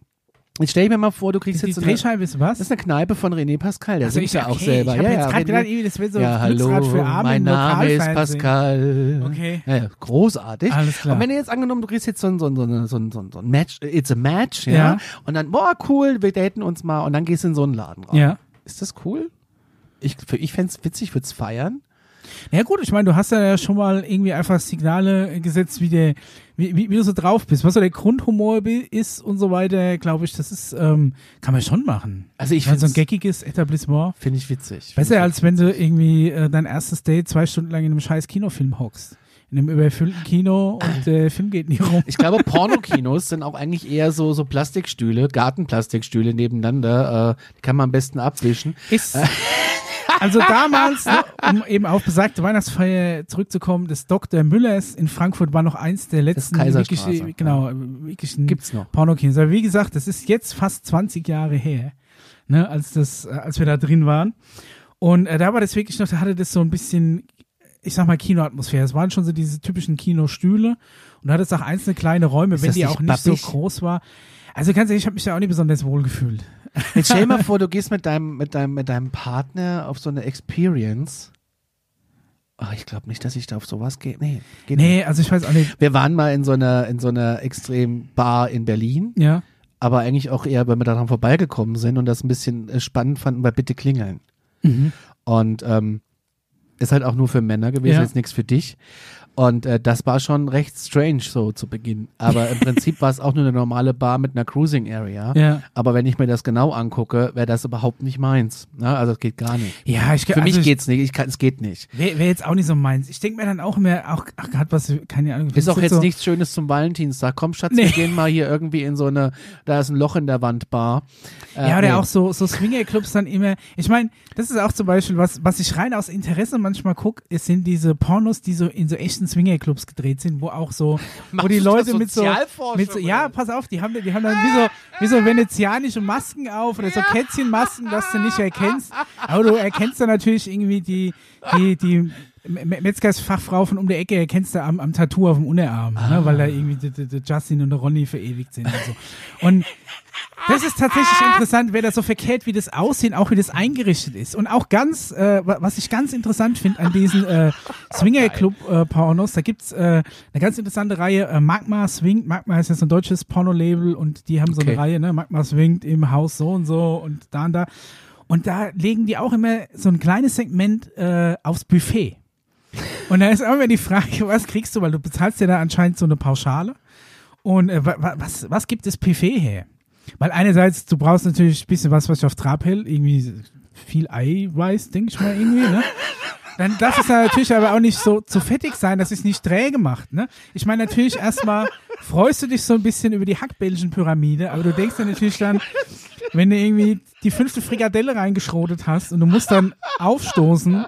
[SPEAKER 6] Jetzt stell ich mir mal vor, du kriegst
[SPEAKER 7] Die
[SPEAKER 6] jetzt so eine,
[SPEAKER 7] Drehscheibe ist was?
[SPEAKER 6] das ist eine Kneipe von René Pascal, der
[SPEAKER 7] Also
[SPEAKER 6] singt
[SPEAKER 7] ich-
[SPEAKER 6] ja auch
[SPEAKER 7] okay,
[SPEAKER 6] selber.
[SPEAKER 7] Ich habe
[SPEAKER 6] ja,
[SPEAKER 7] jetzt
[SPEAKER 6] ja,
[SPEAKER 7] gerade
[SPEAKER 6] René-
[SPEAKER 7] gedacht, irgendwie, das wäre so
[SPEAKER 6] ja,
[SPEAKER 7] ein Glücksrad
[SPEAKER 6] hallo,
[SPEAKER 7] für Arme
[SPEAKER 6] mein
[SPEAKER 7] im
[SPEAKER 6] Name ist
[SPEAKER 7] Lokalfernsehen.
[SPEAKER 6] Pascal.
[SPEAKER 7] Okay.
[SPEAKER 6] Ja, ja, großartig.
[SPEAKER 7] Alles klar.
[SPEAKER 6] Und wenn ihr jetzt angenommen, du kriegst jetzt so ein, so ein, so ein, so ein, so ein, so ein Match, äh, it's a match, ja?
[SPEAKER 7] Ja.
[SPEAKER 6] Und dann, boah, cool, wir daten uns mal und dann gehst du in so einen Laden rein.
[SPEAKER 7] Ja.
[SPEAKER 6] Ist das cool? Ich, für- ich fänd's witzig, würd's feiern.
[SPEAKER 7] Ja gut, ich meine, du hast ja schon mal irgendwie einfach Signale äh, gesetzt, wie, der, wie, wie, wie du so drauf bist, was so der Grundhumor bi- ist und so weiter, glaube ich, das ist, ähm, kann man schon machen.
[SPEAKER 6] Also ich
[SPEAKER 7] Ich meine, so ein
[SPEAKER 6] find's-
[SPEAKER 7] geckiges Etablissement.
[SPEAKER 6] Finde ich witzig.
[SPEAKER 7] Besser als wenn du irgendwie äh, dein erstes Date zwei Stunden lang in einem scheiß Kinofilm hockst. In einem überfüllten Kino und der Film geht nie rum.
[SPEAKER 6] Ich glaube, Pornokinos sind auch eigentlich eher so, so Plastikstühle, Gartenplastikstühle nebeneinander. Äh, die kann man am besten abwischen.
[SPEAKER 7] Ist, also damals, ne, um eben auf besagte Weihnachtsfeier zurückzukommen, des Dr. Müllers in Frankfurt war noch eins der letzten
[SPEAKER 6] Kaiserstraße,
[SPEAKER 7] wirklich, äh, genau, wirklichen
[SPEAKER 6] Gibt's noch.
[SPEAKER 7] Pornokinos. Aber wie gesagt, das ist jetzt fast 20 Jahre her, ne, als das, äh, als wir da drin waren. Und äh, da war das wirklich noch, da hatte das so ein bisschen, ich sag mal, Kinoatmosphäre. Es waren schon so diese typischen Kinostühle und da hatte es auch einzelne kleine Räume, wenn
[SPEAKER 6] das
[SPEAKER 7] die
[SPEAKER 6] nicht
[SPEAKER 7] auch nicht so
[SPEAKER 6] bappig?
[SPEAKER 7] groß war. Also ganz ehrlich, ich habe mich da auch nicht besonders wohl gefühlt.
[SPEAKER 6] Jetzt stell dir mal vor, du gehst mit deinem, mit deinem, mit deinem Partner auf so eine Experience. Ach, ich glaube nicht, dass ich da auf sowas gehe. Nee, geht nicht.
[SPEAKER 7] Nee, also ich weiß auch nicht.
[SPEAKER 6] Wir waren mal in so einer, in so einer extrem Bar in Berlin,
[SPEAKER 7] Ja.
[SPEAKER 6] aber eigentlich auch eher, weil wir daran vorbeigekommen sind und das ein bisschen äh, spannend fanden, weil bitte klingeln. Und ähm, ist halt auch nur für Männer gewesen,
[SPEAKER 7] Ja.
[SPEAKER 6] jetzt nichts für dich. Und äh, das war schon recht strange so zu Beginn. Aber im Prinzip war es auch nur eine normale Bar mit einer Cruising Area.
[SPEAKER 7] Ja.
[SPEAKER 6] Aber wenn ich mir das genau angucke, wäre das überhaupt nicht meins. Ne? Also es geht gar nicht.
[SPEAKER 7] Ja, ich
[SPEAKER 6] Für mich
[SPEAKER 7] also ich-
[SPEAKER 6] geht's nicht. Ich kann, es geht nicht.
[SPEAKER 7] Wäre wär jetzt auch nicht so meins. Ich denke mir dann auch mehr, auch, ach, hat was, keine Ahnung.
[SPEAKER 6] Ist auch
[SPEAKER 7] das
[SPEAKER 6] jetzt
[SPEAKER 7] so,
[SPEAKER 6] nichts Schönes zum Valentinstag. Komm, Schatz,
[SPEAKER 7] Nee.
[SPEAKER 6] wir gehen mal hier irgendwie in so eine, da ist ein Loch in der Wand Bar. Äh,
[SPEAKER 7] Ja, oder
[SPEAKER 6] nee.
[SPEAKER 7] auch so, so Swingerclubs dann immer. Ich meine, das ist auch zum Beispiel was, was ich rein aus Interesse manchmal gucke, es sind diese Pornos, die so in so echten Swingerclubs gedreht sind, wo auch so, wo
[SPEAKER 6] Machst
[SPEAKER 7] die
[SPEAKER 6] du da
[SPEAKER 7] Leute mit so,
[SPEAKER 6] Sozialforschung
[SPEAKER 7] mit so, ja,
[SPEAKER 6] oder
[SPEAKER 7] pass auf, die haben, die haben dann wie so, wie so venezianische Masken auf oder so Kätzchenmasken, dass du nicht erkennst. Aber du erkennst dann natürlich irgendwie die, die, die, Me- Me- Metzgersfachfrau von um der Ecke erkennst du am, am Tattoo auf dem Unterarm,
[SPEAKER 6] Ah.
[SPEAKER 7] ne, weil da irgendwie die- die- die Justin und der Ronny verewigt sind und so. Und das ist tatsächlich interessant, wer das so verkehrt, wie das Aussehen, auch wie das eingerichtet ist. Und auch ganz, äh, wa- was ich ganz interessant finde an diesen äh, Swinger-Club-Pornos, da gibt's äh, eine ganz interessante Reihe, äh, Magma Swingt. Magma ist ja so ein deutsches Porno-Label und die haben so
[SPEAKER 6] Okay.
[SPEAKER 7] eine Reihe, ne? Magma Swingt im Haus so und so und da und da. Und da legen die auch immer so ein kleines Segment äh, aufs Buffet. Und da ist auch immer die Frage, was kriegst du, weil du bezahlst ja da anscheinend so eine Pauschale. Und äh, wa- wa- was, was gibt das Buffet her? Weil einerseits, du brauchst natürlich ein bisschen was, was ich auf Trab hält, irgendwie viel Eiweiß, denke ich mal irgendwie, ne? Dann darf es ja natürlich aber auch nicht so zu fettig sein, dass es nicht träge macht, ne? Ich meine, natürlich erstmal freust du dich so ein bisschen über die Hackbällchen-Pyramide, aber du denkst dann natürlich dann, wenn du irgendwie die fünfte Frikadelle reingeschrotet hast und du musst dann aufstoßen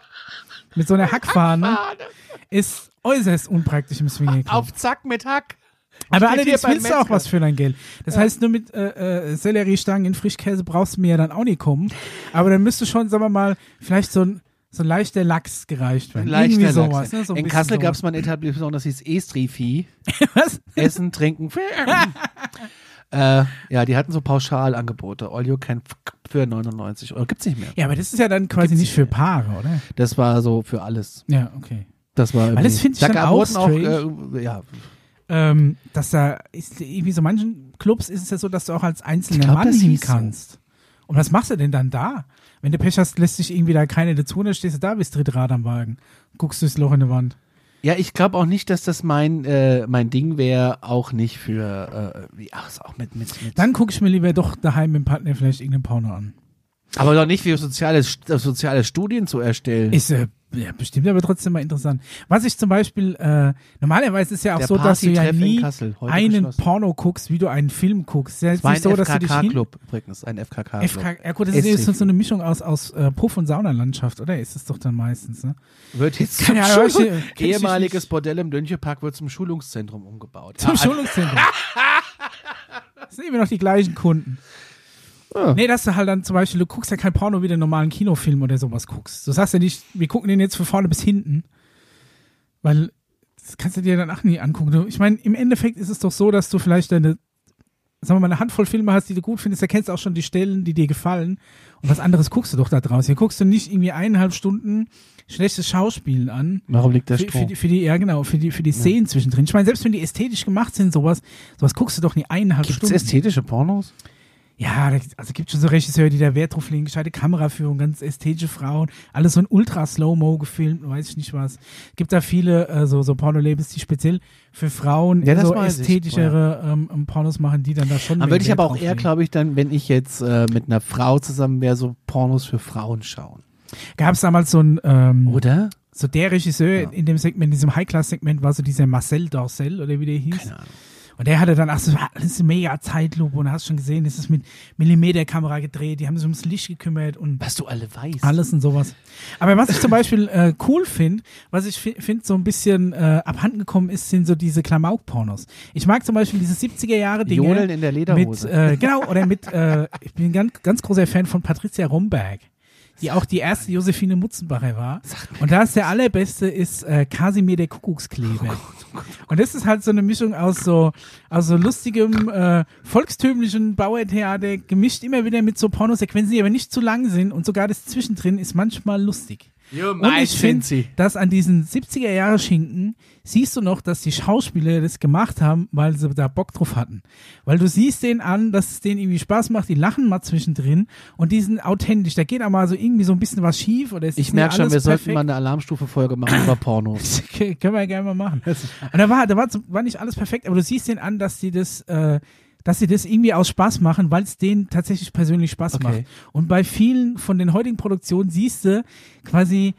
[SPEAKER 7] mit so einer Hackfahne, ist äußerst unpraktisch im Swingerclub.
[SPEAKER 6] Auf Zack mit Hack.
[SPEAKER 7] Aber
[SPEAKER 6] Steht hier
[SPEAKER 7] allerdings
[SPEAKER 6] beim
[SPEAKER 7] willst du auch
[SPEAKER 6] Metzger.
[SPEAKER 7] was für dein Geld. Das heißt, nur mit äh, äh, Selleriestangen in Frischkäse brauchst du mir ja dann auch nicht kommen. Aber dann müsste schon, sagen wir mal, vielleicht so ein, so ein leichter Lachs gereicht werden.
[SPEAKER 6] Leichter
[SPEAKER 7] Irgendwie sowas.
[SPEAKER 6] sowas,
[SPEAKER 7] Ne? So ein
[SPEAKER 6] In
[SPEAKER 7] bisschen
[SPEAKER 6] Kassel
[SPEAKER 7] sowas.
[SPEAKER 6] gab's mal ein Etablissement, das hieß Estrifi.
[SPEAKER 7] was?
[SPEAKER 6] Essen, Trinken, Äh, ja, die hatten so Pauschalangebote. All you can f- für 99 Euro. Gibt's nicht mehr.
[SPEAKER 7] Ja, aber das ist ja dann quasi
[SPEAKER 6] Gibt's
[SPEAKER 7] nicht für Paare, oder?
[SPEAKER 6] Das war so für alles.
[SPEAKER 7] Ja, okay.
[SPEAKER 6] Das war
[SPEAKER 7] Weil das
[SPEAKER 6] irgendwie-
[SPEAKER 7] finde ich
[SPEAKER 6] da
[SPEAKER 7] dann auch
[SPEAKER 6] wurden
[SPEAKER 7] strange.
[SPEAKER 6] äh, ja,
[SPEAKER 7] Ähm, dass da ist irgendwie so manchen Clubs ist es ja so, dass du auch als einzelner
[SPEAKER 6] Ich glaub,
[SPEAKER 7] Mann
[SPEAKER 6] das
[SPEAKER 7] hin
[SPEAKER 6] hieß so.
[SPEAKER 7] kannst. Und was machst du denn dann da? Wenn du Pech hast, lässt dich irgendwie da keine dazu und dann stehst du da, bist Drittrad am Wagen. Guckst durchs Loch in die Wand.
[SPEAKER 6] Ja, ich glaube auch nicht, dass das mein, äh, mein Ding wäre, auch nicht für, äh, ja, ist auch mit, mit, mit.
[SPEAKER 7] Dann gucke ich mir lieber doch daheim im Partner vielleicht irgendeinen Porno an.
[SPEAKER 6] aber doch nicht für soziale, äh, soziale Studien zu erstellen.
[SPEAKER 7] Ist äh, ja, bestimmt aber trotzdem mal interessant. Was ich zum Beispiel, äh, normalerweise ist ja auch
[SPEAKER 6] Der
[SPEAKER 7] so, dass du ja
[SPEAKER 6] Partytreff in
[SPEAKER 7] nie
[SPEAKER 6] Kassel, heute
[SPEAKER 7] einen
[SPEAKER 6] geschlossen.
[SPEAKER 7] Porno guckst, wie du einen Film guckst. Ja, Es ist
[SPEAKER 6] war ein
[SPEAKER 7] nicht so, dass du dich hin
[SPEAKER 6] FKK-Club übrigens, ein FKK-Club.
[SPEAKER 7] FK, ja gut, das ist,
[SPEAKER 6] Estrich.
[SPEAKER 7] jetzt so eine Mischung aus, aus äh, Puff- und Saunalandschaft, oder? Ist es doch dann meistens, ne?
[SPEAKER 6] Wird jetzt zum
[SPEAKER 7] Keine Ahnung,
[SPEAKER 6] Schul-
[SPEAKER 7] kenn ich
[SPEAKER 6] ehemaliges
[SPEAKER 7] nicht.
[SPEAKER 6] Bordell im Dönchepark wird zum Schulungszentrum umgebaut.
[SPEAKER 7] Zum
[SPEAKER 6] Ja,
[SPEAKER 7] Schulungszentrum. das sind immer noch die gleichen Kunden. Nee, dass du halt dann zum Beispiel, du guckst ja kein Porno wie den normalen Kinofilm oder sowas guckst. Du sagst ja nicht, wir gucken den jetzt von vorne bis hinten. Weil das kannst du dir dann auch nie angucken. Du, ich meine, im Endeffekt ist es doch so, dass du vielleicht deine, sagen wir mal, eine Handvoll Filme hast, die du gut findest. Da kennst du auch schon die Stellen, die dir gefallen. Und was anderes guckst du doch da draus. Hier guckst du nicht irgendwie eineinhalb Stunden schlechtes Schauspielen an.
[SPEAKER 6] Warum liegt der
[SPEAKER 7] Für, für,
[SPEAKER 6] Strom?
[SPEAKER 7] die, für die, ja genau, für die, für die Szenen zwischendrin. Ich meine, selbst wenn die ästhetisch gemacht sind, sowas, sowas guckst du doch nie eineinhalb
[SPEAKER 6] Gibt's
[SPEAKER 7] Stunden.
[SPEAKER 6] ästhetische Pornos?
[SPEAKER 7] ja, da, also gibt schon so Regisseure, die da Wert drauf legen, gescheite Kameraführung, ganz ästhetische Frauen, alles so in Ultra-Slow-Mo gefilmt, und weiß ich nicht was. Gibt da viele äh, so, so Porno-Labels, die speziell für Frauen
[SPEAKER 6] Ja, das
[SPEAKER 7] so
[SPEAKER 6] weiß ich,
[SPEAKER 7] ästhetischere ähm, ähm, Pornos machen, die dann da schon.
[SPEAKER 6] Dann
[SPEAKER 7] mehr
[SPEAKER 6] würde ich
[SPEAKER 7] Wert
[SPEAKER 6] aber auch
[SPEAKER 7] drauf
[SPEAKER 6] eher,
[SPEAKER 7] legen.
[SPEAKER 6] glaube ich, dann, wenn ich jetzt äh, mit einer Frau zusammen wäre, so Pornos für Frauen schauen.
[SPEAKER 7] Gab's damals so ein. Ähm,
[SPEAKER 6] Oder?
[SPEAKER 7] So der Regisseur in dem Segment, in diesem High-Class-Segment war so dieser Marcel Dorcel oder wie der hieß.
[SPEAKER 6] Keine Ahnung.
[SPEAKER 7] Und der hatte dann, ach, so, war alles eine mega Zeitlupe und hast schon gesehen, es ist mit Millimeterkamera gedreht, die haben sich ums Licht gekümmert und
[SPEAKER 6] Was du alle weißt.
[SPEAKER 7] alles und sowas. Aber was ich zum Beispiel äh, cool finde, was ich finde so ein bisschen äh, abhandengekommen ist, sind so diese Klamauk-Pornos. Ich mag zum Beispiel diese 70er-Jahre-Dinge.
[SPEAKER 6] Jodeln in der
[SPEAKER 7] Mit,
[SPEAKER 6] Lederhose.
[SPEAKER 7] äh, genau, oder mit, äh, ich bin ganz, ganz großer Fan von Patricia Romberg, die auch die erste Josephine Mutzenbacher war. Und da ist der allerbeste ist äh, Kasimir der Kuckuckskleber. Und das ist halt so eine Mischung aus so, aus so lustigem, äh, volkstümlichen Bauertheater, gemischt immer wieder mit so Pornosequenzen, die aber nicht zu lang sind und sogar das Zwischendrin ist manchmal lustig. Und ich finde, dass an diesen 70er-Jahre-Schinken siehst du noch, dass die Schauspieler das gemacht haben, weil sie da Bock drauf hatten. Weil du siehst denen an, dass es denen irgendwie Spaß macht, die lachen mal zwischendrin und die sind authentisch. Da geht auch mal so irgendwie so ein bisschen was schief oder es ist
[SPEAKER 6] ich merke
[SPEAKER 7] nicht
[SPEAKER 6] schon, wir
[SPEAKER 7] alles
[SPEAKER 6] sollten
[SPEAKER 7] perfekt.
[SPEAKER 6] mal eine Alarmstufe-Folge machen über Pornos.
[SPEAKER 7] Okay, können wir ja gerne mal machen. Und da war, da war, zum- war nicht alles perfekt, aber du siehst den an, dass sie das, äh, dass sie das irgendwie aus Spaß machen, weil es denen tatsächlich persönlich Spaß
[SPEAKER 6] Okay.
[SPEAKER 7] macht. Und bei vielen von den heutigen Produktionen siehst du quasi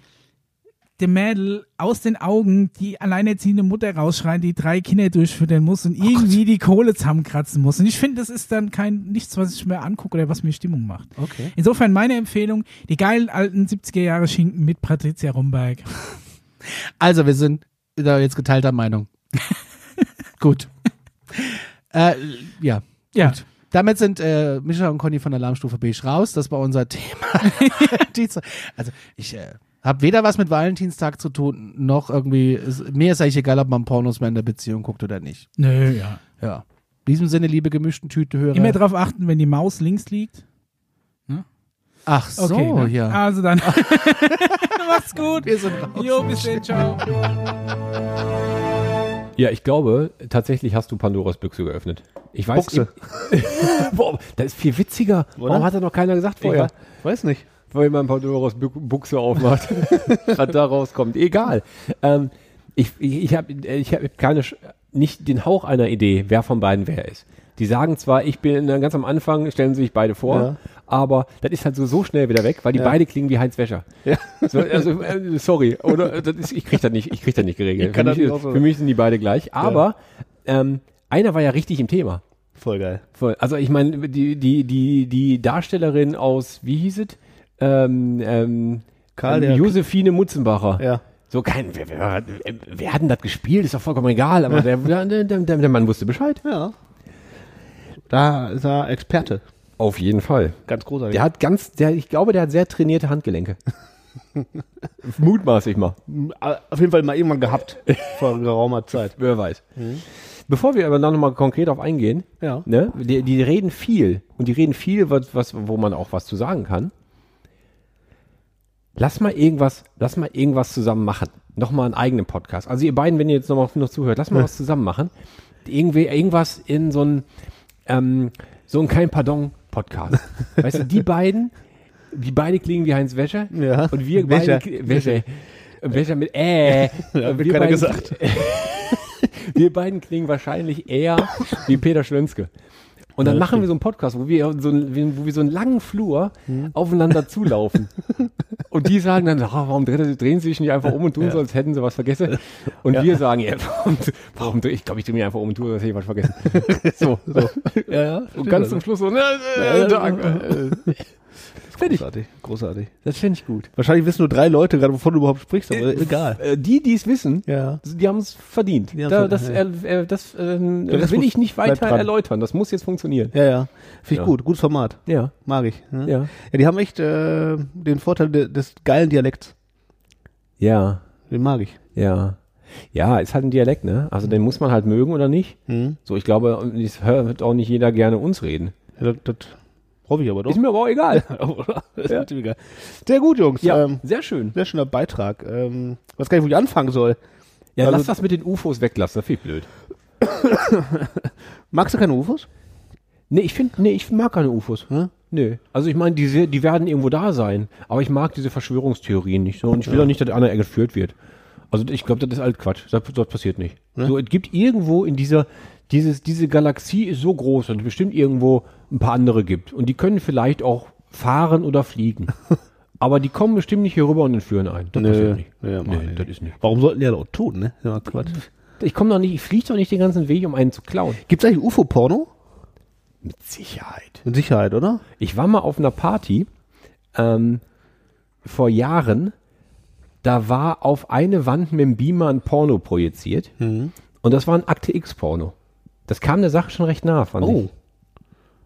[SPEAKER 7] dem Mädel aus den Augen die alleinerziehende Mutter rausschreien, die drei Kinder durchfüttern muss und irgendwie die Kohle zusammenkratzen muss. Und ich finde, das ist dann kein nichts, was ich mir angucke oder was mir Stimmung macht.
[SPEAKER 6] Okay.
[SPEAKER 7] Insofern meine Empfehlung, die geilen alten 70er Jahre Schinken mit Patricia Romberg.
[SPEAKER 6] Also, wir sind da jetzt geteilter Meinung. Gut. Äh, ja.
[SPEAKER 7] Ja.
[SPEAKER 6] Gut. Damit sind äh, Mischa und Conny von Alarmstufe B raus. Das war unser Thema. Die zwei- also, ich äh, habe weder was mit Valentinstag zu tun, noch irgendwie. Es, mir ist eigentlich egal, ob man Pornos mehr in der Beziehung guckt oder nicht.
[SPEAKER 7] Nö, ja.
[SPEAKER 6] Ja. In diesem Sinne, liebe gemischten Tütenhörer.
[SPEAKER 7] Immer drauf achten, wenn die Maus links liegt.
[SPEAKER 6] Ach so,
[SPEAKER 7] ne?
[SPEAKER 6] ja.
[SPEAKER 7] Also dann. Macht's gut.
[SPEAKER 6] Wir sind raus.
[SPEAKER 7] Jo, bis dann. Ciao.
[SPEAKER 5] Ja, ich glaube, tatsächlich hast du Pandoras Büchse geöffnet. Ich weiß.
[SPEAKER 10] Buchse.
[SPEAKER 5] Ich, boah, das ist viel witziger.
[SPEAKER 10] Oder?
[SPEAKER 5] Warum hat da noch keiner gesagt vorher?
[SPEAKER 10] Ich weiß nicht.
[SPEAKER 5] weil man Pandoras Bu- Buchse aufmacht, was da rauskommt. Egal. Ähm, ich ich, ich habe ich hab keine, Sch- nicht den Hauch einer Idee, wer von beiden wer ist. Die sagen zwar, ich bin ganz am Anfang, stellen sie sich beide vor,
[SPEAKER 10] Ja.
[SPEAKER 5] aber das ist halt so, so schnell wieder weg, weil die
[SPEAKER 10] Ja.
[SPEAKER 5] beide klingen wie Heinz Wäscher.
[SPEAKER 10] Ja.
[SPEAKER 5] So, also, äh, sorry, oder? Das ist, ich krieg das nicht, ich krieg das nicht geregelt.
[SPEAKER 10] Ich kann
[SPEAKER 5] für,
[SPEAKER 10] das
[SPEAKER 5] mich,
[SPEAKER 10] nicht auch so-
[SPEAKER 5] für mich sind die beide gleich, aber ähm, einer war ja richtig im Thema.
[SPEAKER 10] Voll geil.
[SPEAKER 5] Voll. Also ich meine, die, die, die, die Darstellerin aus, wie hieß es? Ähm, ähm,
[SPEAKER 10] Karl,
[SPEAKER 5] ähm,
[SPEAKER 10] der.
[SPEAKER 5] Josephine Mutzenbacher.
[SPEAKER 10] Ja.
[SPEAKER 5] So kein, wer, wer, hat- wer hat denn das gespielt? Ist doch vollkommen egal, aber der, der, der, der, der Mann wusste Bescheid.
[SPEAKER 10] Ja. Da ist er Experte.
[SPEAKER 5] Auf jeden Fall.
[SPEAKER 10] Ganz großartig.
[SPEAKER 5] Der hat ganz, der, ich glaube, der hat sehr trainierte Handgelenke. Mutmaß ich mal.
[SPEAKER 6] Äh,
[SPEAKER 10] auf jeden Fall mal irgendwann gehabt. vor geraumer Zeit.
[SPEAKER 5] Wer weiß. Bevor wir aber da nochmal konkret auf eingehen,
[SPEAKER 6] Ja.
[SPEAKER 5] ne, die, die reden viel. Und die reden viel, was, was, wo man auch was zu sagen kann. Lass mal irgendwas, lass mal irgendwas zusammen machen. Nochmal einen eigenen Podcast. Also ihr beiden, wenn ihr jetzt nochmal noch zuhört, lass mal was zusammen machen. Irgendwie, irgendwas in so ein, ähm, so ein kein Pardon Podcast. weißt du, die beiden, die beide klingen wie Heinz Wäscher.
[SPEAKER 6] Ja.
[SPEAKER 5] Und wir
[SPEAKER 6] Wäscher.
[SPEAKER 5] beide, kli- Wäscher. Wäscher mit, äh.
[SPEAKER 6] hat mir
[SPEAKER 5] wir
[SPEAKER 6] keiner
[SPEAKER 5] beiden-
[SPEAKER 6] gesagt.
[SPEAKER 5] wir beiden klingen wahrscheinlich eher wie Peter Schlönske. Und dann machen wir so einen Podcast, wo wir so, einen- wo wir so einen langen Flur
[SPEAKER 6] Hm.
[SPEAKER 5] aufeinander zulaufen. und die sagen dann, "Ah, warum drehen, drehen sie sich nicht einfach um und tun so, als hätten sie was vergessen? Und wir sagen, ja, warum, warum dreh- ich glaube, ich drehe mich einfach um und tue, als hätte ich was vergessen. so, so.
[SPEAKER 6] Ja, genau. ja.
[SPEAKER 5] Und ganz zum Schluss so, ne, äh, äh, Tag, äh, äh. Finde ich,
[SPEAKER 6] Großartig, großartig.
[SPEAKER 5] das finde ich gut.
[SPEAKER 6] Wahrscheinlich wissen nur drei Leute gerade, wovon du überhaupt sprichst, aber egal.
[SPEAKER 5] Äh, die, die es wissen,
[SPEAKER 6] Ja.
[SPEAKER 5] die haben es verdient.
[SPEAKER 6] Die haben's
[SPEAKER 5] Da,
[SPEAKER 6] verdient,
[SPEAKER 5] das
[SPEAKER 6] ja.
[SPEAKER 5] äh, äh, das ähm,
[SPEAKER 6] Der Rest
[SPEAKER 5] will
[SPEAKER 6] muss-
[SPEAKER 5] ich nicht weiter
[SPEAKER 6] bleibt dran.
[SPEAKER 5] erläutern. Das muss jetzt funktionieren.
[SPEAKER 6] Ja, ja. Finde ich
[SPEAKER 5] Ja.
[SPEAKER 6] gut, gutes Format.
[SPEAKER 5] Ja,
[SPEAKER 6] Mag ich. ne?
[SPEAKER 5] ja.
[SPEAKER 6] ja die haben echt äh, den Vorteil de des geilen Dialekts.
[SPEAKER 5] Ja,
[SPEAKER 6] Den mag ich.
[SPEAKER 5] ja. Ja, ist halt ein Dialekt, ne? Also den muss man halt mögen oder nicht.
[SPEAKER 6] Mhm.
[SPEAKER 5] So, ich glaube, es hört auch nicht jeder gerne uns reden.
[SPEAKER 6] Ja, das, das hoffe ich aber doch.
[SPEAKER 5] Ist mir aber auch egal.
[SPEAKER 6] Das ist natürlich egal. Sehr gut, Jungs.
[SPEAKER 5] ja,
[SPEAKER 6] Ähm,
[SPEAKER 5] sehr schön.
[SPEAKER 6] sehr schöner Beitrag. Ähm, weiß gar nicht, wo ich anfangen soll.
[SPEAKER 5] Ja,
[SPEAKER 6] also-
[SPEAKER 5] lass das mit den UFOs weglassen, das finde ich blöd.
[SPEAKER 6] Magst du keine UFOs?
[SPEAKER 5] Nee, ich finde, nee, ich mag keine UFOs.
[SPEAKER 6] Hm?
[SPEAKER 5] Nee. Also ich meine, die, die werden irgendwo da sein. Aber ich mag diese Verschwörungstheorien nicht so. Und ich will auch nicht, dass einer geführt wird. Also ich glaube, das ist alt Quatsch. Das, das passiert nicht. So, es gibt irgendwo in dieser, dieses, diese Galaxie ist so groß und bestimmt irgendwo ein paar andere gibt. Und die können vielleicht auch fahren oder fliegen. Aber die kommen bestimmt nicht hier rüber und entführen einen. Das passiert nicht.
[SPEAKER 6] Nee,
[SPEAKER 5] nee,
[SPEAKER 6] nee, nee.
[SPEAKER 5] das ist nicht.
[SPEAKER 6] Warum sollten die ja auch tun, ne? Ja, Quatsch.
[SPEAKER 5] Ich komme doch nicht, ich fliege doch nicht den ganzen Weg, um einen zu klauen.
[SPEAKER 6] Gibt es eigentlich UFO-Porno?
[SPEAKER 5] Mit Sicherheit.
[SPEAKER 6] Mit Sicherheit, oder?
[SPEAKER 5] Ich war mal auf einer Party ähm, vor Jahren. Da war auf eine Wand mit dem Beamer ein Porno projiziert. Und das war ein Akte X-Porno. Das kam der Sache schon recht nah, fand ich.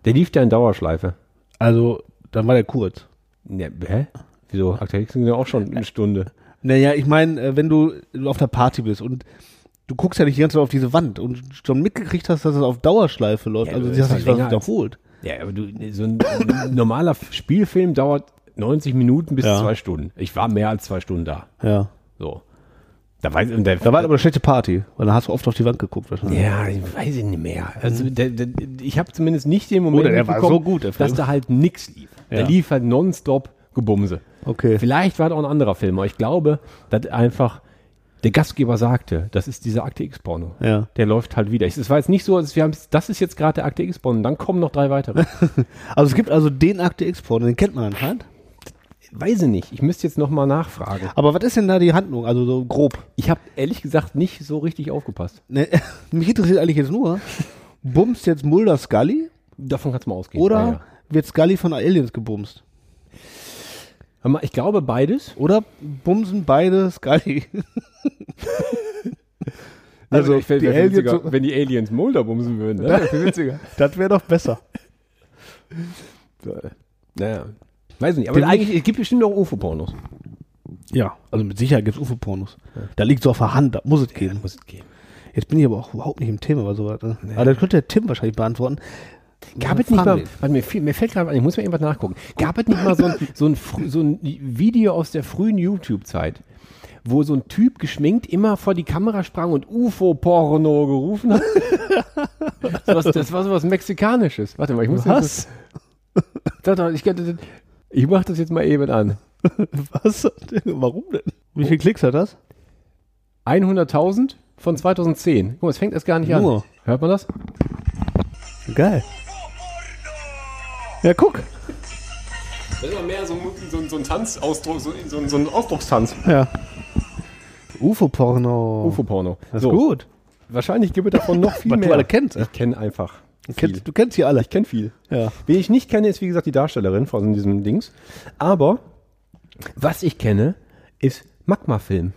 [SPEAKER 5] Der lief da in Dauerschleife.
[SPEAKER 6] Also, dann war der kurz.
[SPEAKER 5] Ne, hä? Wieso? Akte X ging ja auch schon eine Stunde.
[SPEAKER 6] Naja, ich meine, äh, wenn du auf der Party bist und du guckst ja nicht die ganze Zeit auf diese Wand und schon mitgekriegt hast, dass es auf Dauerschleife läuft,
[SPEAKER 5] Ja,
[SPEAKER 6] also
[SPEAKER 5] aber
[SPEAKER 6] sie
[SPEAKER 5] das
[SPEAKER 6] hast
[SPEAKER 5] ist
[SPEAKER 6] sich
[SPEAKER 5] halt
[SPEAKER 6] was
[SPEAKER 5] länger als-
[SPEAKER 6] wiederholt.
[SPEAKER 5] Ja, aber du, ne, so ein normaler Spielfilm dauert 90 Minuten bis
[SPEAKER 6] Ja.
[SPEAKER 5] zwei Stunden. Ich war mehr als zwei Stunden da.
[SPEAKER 6] Ja.
[SPEAKER 5] So. Da weiß, und der,
[SPEAKER 6] Da war aber eine schlechte Party, weil da hast du oft auf die Wand geguckt wahrscheinlich.
[SPEAKER 5] Ja, ich weiß ich nicht mehr. Also der, der, ich habe zumindest nicht den Moment
[SPEAKER 6] Mhm. Oder der war
[SPEAKER 5] mitbekommen,
[SPEAKER 6] so gut, der Film.
[SPEAKER 5] dass da halt nichts lief. Da
[SPEAKER 6] Ja.
[SPEAKER 5] lief halt nonstop Gebumse.
[SPEAKER 6] Okay.
[SPEAKER 5] Vielleicht war es auch ein anderer Film, aber ich glaube, dass einfach der Gastgeber sagte, das ist dieser Akte X-Porno.
[SPEAKER 6] Ja.
[SPEAKER 5] Der läuft halt wieder. Ich- Es war jetzt nicht so, als wir haben, das ist jetzt gerade der Akte X-Porno, und dann kommen noch drei weitere.
[SPEAKER 6] Also es gibt also den Akte X-Porno, den kennt man anscheinend.
[SPEAKER 5] weiß ich nicht. Ich müsste jetzt nochmal nachfragen.
[SPEAKER 6] Aber was ist denn da die Handlung? Also so grob.
[SPEAKER 5] Ich habe ehrlich gesagt nicht so richtig aufgepasst.
[SPEAKER 6] Ne, mich interessiert eigentlich jetzt nur, bumst jetzt Mulder Scully
[SPEAKER 5] Davon kannst du mal ausgehen.
[SPEAKER 6] oder
[SPEAKER 5] Ja, ja.
[SPEAKER 6] wird Scully von Aliens gebumst?
[SPEAKER 5] Hör mal, Ich glaube beides.
[SPEAKER 6] Oder bumsen beide Scully?
[SPEAKER 5] Ja,
[SPEAKER 6] also
[SPEAKER 5] ich fänd,
[SPEAKER 6] die
[SPEAKER 5] wär viel
[SPEAKER 6] Aliens,
[SPEAKER 5] witziger, wenn die Aliens Mulder bumsen würden. Ne? Wär viel witziger.
[SPEAKER 6] das wäre doch besser.
[SPEAKER 5] Naja. Weiß nicht, aber
[SPEAKER 6] Den
[SPEAKER 5] eigentlich, es gibt bestimmt auch UFO-Pornos.
[SPEAKER 6] Ja, also mit Sicherheit gibt es UFO-Pornos. Da liegt so auf der Hand, da muss es geben.
[SPEAKER 5] Muss es geben.
[SPEAKER 6] Jetzt bin ich aber auch überhaupt nicht im Thema oder sowas. Ne? Aber das könnte der Tim wahrscheinlich beantworten.
[SPEAKER 5] Gab es nicht
[SPEAKER 6] Fragen
[SPEAKER 5] mal,
[SPEAKER 6] wir.
[SPEAKER 5] warte, mir, fiel- mir fällt gerade ein, ich muss mir irgendwas nachgucken. Gab es nicht mal so ein, so, ein, frü- so ein Video aus der frühen YouTube-Zeit, wo so ein Typ geschminkt immer vor die Kamera sprang und UFO-Porno gerufen hat? das, war, das war sowas Mexikanisches. Warte mal, ich muss
[SPEAKER 6] Was?
[SPEAKER 5] Jetzt, warte mal, ich, könnte- ich mach das jetzt mal eben an.
[SPEAKER 6] Was? Warum denn? Wie viele Klicks hat das?
[SPEAKER 5] 100.000 von 2010. Guck mal, es fängt erst gar nicht an.
[SPEAKER 6] Nur.
[SPEAKER 5] Hört man das?
[SPEAKER 6] Geil. Ja, guck.
[SPEAKER 5] Das ist mehr so, so, so ein Tanzausdruck, so, so, so ein Ausdruckstanz.
[SPEAKER 6] Ja. UFO-Porno.
[SPEAKER 5] UFO-Porno.
[SPEAKER 6] Das ist gut.
[SPEAKER 5] Wahrscheinlich gibt es davon noch viel
[SPEAKER 6] Weil
[SPEAKER 5] mehr.
[SPEAKER 6] du alle kennst.
[SPEAKER 5] Ich kenne einfach.
[SPEAKER 6] Du kennst, du kennst hier alle.
[SPEAKER 5] Ich kenne viel.
[SPEAKER 6] Ja.
[SPEAKER 5] Wen ich nicht kenne, ist wie gesagt die Darstellerin von diesem Dings. Aber was ich kenne, ist Magma-Film.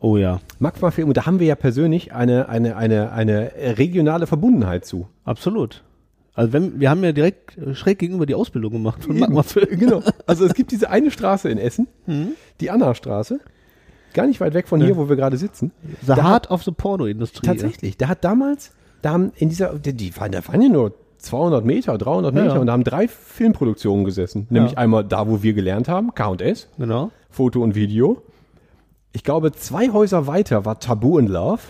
[SPEAKER 6] Oh ja,
[SPEAKER 5] Magma-Film, und da haben wir ja persönlich eine, eine, eine, eine regionale Verbundenheit zu.
[SPEAKER 6] absolut. Also wenn, wir haben ja direkt äh, schräg gegenüber die Ausbildung gemacht von Magmafilm.
[SPEAKER 5] Genau. Also es gibt diese eine Straße in Essen, die Anna-Straße, gar nicht weit weg von hier, wo wir gerade sitzen.
[SPEAKER 6] The Heart of the Porno-Industrie.
[SPEAKER 5] Tatsächlich, da hat damals, da haben in dieser, die, die waren, da waren ja nur 200 Meter, 300 Meter
[SPEAKER 6] ja.
[SPEAKER 5] und da haben drei Filmproduktionen gesessen. Nämlich einmal da, wo wir gelernt haben, K&S,
[SPEAKER 6] Genau.
[SPEAKER 5] Foto und Video. Ich glaube, zwei Häuser weiter war Tabu and Love,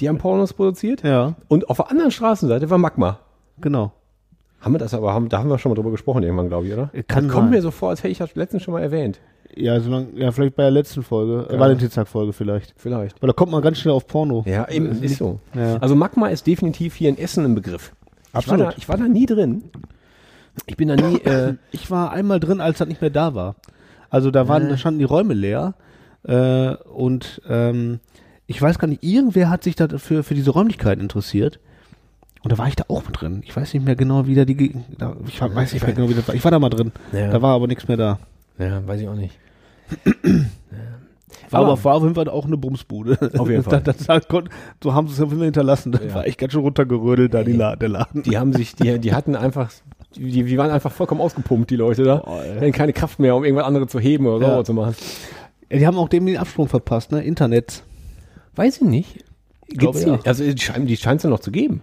[SPEAKER 5] die haben Pornos produziert.
[SPEAKER 6] Ja,
[SPEAKER 5] Und auf der anderen Straßenseite war Magma.
[SPEAKER 6] genau.
[SPEAKER 5] Haben wir das aber, haben, da haben wir schon mal drüber gesprochen irgendwann, glaube ich, oder?
[SPEAKER 6] Kann
[SPEAKER 5] das kommt
[SPEAKER 6] sein.
[SPEAKER 5] mir so vor, als hätte ich das letztens schon mal erwähnt.
[SPEAKER 6] Ja, solange, ja, vielleicht bei der letzten Folge, äh, Valentinstag-Folge vielleicht.
[SPEAKER 5] Vielleicht.
[SPEAKER 6] Weil da kommt man ganz schnell auf Porno. Äh,
[SPEAKER 5] Ja, eben ist so.
[SPEAKER 6] Ja.
[SPEAKER 5] Also Magma ist definitiv hier in Essen ein Begriff.
[SPEAKER 6] Absolut.
[SPEAKER 5] Ich war da, ich war da nie drin. Ich bin da nie. Äh,
[SPEAKER 6] Ich war einmal drin, als das nicht mehr da war. Also da
[SPEAKER 5] Äh.
[SPEAKER 6] waren, da standen die Räume leer äh, und ähm, ich weiß gar nicht, irgendwer hat sich dafür für diese Räumlichkeiten interessiert. Und da war ich da auch mit drin. Ich weiß nicht mehr genau, wie da die. Ge da, ich weiß nicht mehr genau, wie das war. Ich war da mal drin.
[SPEAKER 5] Ja.
[SPEAKER 6] Da war aber nichts mehr da.
[SPEAKER 5] ja, weiß ich auch nicht.
[SPEAKER 6] War
[SPEAKER 5] Aber-
[SPEAKER 6] aber, war auf jeden Fall auch eine Bumsbude.
[SPEAKER 5] Auf jeden Fall.
[SPEAKER 6] da, da, da kon- so haben sie es auf jeden Fall hinterlassen. Da war ich ganz schön runtergerödelt, da die La der Laden.
[SPEAKER 5] Die haben sich, die, die hatten einfach, die, die waren einfach vollkommen ausgepumpt, die Leute da. Die hatten keine Kraft mehr, um irgendwas anderes zu heben oder
[SPEAKER 6] Ja.
[SPEAKER 5] sauber zu machen.
[SPEAKER 6] Ja, die haben auch dem den Absprung verpasst, ne? Internet.
[SPEAKER 5] Weiß ich nicht. Gibt's
[SPEAKER 6] glaube,
[SPEAKER 5] die?
[SPEAKER 6] ja.
[SPEAKER 5] Also die scheinen die scheint's ja noch zu geben.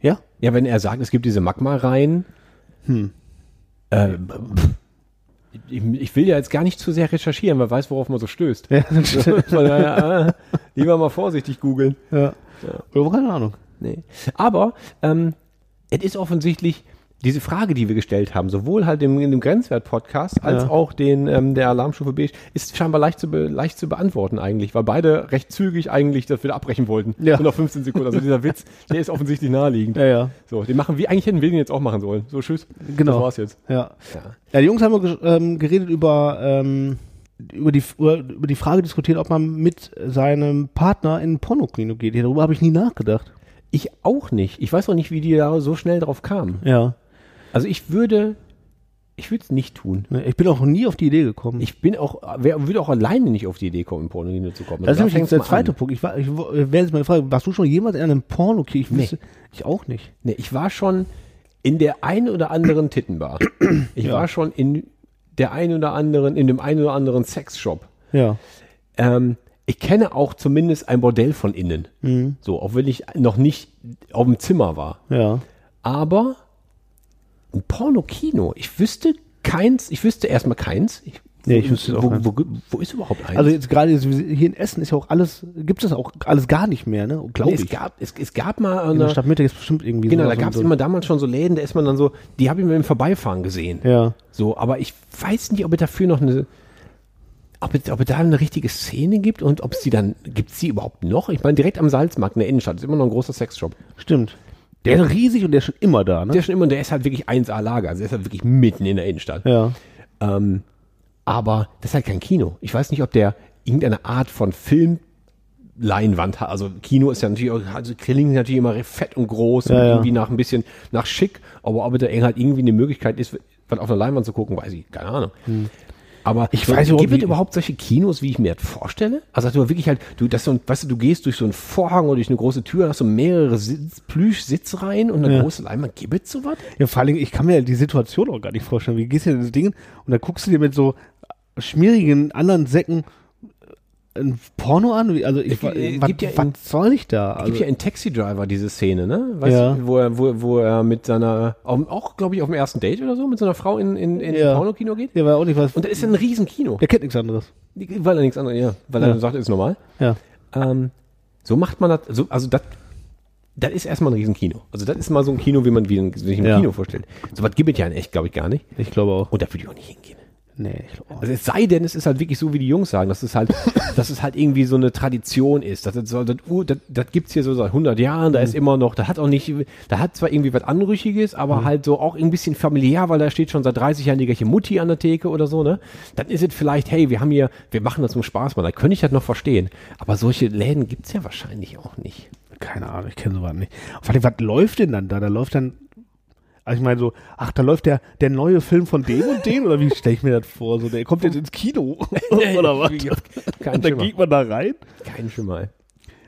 [SPEAKER 6] Ja?
[SPEAKER 5] Ja, wenn er sagt, es gibt diese Magma-Reihen. Hm. ich, ich will ja jetzt gar nicht zu sehr recherchieren, weil weiß, worauf man so stößt.
[SPEAKER 6] Ja, das stimmt.
[SPEAKER 5] Von daher, äh, lieber mal vorsichtig googeln.
[SPEAKER 6] ja. Oder keine Ahnung.
[SPEAKER 5] Nee. Aber ähm, es ist offensichtlich diese Frage, die wir gestellt haben, sowohl halt im, in dem Grenzwert-Podcast als
[SPEAKER 6] Ja.
[SPEAKER 5] auch den ähm, der Alarmstufe B, ist scheinbar leicht zu, be leicht zu beantworten eigentlich, weil beide recht zügig eigentlich das wieder abbrechen wollten.
[SPEAKER 6] Ja.
[SPEAKER 5] Und auf 15 Sekunden. Also dieser Witz, der ist offensichtlich naheliegend.
[SPEAKER 6] Ja, ja.
[SPEAKER 5] So, den machen wir, eigentlich hätten wir den jetzt auch machen sollen. So, tschüss.
[SPEAKER 6] Genau.
[SPEAKER 5] Das war's jetzt.
[SPEAKER 6] Ja.
[SPEAKER 5] Ja.
[SPEAKER 6] Ja, die Jungs haben ge- ähm, geredet über, ähm, über, die, über, über die Frage diskutiert, ob man mit seinem Partner in ein Pornokino geht. Ja, Darüber habe ich nie nachgedacht.
[SPEAKER 5] Ich auch nicht. Ich weiß auch nicht, wie die da so schnell drauf kamen.
[SPEAKER 6] Ja.
[SPEAKER 5] Also ich würde, ich würde es nicht tun.
[SPEAKER 6] Ne, Ich bin auch nie auf die Idee gekommen.
[SPEAKER 5] Ich bin auch, wer würde auch alleine nicht auf die Idee kommen, in Pornogino zu kommen.
[SPEAKER 6] das
[SPEAKER 5] Da
[SPEAKER 6] ist nämlich
[SPEAKER 5] fängt's
[SPEAKER 6] der
[SPEAKER 5] mal
[SPEAKER 6] zweite
[SPEAKER 5] an.
[SPEAKER 6] Punkt. Ich, war, ich wo- äh, wäre jetzt meine Frage, warst du schon jemals in einem Pornokino? Ich wüsste, ich auch nicht.
[SPEAKER 5] Nee, ich war schon in der ein oder anderen Tittenbar. Ich war schon in der ein oder anderen, in dem ein oder anderen Sexshop.
[SPEAKER 6] Ja.
[SPEAKER 5] Ähm, ich kenne auch zumindest ein Bordell von innen.
[SPEAKER 6] Mhm.
[SPEAKER 5] So, auch wenn ich noch nicht auf dem Zimmer war.
[SPEAKER 6] Ja.
[SPEAKER 5] Aber ein Pornokino, ich wüsste keins, ich wüsste erstmal keins. Ich,
[SPEAKER 6] Nee, ich wüsste auch
[SPEAKER 5] wo,
[SPEAKER 6] keins.
[SPEAKER 5] wo, wo, wo ist überhaupt eins?
[SPEAKER 6] Also jetzt gerade jetzt hier in Essen ist ja auch alles, gibt es auch alles gar nicht mehr, ne? Glaube
[SPEAKER 5] nee,
[SPEAKER 6] ich.
[SPEAKER 5] es, gab, es, es gab mal
[SPEAKER 6] in der
[SPEAKER 5] eine,
[SPEAKER 6] Stadtmitte ist bestimmt irgendwie
[SPEAKER 5] Genau,
[SPEAKER 6] so-
[SPEAKER 5] da
[SPEAKER 6] so-
[SPEAKER 5] gab es
[SPEAKER 6] so-
[SPEAKER 5] immer damals schon so Läden, da ist man dann so, die habe ich mir im Vorbeifahren gesehen.
[SPEAKER 6] Ja.
[SPEAKER 5] So, aber ich weiß nicht, ob es dafür noch eine, ob es, ob es da eine richtige Szene gibt und ob es die dann, gibt es die überhaupt noch? Ich meine, direkt am Salzmarkt in der Innenstadt ist immer noch ein großer Sexshop.
[SPEAKER 6] Stimmt. Der ist riesig und der ist schon immer da,
[SPEAKER 5] Der
[SPEAKER 6] ne?
[SPEAKER 5] ist schon immer, der ist halt wirklich 1A-Lager, also der ist halt wirklich mitten in der Innenstadt.
[SPEAKER 6] Ja.
[SPEAKER 5] Ähm, aber das ist halt kein Kino. Ich weiß nicht, ob der irgendeine Art von Filmleinwand hat. Also Kino ist ja natürlich, auch- also Krilling ist natürlich immer fett und groß und
[SPEAKER 6] Ja, ja.
[SPEAKER 5] irgendwie nach ein bisschen nach schick. Aber ob da halt irgendwie eine Möglichkeit ist, was auf einer Leinwand zu gucken, weiß ich, keine Ahnung.
[SPEAKER 6] Hm.
[SPEAKER 5] Aber ich
[SPEAKER 6] weiß überhaupt
[SPEAKER 5] gibt es
[SPEAKER 6] nicht-
[SPEAKER 5] überhaupt solche Kinos, wie ich mir das vorstelle? Also dass du wirklich halt, du, das ist so ein, weißt du, du gehst durch so einen Vorhang oder durch eine große Tür, hast du mehrere Sitz, Plüsch-Sitzreihen und eine
[SPEAKER 6] Ja.
[SPEAKER 5] große Leinwand. Gibt es sowas?
[SPEAKER 6] Ja, vor allem, ich kann mir die Situation auch gar nicht vorstellen. Wie gehst du in das Ding und dann guckst du dir mit so schmierigen anderen Säcken äh, ein Porno an? Wie- Also, ich,
[SPEAKER 5] Es gibt- es
[SPEAKER 6] was,
[SPEAKER 5] Äh, gibt ja in-
[SPEAKER 6] was soll ich da?
[SPEAKER 5] Es gibt
[SPEAKER 6] Also,
[SPEAKER 5] ja in Taxi Driver diese Szene, ne? Weißt
[SPEAKER 6] Ja.
[SPEAKER 5] du, wo er, wo, wo er mit seiner, auch, auch glaube ich, auf dem ersten Date oder so, mit so einer Frau in, in, in
[SPEAKER 6] Ja.
[SPEAKER 5] ein Pornokino geht.
[SPEAKER 6] der war auch nicht was.
[SPEAKER 5] Und da ist ja ein Riesenkino.
[SPEAKER 6] der kennt nichts anderes.
[SPEAKER 5] Weil er nichts anderes, ja, weil er
[SPEAKER 6] Ja.
[SPEAKER 5] sagt, ist normal.
[SPEAKER 6] Ja.
[SPEAKER 5] Ähm, so macht man das, so, also das, das ist erstmal ein Riesenkino. Also das ist mal so ein Kino, wie man wie ein, sich ein
[SPEAKER 6] Ja.
[SPEAKER 5] Kino vorstellt. So was gibt es ja in echt, glaube ich, gar nicht.
[SPEAKER 6] Ich glaube auch.
[SPEAKER 5] Und da würde ich auch nicht hingehen.
[SPEAKER 6] Nee, ich glaube auch.
[SPEAKER 5] Also es sei denn, es ist halt wirklich so, wie die Jungs sagen, dass es halt, dass es halt irgendwie so eine Tradition ist. Das, das, das, Ur- das, das gibt es hier so seit 100 Jahren, da
[SPEAKER 6] Mhm.
[SPEAKER 5] ist immer noch, da hat auch nicht, da hat zwar irgendwie was Anrüchiges, aber
[SPEAKER 6] Mhm.
[SPEAKER 5] halt so auch ein bisschen familiär, weil da steht schon seit 30 Jahren die gleiche Mutti an der Theke oder so, ne? Dann ist es vielleicht, hey, wir haben hier, wir machen das zum Spaß, man, da könnte ich das noch verstehen. Aber solche Läden gibt es ja wahrscheinlich auch nicht.
[SPEAKER 6] oh, Keine Ahnung, ich kenne sowas nicht. Und Vor allem, was läuft denn dann da? Da läuft dann. Also ich meine so, ach, da läuft der, der neue Film von dem und dem? Oder wie stelle ich mir das vor? So, der kommt jetzt ins Kino. oder was?
[SPEAKER 5] Kein
[SPEAKER 6] Und dann
[SPEAKER 5] Schimmer.
[SPEAKER 6] geht man da rein.
[SPEAKER 5] Kein Schimmer. ey.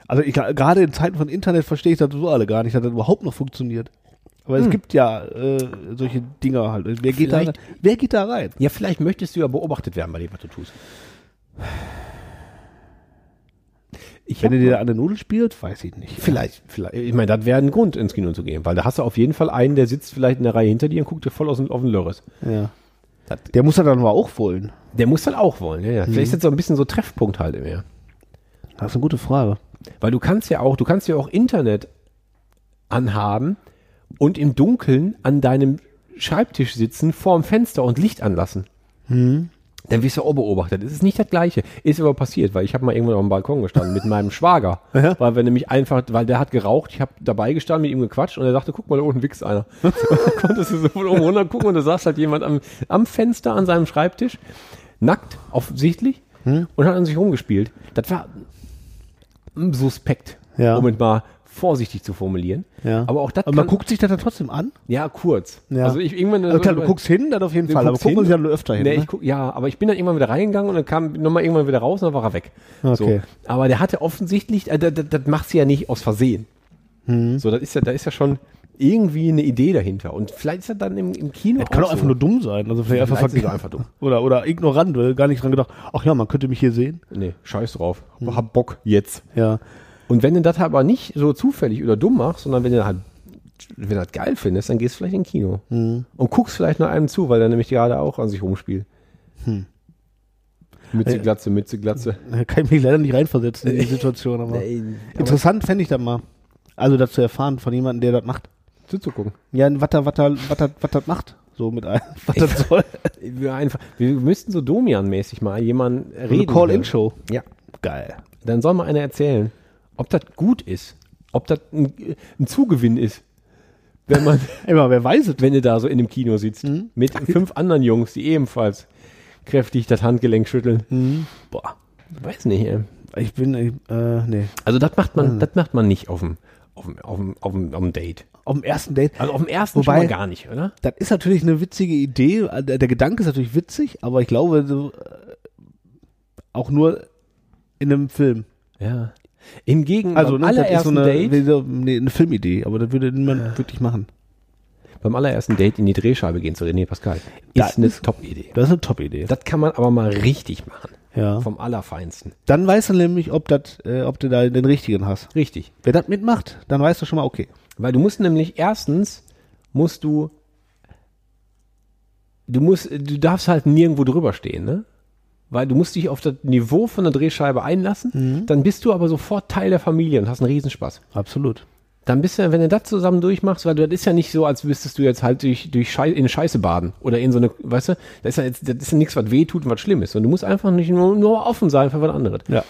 [SPEAKER 6] Also ich, gerade in Zeiten von Internet verstehe ich das so alle gar nicht, dass das überhaupt noch funktioniert. Aber es gibt ja äh, solche Dinger halt. Wer geht, da,
[SPEAKER 5] Hm. Vielleicht-
[SPEAKER 6] wer geht da rein?
[SPEAKER 5] Ja, vielleicht möchtest du ja beobachtet werden bei dem, was du tust. Ich
[SPEAKER 6] Wenn
[SPEAKER 5] hab
[SPEAKER 6] ihr dir eine Nudel spielt, weiß ich nicht.
[SPEAKER 5] Vielleicht, vielleicht. Ich meine, das wäre ein Grund, ins Kino zu gehen, weil da hast du auf jeden Fall einen, der sitzt vielleicht in der Reihe hinter dir und guckt dir voll aus dem, auf den Lörres.
[SPEAKER 6] Ja.
[SPEAKER 5] Das-
[SPEAKER 6] Der muss ja dann aber auch wollen.
[SPEAKER 5] Der muss dann auch wollen, ja, ja.
[SPEAKER 6] Mhm.
[SPEAKER 5] Vielleicht ist das so ein bisschen so Treffpunkt halt mehr.
[SPEAKER 6] Das ist eine gute Frage.
[SPEAKER 5] Weil du kannst ja auch, du kannst ja auch Internet anhaben und im Dunkeln an deinem Schreibtisch sitzen, vorm Fenster und Licht anlassen. Dann wirst du auch beobachtet. Es ist nicht das Gleiche. Ist aber passiert, weil ich habe mal irgendwann auf dem Balkon gestanden mit meinem Schwager. Weil wir nämlich einfach, weil der hat geraucht, ich habe dabei gestanden, mit ihm gequatscht und er sagte, guck mal, da unten wächst einer. und dann konntest du so von oben runter gucken und da saß halt jemand am, am Fenster an seinem Schreibtisch, nackt, offensichtlich, und hat an sich rumgespielt. Das war mm, suspekt,
[SPEAKER 6] Ja.
[SPEAKER 5] um es mal vorsichtig zu formulieren.
[SPEAKER 6] Ja.
[SPEAKER 5] Aber auch das
[SPEAKER 6] Aber man
[SPEAKER 5] kann-
[SPEAKER 6] guckt sich das dann trotzdem an.
[SPEAKER 5] ja, kurz.
[SPEAKER 6] Ja.
[SPEAKER 5] Also ich irgendwann...
[SPEAKER 6] Also klar, du guckst hin, dann auf jeden Fall. Aber
[SPEAKER 5] guckst
[SPEAKER 6] gucken
[SPEAKER 5] hin.
[SPEAKER 6] sich dann öfter hin.
[SPEAKER 5] Nee,
[SPEAKER 6] ne?
[SPEAKER 5] ich guck, ja, aber ich bin dann irgendwann wieder reingegangen und dann kam nochmal irgendwann wieder raus und dann war er weg.
[SPEAKER 6] Okay.
[SPEAKER 5] So. Aber der hatte offensichtlich, äh, das, das, das macht sie ja nicht aus Versehen.
[SPEAKER 6] Hm.
[SPEAKER 5] So, das ist ja, da ist ja schon irgendwie eine Idee dahinter. Und vielleicht ist er dann im, im Kino.
[SPEAKER 6] das kann doch
[SPEAKER 5] auch
[SPEAKER 6] einfach
[SPEAKER 5] so.
[SPEAKER 6] nur dumm sein. Also vielleicht,
[SPEAKER 5] Vielleicht sind sie
[SPEAKER 6] einfach,
[SPEAKER 5] einfach dumm.
[SPEAKER 6] Oder, oder ignorant, weil gar nicht dran gedacht, ach ja, man könnte mich hier sehen.
[SPEAKER 5] Nee, scheiß drauf.
[SPEAKER 6] Hm.
[SPEAKER 5] Hab Bock jetzt.
[SPEAKER 6] Ja.
[SPEAKER 5] Und wenn du das aber nicht so zufällig oder dumm machst, sondern wenn du halt, wenn du das geil findest, dann gehst du vielleicht in Kino. Und guckst vielleicht noch einem zu, weil der nämlich gerade auch an sich rumspielt. Mütze, Glatze, Mütze, Glatze.
[SPEAKER 6] Da kann ich mich leider nicht reinversetzen in die Situation. Aber Interessant fände ich das mal. Also das zu erfahren von jemandem, der das macht.
[SPEAKER 5] zuzugucken.
[SPEAKER 6] Ja, was da, was da, was da, was das macht. So mit allem, was das soll.
[SPEAKER 5] Wir, einfach, wir müssten so Domian-mäßig mal jemanden
[SPEAKER 6] Eine
[SPEAKER 5] reden.
[SPEAKER 6] Call-In-Show.
[SPEAKER 5] Ja.
[SPEAKER 6] Geil.
[SPEAKER 5] Dann soll mal einer erzählen, ob das gut ist. Ob das ein, ein Zugewinn ist. Wenn man,
[SPEAKER 6] Immer, wer weiß es. Mhm.
[SPEAKER 5] wenn du da so in dem Kino sitzt. Mit fünf anderen Jungs, die ebenfalls kräftig das Handgelenk schütteln.
[SPEAKER 6] Mhm.
[SPEAKER 5] Boah, weiß nicht, ey.
[SPEAKER 6] Ich bin, ich, äh, nee.
[SPEAKER 5] Also das macht
[SPEAKER 6] Mhm.
[SPEAKER 5] man, das macht man nicht auf dem, auf dem, auf dem, auf dem, auf dem Date.
[SPEAKER 6] Auf dem ersten Date.
[SPEAKER 5] Also auf dem ersten
[SPEAKER 6] Wobei-
[SPEAKER 5] schon mal gar nicht, oder?
[SPEAKER 6] Das ist natürlich eine witzige Idee. Der der Gedanke ist natürlich witzig, aber ich glaube, so, äh, auch nur in einem Film.
[SPEAKER 5] Ja. Hingegen
[SPEAKER 6] Also,
[SPEAKER 5] beim
[SPEAKER 6] ne, das ist so
[SPEAKER 5] allerersten
[SPEAKER 6] eine,
[SPEAKER 5] Date. Ah.
[SPEAKER 6] wie so- nee, eine Filmidee, aber das würde niemand wirklich machen.
[SPEAKER 5] beim allerersten Date in die Drehscheibe gehen zu René Pascal.
[SPEAKER 6] Das
[SPEAKER 5] Ist eine
[SPEAKER 6] ist-
[SPEAKER 5] Top-Idee.
[SPEAKER 6] Das ist eine Top-Idee.
[SPEAKER 5] Das kann man aber mal richtig machen.
[SPEAKER 6] Ja.
[SPEAKER 5] Vom Allerfeinsten.
[SPEAKER 6] Dann weißt du nämlich, ob, das, äh, ob du da den richtigen hast.
[SPEAKER 5] Richtig.
[SPEAKER 6] Wer das mitmacht, dann weißt du schon mal, okay.
[SPEAKER 5] Weil du musst nämlich erstens, musst du, du musst, du darfst halt nirgendwo drüber stehen, ne? Weil du musst dich auf das Niveau von der Drehscheibe einlassen, dann bist du aber sofort Teil der Familie und hast einen Riesenspaß.
[SPEAKER 6] Absolut.
[SPEAKER 5] Dann bist du, wenn du das zusammen durchmachst, weil du, das ist ja nicht so, als wüsstest du jetzt halt durch, durch Schei in Scheiße baden oder in so eine, weißt du, das ist ja jetzt, das ist ja nichts, was weh tut und was schlimm ist. Und du musst einfach nicht nur, nur offen sein für was anderes.
[SPEAKER 6] Ja. Mhm.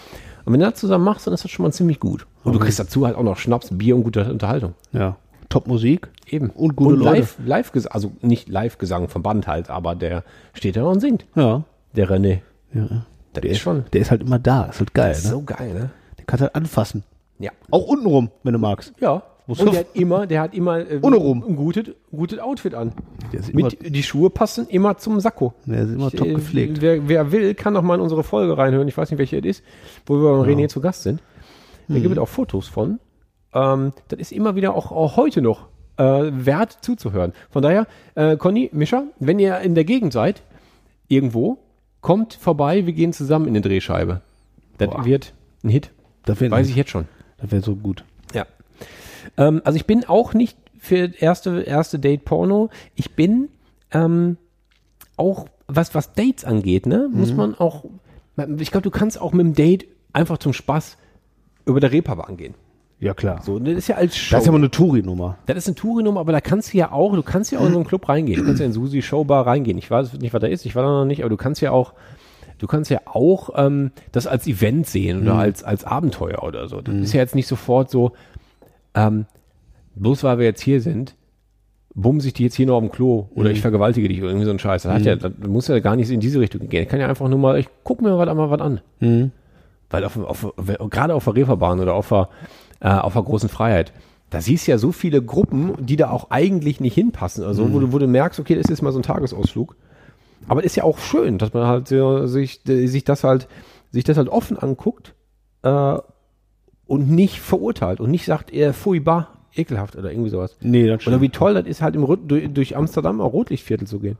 [SPEAKER 5] Und wenn du das zusammen machst, dann ist das schon mal ziemlich gut. Und du kriegst dazu halt auch noch Schnaps, Bier und gute Unterhaltung.
[SPEAKER 6] Ja. Top-Musik.
[SPEAKER 5] Eben.
[SPEAKER 6] Und gute Leute.
[SPEAKER 5] live, live Ges- also nicht Live-Gesang vom Band halt, aber der steht da und singt.
[SPEAKER 6] Ja.
[SPEAKER 5] Der René.
[SPEAKER 6] ja.
[SPEAKER 5] Das ist schon ne?
[SPEAKER 6] Der ist halt immer da. Ist halt geil, ne?
[SPEAKER 5] so geil, ne?
[SPEAKER 6] Den kannst du halt anfassen.
[SPEAKER 5] Ja.
[SPEAKER 6] Auch untenrum, wenn du magst.
[SPEAKER 5] Ja.
[SPEAKER 6] Muss
[SPEAKER 5] und
[SPEAKER 6] auf-
[SPEAKER 5] der hat immer, der hat immer äh,
[SPEAKER 6] Ohne rum.
[SPEAKER 5] ein gutes, gutes Outfit an.
[SPEAKER 6] Der ist immer,
[SPEAKER 5] Mit, die Schuhe passen immer zum Sakko.
[SPEAKER 6] der ist immer top
[SPEAKER 5] Äh,
[SPEAKER 6] gepflegt.
[SPEAKER 5] Wer, wer will, kann noch mal in unsere Folge reinhören. Ich weiß nicht, welche es ist, wo wir beim René zu Gast sind.
[SPEAKER 6] Mhm.
[SPEAKER 5] Da gibt es auch Fotos von. Ähm, das ist immer wieder auch, auch heute noch äh, wert zuzuhören. Von daher, äh, Conny, Mischa, wenn ihr in der Gegend seid, irgendwo, kommt vorbei, wir gehen zusammen in eine Drehscheibe. Das wird ein Hit.
[SPEAKER 6] Das wäre
[SPEAKER 5] Weiß ich jetzt schon.
[SPEAKER 6] wär so gut.
[SPEAKER 5] Ja. Ähm, also ich bin auch nicht für erste, erste Date Porno. Ich bin ähm, auch, was, was Dates angeht, ne, muss
[SPEAKER 6] Mhm.
[SPEAKER 5] man auch, ich glaube, du kannst auch mit dem Date einfach zum Spaß über der Reeperbahn gehen.
[SPEAKER 6] Ja, klar.
[SPEAKER 5] So, das ist ja als Show.
[SPEAKER 6] das ist ja mal eine Touri-Nummer.
[SPEAKER 5] Das ist eine Tourinum, aber da kannst du ja auch, du kannst ja auch in so einen Club reingehen. Du kannst ja in Susi Showbar reingehen. Ich weiß nicht, was da ist, ich war da noch nicht, aber du kannst ja auch, du kannst ja auch ähm, das als Event sehen oder als, als Abenteuer oder so. Das ist ja jetzt nicht sofort so, ähm, bloß weil wir jetzt hier sind, bumse ich die jetzt hier noch auf dem Klo oder ich vergewaltige dich oder irgendwie so ein Scheiß. Das, hat ja, das muss ja gar nicht in diese Richtung gehen. Ich kann ja einfach nur mal, ich guck mir mal mal was an. Weil auf, dem- auf, gerade auf der Reeperbahn oder auf der, äh, auf der großen Freiheit, da siehst du ja so viele Gruppen, die da auch eigentlich nicht hinpassen. Also,
[SPEAKER 6] Mhm.
[SPEAKER 5] wo, du, wo du merkst, okay, das ist mal so ein Tagesausflug. Aber es ist ja auch schön, dass man halt äh, sich, äh, sich das halt, sich das halt offen anguckt äh, und nicht verurteilt und nicht sagt, äh, pfui, bah, ekelhaft oder irgendwie sowas.
[SPEAKER 6] Nee, das
[SPEAKER 5] Oder wie toll das ist, halt im, Rot- durch, durch Amsterdam auch Rotlichtviertel zu gehen.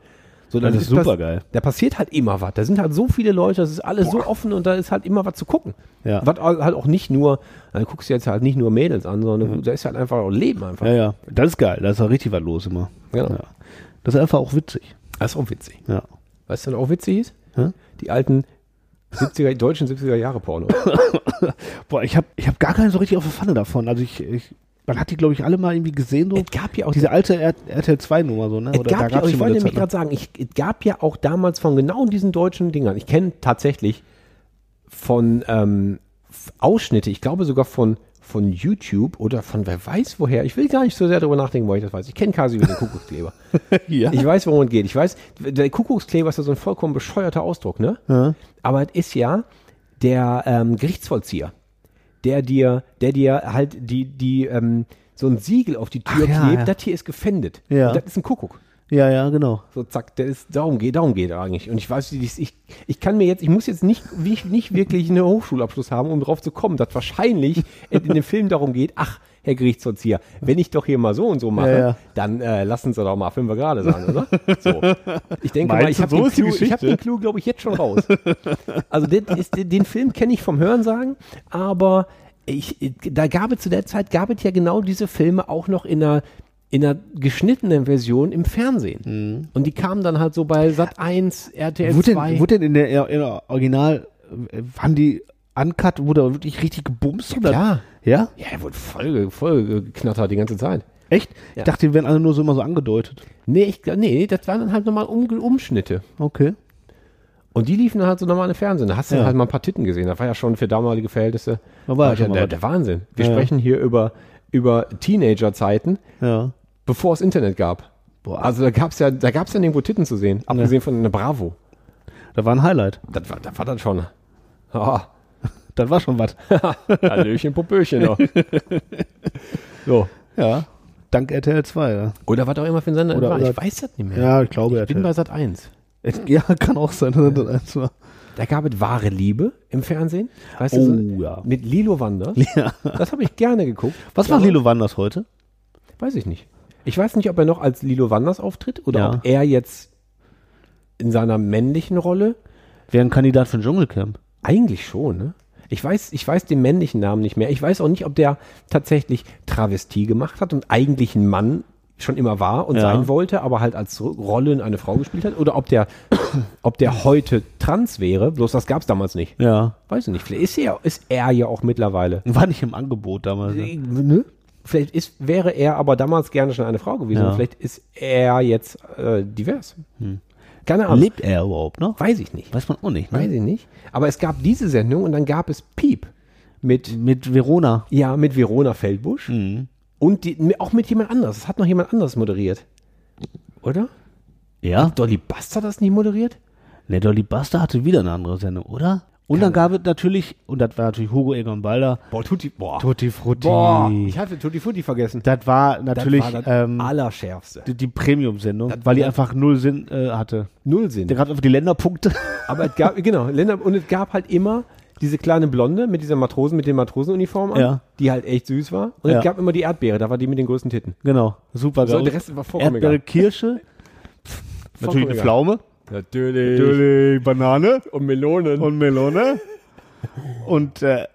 [SPEAKER 5] So,
[SPEAKER 6] Das
[SPEAKER 5] dann
[SPEAKER 6] ist supergeil.
[SPEAKER 5] Da passiert halt immer was. Da sind halt so viele Leute, das ist alles so offen und da ist halt immer was zu gucken.
[SPEAKER 6] Ja.
[SPEAKER 5] Was au- halt auch nicht nur, dann guckst du jetzt halt nicht nur Mädels an, sondern da ist halt einfach auch Leben einfach.
[SPEAKER 6] Ja, ja. Das ist geil. Da ist auch richtig was los immer.
[SPEAKER 5] Genau.
[SPEAKER 6] Ja. Das ist einfach auch witzig.
[SPEAKER 5] Das ist auch witzig.
[SPEAKER 6] Ja.
[SPEAKER 5] Weißt du, was auch witzig ist?
[SPEAKER 6] Hä?
[SPEAKER 5] Die alten 70er, deutschen 70er Jahre Porno.
[SPEAKER 6] Boah, ich habe ich hab gar keinen so richtig auf der Pfanne davon. Also ich, ich man hat die, glaube ich, alle mal irgendwie gesehen, so.
[SPEAKER 5] es gab ja auch
[SPEAKER 6] Diese alte R RTL 2 Nummer, so, ne?
[SPEAKER 5] Es gab ja,
[SPEAKER 6] gab's
[SPEAKER 5] auch- ich
[SPEAKER 6] die mal
[SPEAKER 5] wollte
[SPEAKER 6] eine
[SPEAKER 5] nämlich
[SPEAKER 6] Zeit lang.
[SPEAKER 5] gerade sagen, ich, es gab ja auch damals von genau diesen deutschen Dingern. Ich kenne tatsächlich von ähm, F- Ausschnitte, ich glaube sogar von, von YouTube oder von wer weiß woher. Ich will gar nicht so sehr darüber nachdenken, weil ich das weiß. Ich kenne Kasi wie den Kuckuckskleber.
[SPEAKER 6] Ja.
[SPEAKER 5] Ich weiß, worum es geht. Ich weiß, der Kuckuckskleber ist ja so ein vollkommen bescheuerter Ausdruck, ne? Aber es ist ja der ähm, Gerichtsvollzieher, der dir, der dir halt die, die, ähm, so ein Siegel auf die Tür
[SPEAKER 6] Ach ja,
[SPEAKER 5] klebt,
[SPEAKER 6] ja.
[SPEAKER 5] das hier ist gefändet.
[SPEAKER 6] Ja.
[SPEAKER 5] Und das ist ein Kuckuck.
[SPEAKER 6] Ja, ja, genau.
[SPEAKER 5] So, zack, der ist, darum geht, darum geht er eigentlich. Und ich weiß, ich, ich, ich kann mir jetzt, ich muss jetzt nicht, nicht, nicht wirklich einen Hochschulabschluss haben, um drauf zu kommen, dass wahrscheinlich es in dem Film darum geht, ach, Herr Gerichtsvollzieher, wenn ich doch hier mal so und so mache,
[SPEAKER 6] Ja, ja.
[SPEAKER 5] dann äh, lassen Sie doch mal fünf gerade sein, oder? So. Ich denke mal,
[SPEAKER 6] Meinst
[SPEAKER 5] ich
[SPEAKER 6] du,
[SPEAKER 5] habe
[SPEAKER 6] so
[SPEAKER 5] den
[SPEAKER 6] ist
[SPEAKER 5] Clou,
[SPEAKER 6] die
[SPEAKER 5] ich hab
[SPEAKER 6] Geschichte?
[SPEAKER 5] den Clou glaube ich, jetzt schon raus. Also den, ist, den Film kenne ich vom Hörensagen, aber ich, da gab es zu der Zeit, gab es ja genau diese Filme auch noch in einer, in einer geschnittenen Version im Fernsehen. Und die kamen dann halt so bei Sat 1, RTL
[SPEAKER 6] Mhm. Wurde
[SPEAKER 5] 2.
[SPEAKER 6] denn, wurde denn in der, in der Original, äh, waren die uncut, wurde da wirklich richtig gebumst? Oder?
[SPEAKER 5] ja.
[SPEAKER 6] Ja?
[SPEAKER 5] Ja, er wurde voll, ge- voll geknattert die ganze Zeit.
[SPEAKER 6] Echt?
[SPEAKER 5] Ja.
[SPEAKER 6] Ich dachte, die werden alle nur so immer so angedeutet.
[SPEAKER 5] Nee, ich, glaub- nee, das waren dann halt nochmal um, Umschnitte.
[SPEAKER 6] Okay.
[SPEAKER 5] Und die liefen dann halt so normal im Fernsehen. Da hast du
[SPEAKER 6] Ja.
[SPEAKER 5] halt mal ein paar Titten gesehen. Das war ja schon für damalige Verhältnisse.
[SPEAKER 6] Da war ja schon mal
[SPEAKER 5] der,
[SPEAKER 6] was.
[SPEAKER 5] der Wahnsinn. Wir
[SPEAKER 6] Ja, ja.
[SPEAKER 5] sprechen hier über, über Teenager-Zeiten,
[SPEAKER 6] Ja.
[SPEAKER 5] bevor es Internet gab. Also da gab es ja, da gab's ja nirgendwo Titten zu sehen. Abgesehen von einer Bravo.
[SPEAKER 6] Da war ein Highlight.
[SPEAKER 5] Das war, das war dann schon. Oh,
[SPEAKER 6] Das war schon was.
[SPEAKER 5] Hallöchen, Popöchen noch. so.
[SPEAKER 6] Ja. Dank RTL 2, ja.
[SPEAKER 5] Oder was auch immer für ein Sender
[SPEAKER 6] Oder-
[SPEAKER 5] war. Ich
[SPEAKER 6] oder-
[SPEAKER 5] weiß das nicht mehr.
[SPEAKER 6] Ja, ich glaube
[SPEAKER 5] ich bin
[SPEAKER 6] RTL.
[SPEAKER 5] bei Sat 1.
[SPEAKER 6] Ja, kann auch sein, dass das eins war.
[SPEAKER 5] Da gab es wahre Liebe im Fernsehen. Weißt du,
[SPEAKER 6] Oh, ja.
[SPEAKER 5] mit Lilo Wander.
[SPEAKER 6] Ja.
[SPEAKER 5] Das habe ich gerne geguckt.
[SPEAKER 6] Was macht Lilo Wanders heute?
[SPEAKER 5] Weiß ich nicht. Ich weiß nicht, ob er noch als Lilo Wanders auftritt oder
[SPEAKER 6] Ja.
[SPEAKER 5] ob er jetzt in seiner männlichen Rolle.
[SPEAKER 6] Wäre ein Kandidat für ein Dschungelcamp.
[SPEAKER 5] Eigentlich schon, ne? Ich weiß, ich weiß den männlichen Namen nicht mehr. Ich weiß auch nicht, ob der tatsächlich Travestie gemacht hat und eigentlich ein Mann schon immer war und
[SPEAKER 6] Ja.
[SPEAKER 5] sein wollte, aber halt als Rolle eine Frau gespielt hat. Oder ob der, ob der heute trans wäre. Bloß das gab es damals nicht.
[SPEAKER 6] Ja.
[SPEAKER 5] Weiß ich nicht. Vielleicht ist er, ist er ja auch mittlerweile.
[SPEAKER 6] War nicht im Angebot damals. Ne?
[SPEAKER 5] Ne? Vielleicht ist, wäre er aber damals gerne schon eine Frau gewesen.
[SPEAKER 6] Ja. Hm.
[SPEAKER 5] Und Vielleicht ist er jetzt äh, divers. Keine Ahnung.
[SPEAKER 6] Lebt er überhaupt noch?
[SPEAKER 5] Weiß ich nicht.
[SPEAKER 6] Weiß man auch nicht,
[SPEAKER 5] Weiß
[SPEAKER 6] ne?
[SPEAKER 5] ich nicht. Aber es gab diese Sendung und dann gab es Piep mit, Mhm.
[SPEAKER 6] Mit Verona.
[SPEAKER 5] ja, mit Verona Feldbusch und die, auch mit jemand anders. Es hat noch jemand anders moderiert. Oder?
[SPEAKER 6] Ja.
[SPEAKER 5] Dolly Buster hat das nicht moderiert?
[SPEAKER 6] Ne, Dolly Buster hatte wieder eine andere Sendung, oder? Und dann gab es natürlich, und das war natürlich Hugo Egon Balder,
[SPEAKER 5] Boah, Tutti, boah.
[SPEAKER 6] Tutti Frutti.
[SPEAKER 5] boah. Ich hatte Tutti Frutti vergessen.
[SPEAKER 6] Das war natürlich
[SPEAKER 5] das war das
[SPEAKER 6] ähm,
[SPEAKER 5] Allerschärfste.
[SPEAKER 6] die, die Premium-Sendung,
[SPEAKER 5] Das-
[SPEAKER 6] weil die
[SPEAKER 5] das-
[SPEAKER 6] einfach null Sinn äh, hatte.
[SPEAKER 5] Null Sinn.
[SPEAKER 6] Da gab es einfach die Länderpunkte.
[SPEAKER 5] Aber es gab, genau, Länder, und es gab halt immer diese kleine Blonde mit dieser Matrosen, mit den Matrosenuniform an,
[SPEAKER 6] Ja.
[SPEAKER 5] die halt echt süß war. Und
[SPEAKER 6] Ja.
[SPEAKER 5] es gab immer die Erdbeere, da war die mit den größten Titten.
[SPEAKER 6] genau, super
[SPEAKER 5] So,
[SPEAKER 6] geil.
[SPEAKER 5] der Rest war vollkommen
[SPEAKER 6] Erdbeere,
[SPEAKER 5] egal.
[SPEAKER 6] Kirsche, natürlich eine
[SPEAKER 5] egal.
[SPEAKER 6] Pflaume,
[SPEAKER 5] Natürlich.
[SPEAKER 6] natürlich Banane
[SPEAKER 5] Und Melonen. Und,
[SPEAKER 6] und Melone und, äh,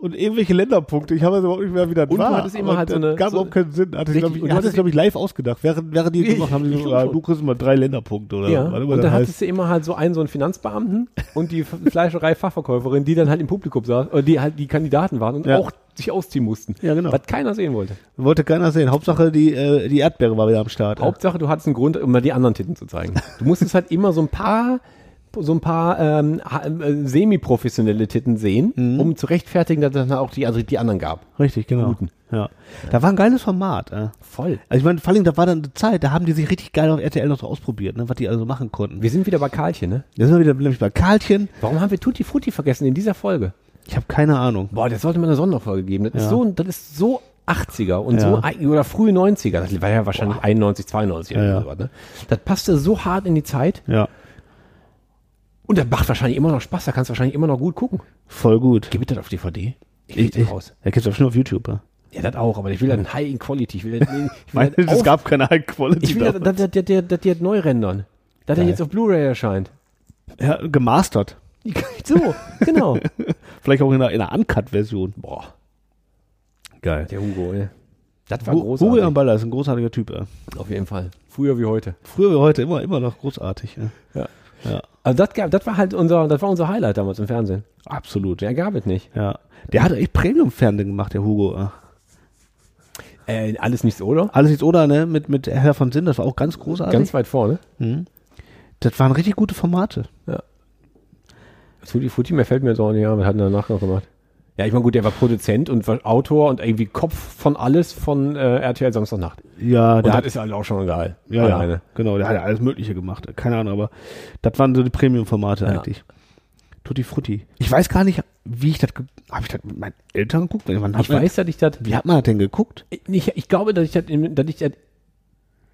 [SPEAKER 6] und irgendwelche Länderpunkte. Ich habe jetzt überhaupt nicht mehr, wie das
[SPEAKER 5] Und du
[SPEAKER 6] war.
[SPEAKER 5] hattest immer
[SPEAKER 6] Und
[SPEAKER 5] halt so
[SPEAKER 6] das
[SPEAKER 5] eine-
[SPEAKER 6] Gab
[SPEAKER 5] so-
[SPEAKER 6] überhaupt keinen Sinn. Hatte, ich, glaub ich,
[SPEAKER 5] Richtig, und
[SPEAKER 6] und du
[SPEAKER 5] du
[SPEAKER 6] hattest,
[SPEAKER 5] hattest-
[SPEAKER 6] glaube ich, live ausgedacht. Während, während die das gemacht haben, die
[SPEAKER 5] Ich
[SPEAKER 6] so,
[SPEAKER 5] glaub
[SPEAKER 6] ah,
[SPEAKER 5] schon.
[SPEAKER 6] du kriegst immer drei Länderpunkte oder
[SPEAKER 5] ja.
[SPEAKER 6] so. Warte mal,
[SPEAKER 5] und
[SPEAKER 6] das
[SPEAKER 5] da
[SPEAKER 6] heißt-
[SPEAKER 5] hattest du immer halt so einen, so einen Finanzbeamten und die F- Fleischerei-Fachverkäuferin, die dann halt im Publikum saß, oder die halt die Kandidaten waren und
[SPEAKER 6] Ja.
[SPEAKER 5] auch sich ausziehen mussten.
[SPEAKER 6] Ja, genau.
[SPEAKER 5] Was keiner sehen wollte.
[SPEAKER 6] Wollte keiner sehen. Hauptsache, die, äh, die Erdbeere war wieder am Start.
[SPEAKER 5] Hauptsache, du hattest einen Grund, um mal die anderen Titten zu zeigen. Du musstest halt immer so ein paar, so ein paar ähm, ha- äh, semi-professionelle Titten sehen,
[SPEAKER 6] Mhm.
[SPEAKER 5] um zu rechtfertigen, dass es dann auch die, also die anderen gab.
[SPEAKER 6] Richtig, genau. Ja. Da war ein geiles Format. Äh.
[SPEAKER 5] Voll.
[SPEAKER 6] Also ich meine, vor allem, da war dann eine Zeit, da haben die sich richtig geil auf RTL noch so ausprobiert, ne, was die also machen konnten.
[SPEAKER 5] Wir sind wieder bei Karlchen, ne?
[SPEAKER 6] Da sind wir wieder nämlich bei Karlchen.
[SPEAKER 5] Warum haben wir Tutti Frutti vergessen in dieser Folge?
[SPEAKER 6] Ich habe keine Ahnung.
[SPEAKER 5] Boah, das sollte mal eine Sonderfolge geben. Das
[SPEAKER 6] Ja.
[SPEAKER 5] ist so, das ist so 80er und so ein- oder frühe 90er. Das war ja wahrscheinlich 91, 92 oder
[SPEAKER 6] Ja, ja.
[SPEAKER 5] sowas, ne? Das passte so hart in die Zeit
[SPEAKER 6] Ja,
[SPEAKER 5] und das macht wahrscheinlich immer noch Spaß. Da kannst du wahrscheinlich immer noch gut gucken.
[SPEAKER 6] voll gut.
[SPEAKER 5] Gib mir das auf DVD. Ich krieg
[SPEAKER 6] Ich,
[SPEAKER 5] das
[SPEAKER 6] ich,
[SPEAKER 5] raus.
[SPEAKER 6] da gibt's bestimmt auf YouTube. Ja.
[SPEAKER 5] Ja, das auch, aber ich will dann High in Quality. Ich will, ich will,
[SPEAKER 6] Meine,
[SPEAKER 5] das auf,
[SPEAKER 6] gab keine High Quality.
[SPEAKER 5] ich will das,
[SPEAKER 6] damals.
[SPEAKER 5] das, das, das, das, das, das neu rendern. dass er jetzt auf Blu-ray erscheint.
[SPEAKER 6] Ja, gemastert.
[SPEAKER 5] So, genau.
[SPEAKER 6] Vielleicht auch in einer, in einer Uncut-Version. Boah. Geil.
[SPEAKER 5] Der Hugo, ne? Das war
[SPEAKER 6] Hu-
[SPEAKER 5] großartig.
[SPEAKER 6] Hugo am Baller ist ein großartiger Typ. Ja.
[SPEAKER 5] Auf jeden Fall. Früher wie heute.
[SPEAKER 6] Früher wie heute, immer, immer noch großartig. Ja.
[SPEAKER 5] Also das, gab, das war halt unser, das war unser Highlight damals im Fernsehen.
[SPEAKER 6] Absolut.
[SPEAKER 5] Mehr gab es nicht.
[SPEAKER 6] Ja. Der hat echt Premium-Fernsehen gemacht, der Hugo. Ja.
[SPEAKER 5] Äh, alles nichts, oder?
[SPEAKER 6] Alles jetzt oder, ne? Mit, mit Herr von Sinn, das war auch ganz großartig.
[SPEAKER 5] Ganz weit vorne.
[SPEAKER 6] das waren richtig gute Formate.
[SPEAKER 5] Futi, Futi, mehr fällt mir jetzt auch nicht an. Was hat denn danach noch gemacht? Ja, ich meine, gut, der war Produzent und war Autor und irgendwie Kopf von alles von äh, RTL Samstagnacht. Und
[SPEAKER 6] Ja, der
[SPEAKER 5] das
[SPEAKER 6] hat,
[SPEAKER 5] ist halt auch schon geil.
[SPEAKER 6] ja, ja,
[SPEAKER 5] Alleine.
[SPEAKER 6] genau, der hat ja alles Mögliche gemacht. Keine Ahnung, aber das waren so die Premium-Formate eigentlich. Tutti Frutti. Ich weiß gar nicht, wie ich das, habe ich das mit meinen Eltern geguckt? Wann hat
[SPEAKER 5] Ich
[SPEAKER 6] man-
[SPEAKER 5] weiß, dass ich das,
[SPEAKER 6] wie hat man das denn geguckt?
[SPEAKER 5] ich, ich glaube, dass ich das, im, dass ich das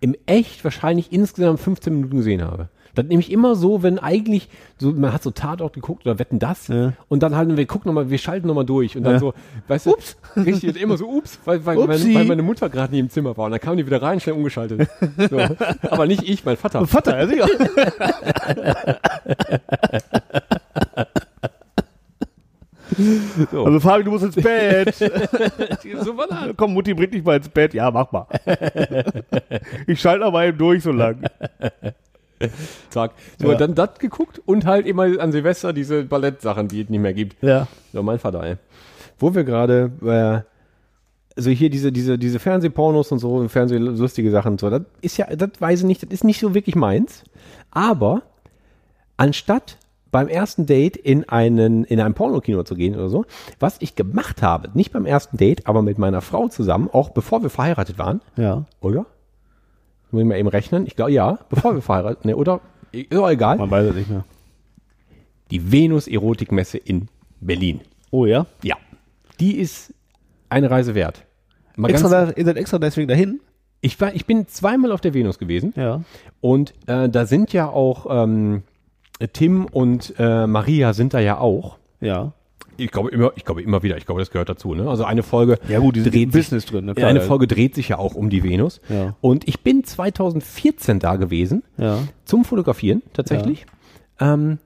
[SPEAKER 5] im echt wahrscheinlich insgesamt 15 Minuten gesehen habe. Das nehme ich immer so, wenn eigentlich, so, man hat so Tatort geguckt oder wetten das
[SPEAKER 6] Ja.
[SPEAKER 5] und dann halt, wir gucken nochmal, wir schalten nochmal durch und dann
[SPEAKER 6] Ja.
[SPEAKER 5] so, weißt du, ups, richtig, immer so, ups, weil, weil, weil,
[SPEAKER 6] Upsi.
[SPEAKER 5] weil meine Mutter gerade nie im Zimmer war und dann kam die wieder rein, schnell umgeschaltet. So. Aber nicht ich, mein Vater.
[SPEAKER 6] Vater, ja sicher.
[SPEAKER 5] So.
[SPEAKER 6] Also Fabi, du musst ins Bett.
[SPEAKER 5] so war das.
[SPEAKER 6] Komm, Mutti, bring dich mal ins Bett. Ja, mach mal. Ich schalte aber eben durch so lang.
[SPEAKER 5] Tag. So,
[SPEAKER 6] Ja.
[SPEAKER 5] dann das geguckt und halt immer an Silvester diese Ballettsachen, die es nicht mehr gibt.
[SPEAKER 6] Ja.
[SPEAKER 5] So, mein Vater, ey. Wo wir gerade, äh, also hier diese, diese, diese Fernsehpornos und so, Fernsehlustige Sachen und so, das ist ja, das weiß ich nicht, das ist nicht so wirklich meins. Aber anstatt beim ersten Date in einen, in ein Pornokino zu gehen oder so, was ich gemacht habe, nicht beim ersten Date, aber mit meiner Frau zusammen, auch bevor wir verheiratet waren,
[SPEAKER 6] Ja.
[SPEAKER 5] oder? Muss ich mal eben rechnen? Ich glaube, ja, bevor wir verheiratet, ne, oder? Ist auch egal.
[SPEAKER 6] Man weiß es nicht mehr.
[SPEAKER 5] Die Venus-Erotikmesse in Berlin.
[SPEAKER 6] Oh ja.
[SPEAKER 5] Ja. Die ist eine Reise wert. Mal
[SPEAKER 6] Extra,
[SPEAKER 5] ganz,
[SPEAKER 6] da, ihr seid extra deswegen dahin.
[SPEAKER 5] ich, war, ich bin zweimal auf der Venus gewesen
[SPEAKER 6] Ja.
[SPEAKER 5] und äh, da sind ja auch ähm, Tim und äh, Maria sind da ja auch.
[SPEAKER 6] Ja.
[SPEAKER 5] Ich glaube immer, ich glaube immer wieder, ich glaube, das gehört dazu. Ne? Also eine Folge
[SPEAKER 6] Ja gut, die sind im
[SPEAKER 5] dreht sich
[SPEAKER 6] Business drin. ne,
[SPEAKER 5] Ja,
[SPEAKER 6] klar.
[SPEAKER 5] eine Folge dreht sich ja auch um die Venus.
[SPEAKER 6] Ja.
[SPEAKER 5] Und ich bin 2014 da gewesen
[SPEAKER 6] Ja.
[SPEAKER 5] zum Fotografieren tatsächlich ähm,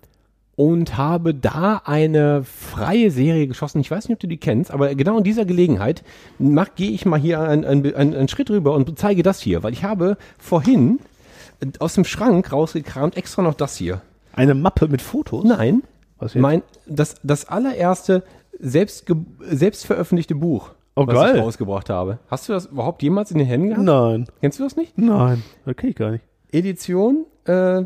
[SPEAKER 5] und habe da eine freie Serie geschossen. Ich weiß nicht, ob du die kennst, aber genau in dieser Gelegenheit mach- gehe ich mal hier einen, einen, einen Schritt rüber und zeige das hier, weil ich habe vorhin aus dem Schrank rausgekramt extra noch das hier.
[SPEAKER 6] Eine Mappe mit Fotos.
[SPEAKER 5] Nein,
[SPEAKER 6] Was jetzt?
[SPEAKER 5] mein das, das allererste selbst, ge- selbst veröffentlichte Buch,
[SPEAKER 6] Oh,
[SPEAKER 5] was
[SPEAKER 6] geil.
[SPEAKER 5] ich rausgebracht habe. Hast du das überhaupt jemals in den Händen gehabt?
[SPEAKER 6] Nein.
[SPEAKER 5] Kennst du das nicht?
[SPEAKER 6] Nein. Das kenn ich gar nicht.
[SPEAKER 5] Edition, äh,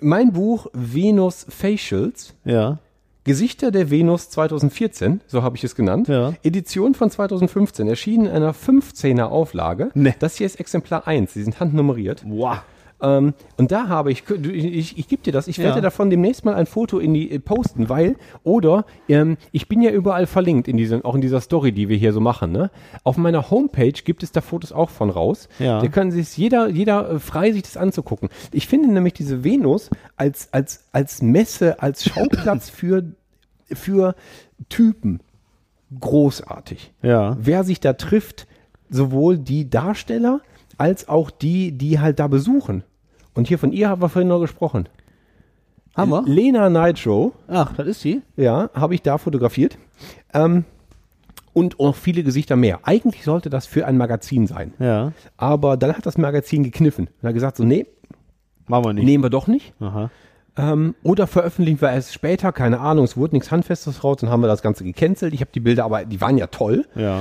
[SPEAKER 5] mein Buch Venus Facials,
[SPEAKER 6] Ja.
[SPEAKER 5] Gesichter der Venus 2014, so habe ich es genannt.
[SPEAKER 6] Ja.
[SPEAKER 5] Edition von 2015, erschienen in einer 15er Auflage.
[SPEAKER 6] Nee.
[SPEAKER 5] Das hier ist Exemplar 1, die sind handnummeriert.
[SPEAKER 6] Wow.
[SPEAKER 5] Ähm, und da habe ich, ich, ich, ich gebe dir das, ich werde
[SPEAKER 6] Ja.
[SPEAKER 5] davon demnächst mal ein Foto in die äh, posten, weil, oder, ähm, ich bin ja überall verlinkt, in diesen, auch in dieser Story, die wir hier so machen, ne? Auf meiner Homepage gibt es da Fotos auch von raus.
[SPEAKER 6] Ja.
[SPEAKER 5] Da können sich jeder, jeder äh, frei, sich das anzugucken. Ich finde nämlich diese Venus als, als, als Messe, als Schauplatz für, für Typen großartig
[SPEAKER 6] Ja.
[SPEAKER 5] wer sich da trifft, sowohl die Darsteller als auch die, die halt da besuchen. Und hier von ihr haben wir vorhin noch gesprochen.
[SPEAKER 6] Hammer.
[SPEAKER 5] Lena Nitro,
[SPEAKER 6] Ach, das ist die?
[SPEAKER 5] ja, habe ich da fotografiert. Ähm, und auch viele Gesichter mehr. Eigentlich sollte das für ein Magazin sein.
[SPEAKER 6] Ja.
[SPEAKER 5] Aber dann hat das Magazin gekniffen und hat gesagt, so, nee,
[SPEAKER 6] Machen wir nicht.
[SPEAKER 5] nehmen wir doch nicht.
[SPEAKER 6] Aha.
[SPEAKER 5] Ähm, oder veröffentlichen wir es später, keine Ahnung, es wurde nichts Handfestes raus, dann haben wir das Ganze gecancelt. Ich habe die Bilder, aber die waren ja toll.
[SPEAKER 6] Ja.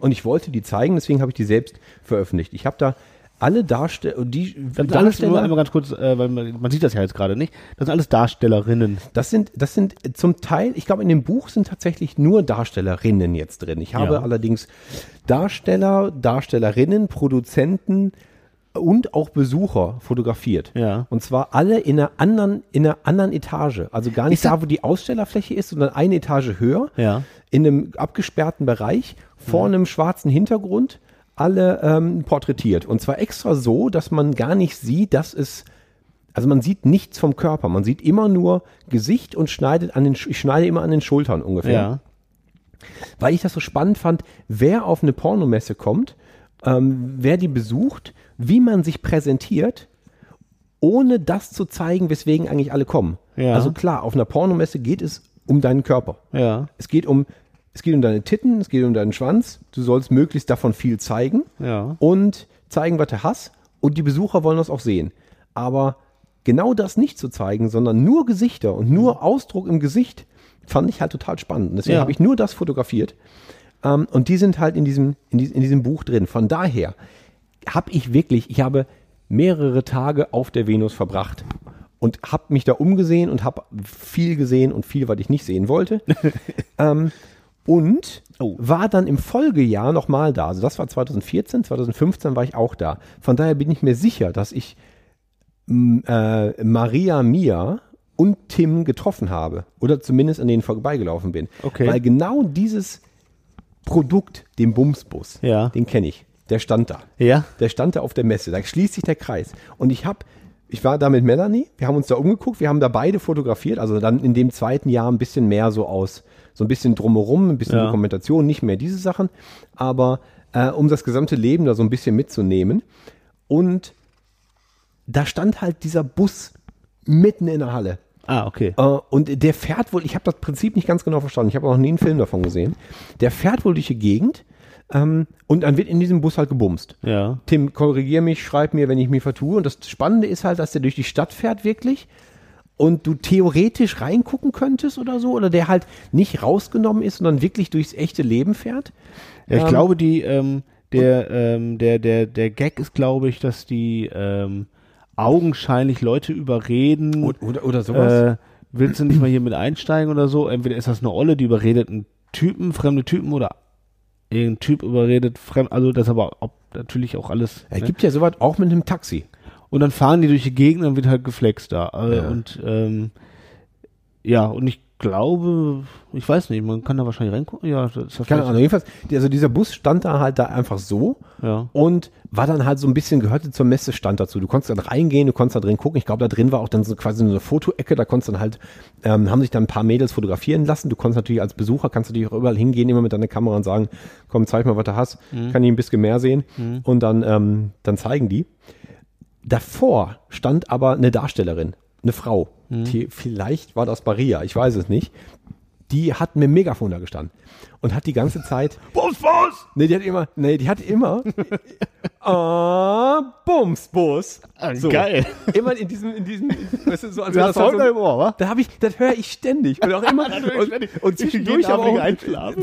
[SPEAKER 5] Und ich wollte die zeigen, deswegen habe ich die selbst veröffentlicht. Ich habe da alle Darsteller, die
[SPEAKER 6] Das sind alles nur einmal ganz kurz, äh, weil man, man sieht das ja jetzt gerade nicht. Das sind alles Darstellerinnen.
[SPEAKER 5] das sind, das sind zum Teil, ich glaube, in dem Buch sind tatsächlich nur Darstellerinnen jetzt drin. Ich habe
[SPEAKER 6] Ja.
[SPEAKER 5] allerdings Darsteller, Darstellerinnen, Produzenten und auch Besucher fotografiert.
[SPEAKER 6] Ja.
[SPEAKER 5] Und zwar alle in einer anderen, in einer anderen Etage. Also gar nicht
[SPEAKER 6] Ist das-
[SPEAKER 5] da, wo die Ausstellerfläche ist, sondern eine Etage höher.
[SPEAKER 6] Ja.
[SPEAKER 5] In einem abgesperrten Bereich, vor einem schwarzen Hintergrund, alle ähm, porträtiert. Und zwar extra so, dass man gar nicht sieht, dass es also man sieht nichts vom Körper, man sieht immer nur Gesicht und schneidet an den, Sch- ich schneide immer an den Schultern
[SPEAKER 6] ne?
[SPEAKER 5] ungefähr. Weil ich das so spannend fand, wer auf eine Pornomesse kommt, ähm, wer die besucht, wie man sich präsentiert ohne das zu zeigen, weswegen eigentlich alle kommen.
[SPEAKER 6] Ja.
[SPEAKER 5] Also klar, auf einer Pornomesse geht es um deinen Körper.
[SPEAKER 6] Ja.
[SPEAKER 5] Es geht um, es geht um deine Titten, es geht um deinen Schwanz. Du sollst möglichst davon viel zeigen
[SPEAKER 6] Ja.
[SPEAKER 5] und zeigen, was du hast. Und die Besucher wollen das auch sehen. Aber genau das nicht zu zeigen, sondern nur Gesichter und nur Ausdruck im Gesicht, fand ich halt total spannend. Und Deswegen
[SPEAKER 6] Ja.
[SPEAKER 5] habe ich nur das fotografiert. Ähm, und die sind halt in diesem, in, diesem, in diesem Buch drin. Von daher habe ich wirklich, ich habe mehrere Tage auf der Venus verbracht und habe mich da umgesehen und habe viel gesehen und viel, was ich nicht sehen wollte. ähm, und
[SPEAKER 6] Oh.
[SPEAKER 5] war dann im Folgejahr nochmal da. Also das war 2014, 2015 war ich auch da. Von daher bin ich mir sicher, dass ich m, äh, Maria Mia und Tim getroffen habe oder zumindest an denen vorbeigelaufen bin.
[SPEAKER 6] Okay.
[SPEAKER 5] Weil genau dieses Produkt, den Bumsbus,
[SPEAKER 6] Ja.
[SPEAKER 5] den kenne ich. Der stand da.
[SPEAKER 6] Ja.
[SPEAKER 5] Der stand da auf der Messe. Da schließt sich der Kreis. Und ich habe, ich war da mit Melanie, wir haben uns da umgeguckt, wir haben da beide fotografiert, also dann in dem zweiten Jahr ein bisschen mehr so aus, so ein bisschen drumherum, ein bisschen
[SPEAKER 6] Ja.
[SPEAKER 5] Dokumentation, nicht mehr diese Sachen, aber äh, um das gesamte Leben da so ein bisschen mitzunehmen. Und da stand halt dieser Bus mitten in der Halle.
[SPEAKER 6] Ah, okay.
[SPEAKER 5] Äh, und der fährt wohl, ich habe das Prinzip nicht ganz genau verstanden, ich habe auch noch nie einen Film davon gesehen. Der fährt wohl durch die Gegend ähm, und dann wird in diesem Bus halt gebumst.
[SPEAKER 6] Ja.
[SPEAKER 5] Tim, korrigier mich, schreib mir, wenn ich mich vertue. Und das Spannende ist halt, dass der durch die Stadt fährt wirklich und du theoretisch reingucken könntest oder so, oder der halt nicht rausgenommen ist, sondern wirklich durchs echte Leben fährt.
[SPEAKER 6] Ja, ich
[SPEAKER 5] Ähm,
[SPEAKER 6] glaube, die, ähm, der, ähm, der, der, der Gag ist, glaube ich, dass die ähm, augenscheinlich Leute überreden.
[SPEAKER 5] Oder, oder
[SPEAKER 6] äh, willst du nicht mal hier mit einsteigen oder so? Entweder ist das eine Olle, die überredet einen Typen, fremde Typen oder irgendein Typ überredet fremd, also das aber ob, natürlich auch alles.
[SPEAKER 5] es
[SPEAKER 6] ne?
[SPEAKER 5] gibt ja sowas auch mit einem Taxi.
[SPEAKER 6] Und dann fahren die durch die Gegend und wird halt geflext da. Äh,
[SPEAKER 5] Ja.
[SPEAKER 6] Und ähm, ja, und ich glaube, ich weiß nicht, man kann da wahrscheinlich reingucken. Ja, das ist ja
[SPEAKER 5] Keine
[SPEAKER 6] vielleicht-
[SPEAKER 5] Ahnung, jedenfalls, die- also dieser Bus stand da halt da einfach so
[SPEAKER 6] Ja.
[SPEAKER 5] und war dann halt so ein bisschen, gehörte zum Messestand dazu. Du konntest dann reingehen, du konntest da drin gucken. Ich glaube, da drin war auch dann so quasi so eine Fotoecke, da konntest dann halt, ähm, haben sich dann ein paar Mädels fotografieren lassen. Du konntest natürlich als Besucher, kannst du natürlich auch überall hingehen, immer mit deiner Kamera und sagen, komm, zeig mal, was du hast, kann ich ein bisschen mehr sehen und dann, ähm, dann zeigen die. Davor stand aber eine Darstellerin, eine Frau. Die, vielleicht war das Maria, ich weiß es nicht. Die hat mit dem Megafon da gestanden und hat die ganze Zeit. Bums, Bums! Nee, die hat immer, nee, die hat immer. Ah, Bums, Bus. So.
[SPEAKER 6] Ah, geil.
[SPEAKER 5] Immer in diesem, in diesem, weißt du, so als
[SPEAKER 6] Du
[SPEAKER 5] wäre
[SPEAKER 6] hast
[SPEAKER 5] das halt
[SPEAKER 6] Holger im Ohr, wa?
[SPEAKER 5] Da habe ich, das höre ich ständig. Und auch immer.
[SPEAKER 6] ich
[SPEAKER 5] und,
[SPEAKER 6] ständig.
[SPEAKER 5] und
[SPEAKER 6] Ich
[SPEAKER 5] zwischendurch
[SPEAKER 6] jeden
[SPEAKER 5] aber
[SPEAKER 6] Abend
[SPEAKER 5] auch.
[SPEAKER 6] nicht einschlafen.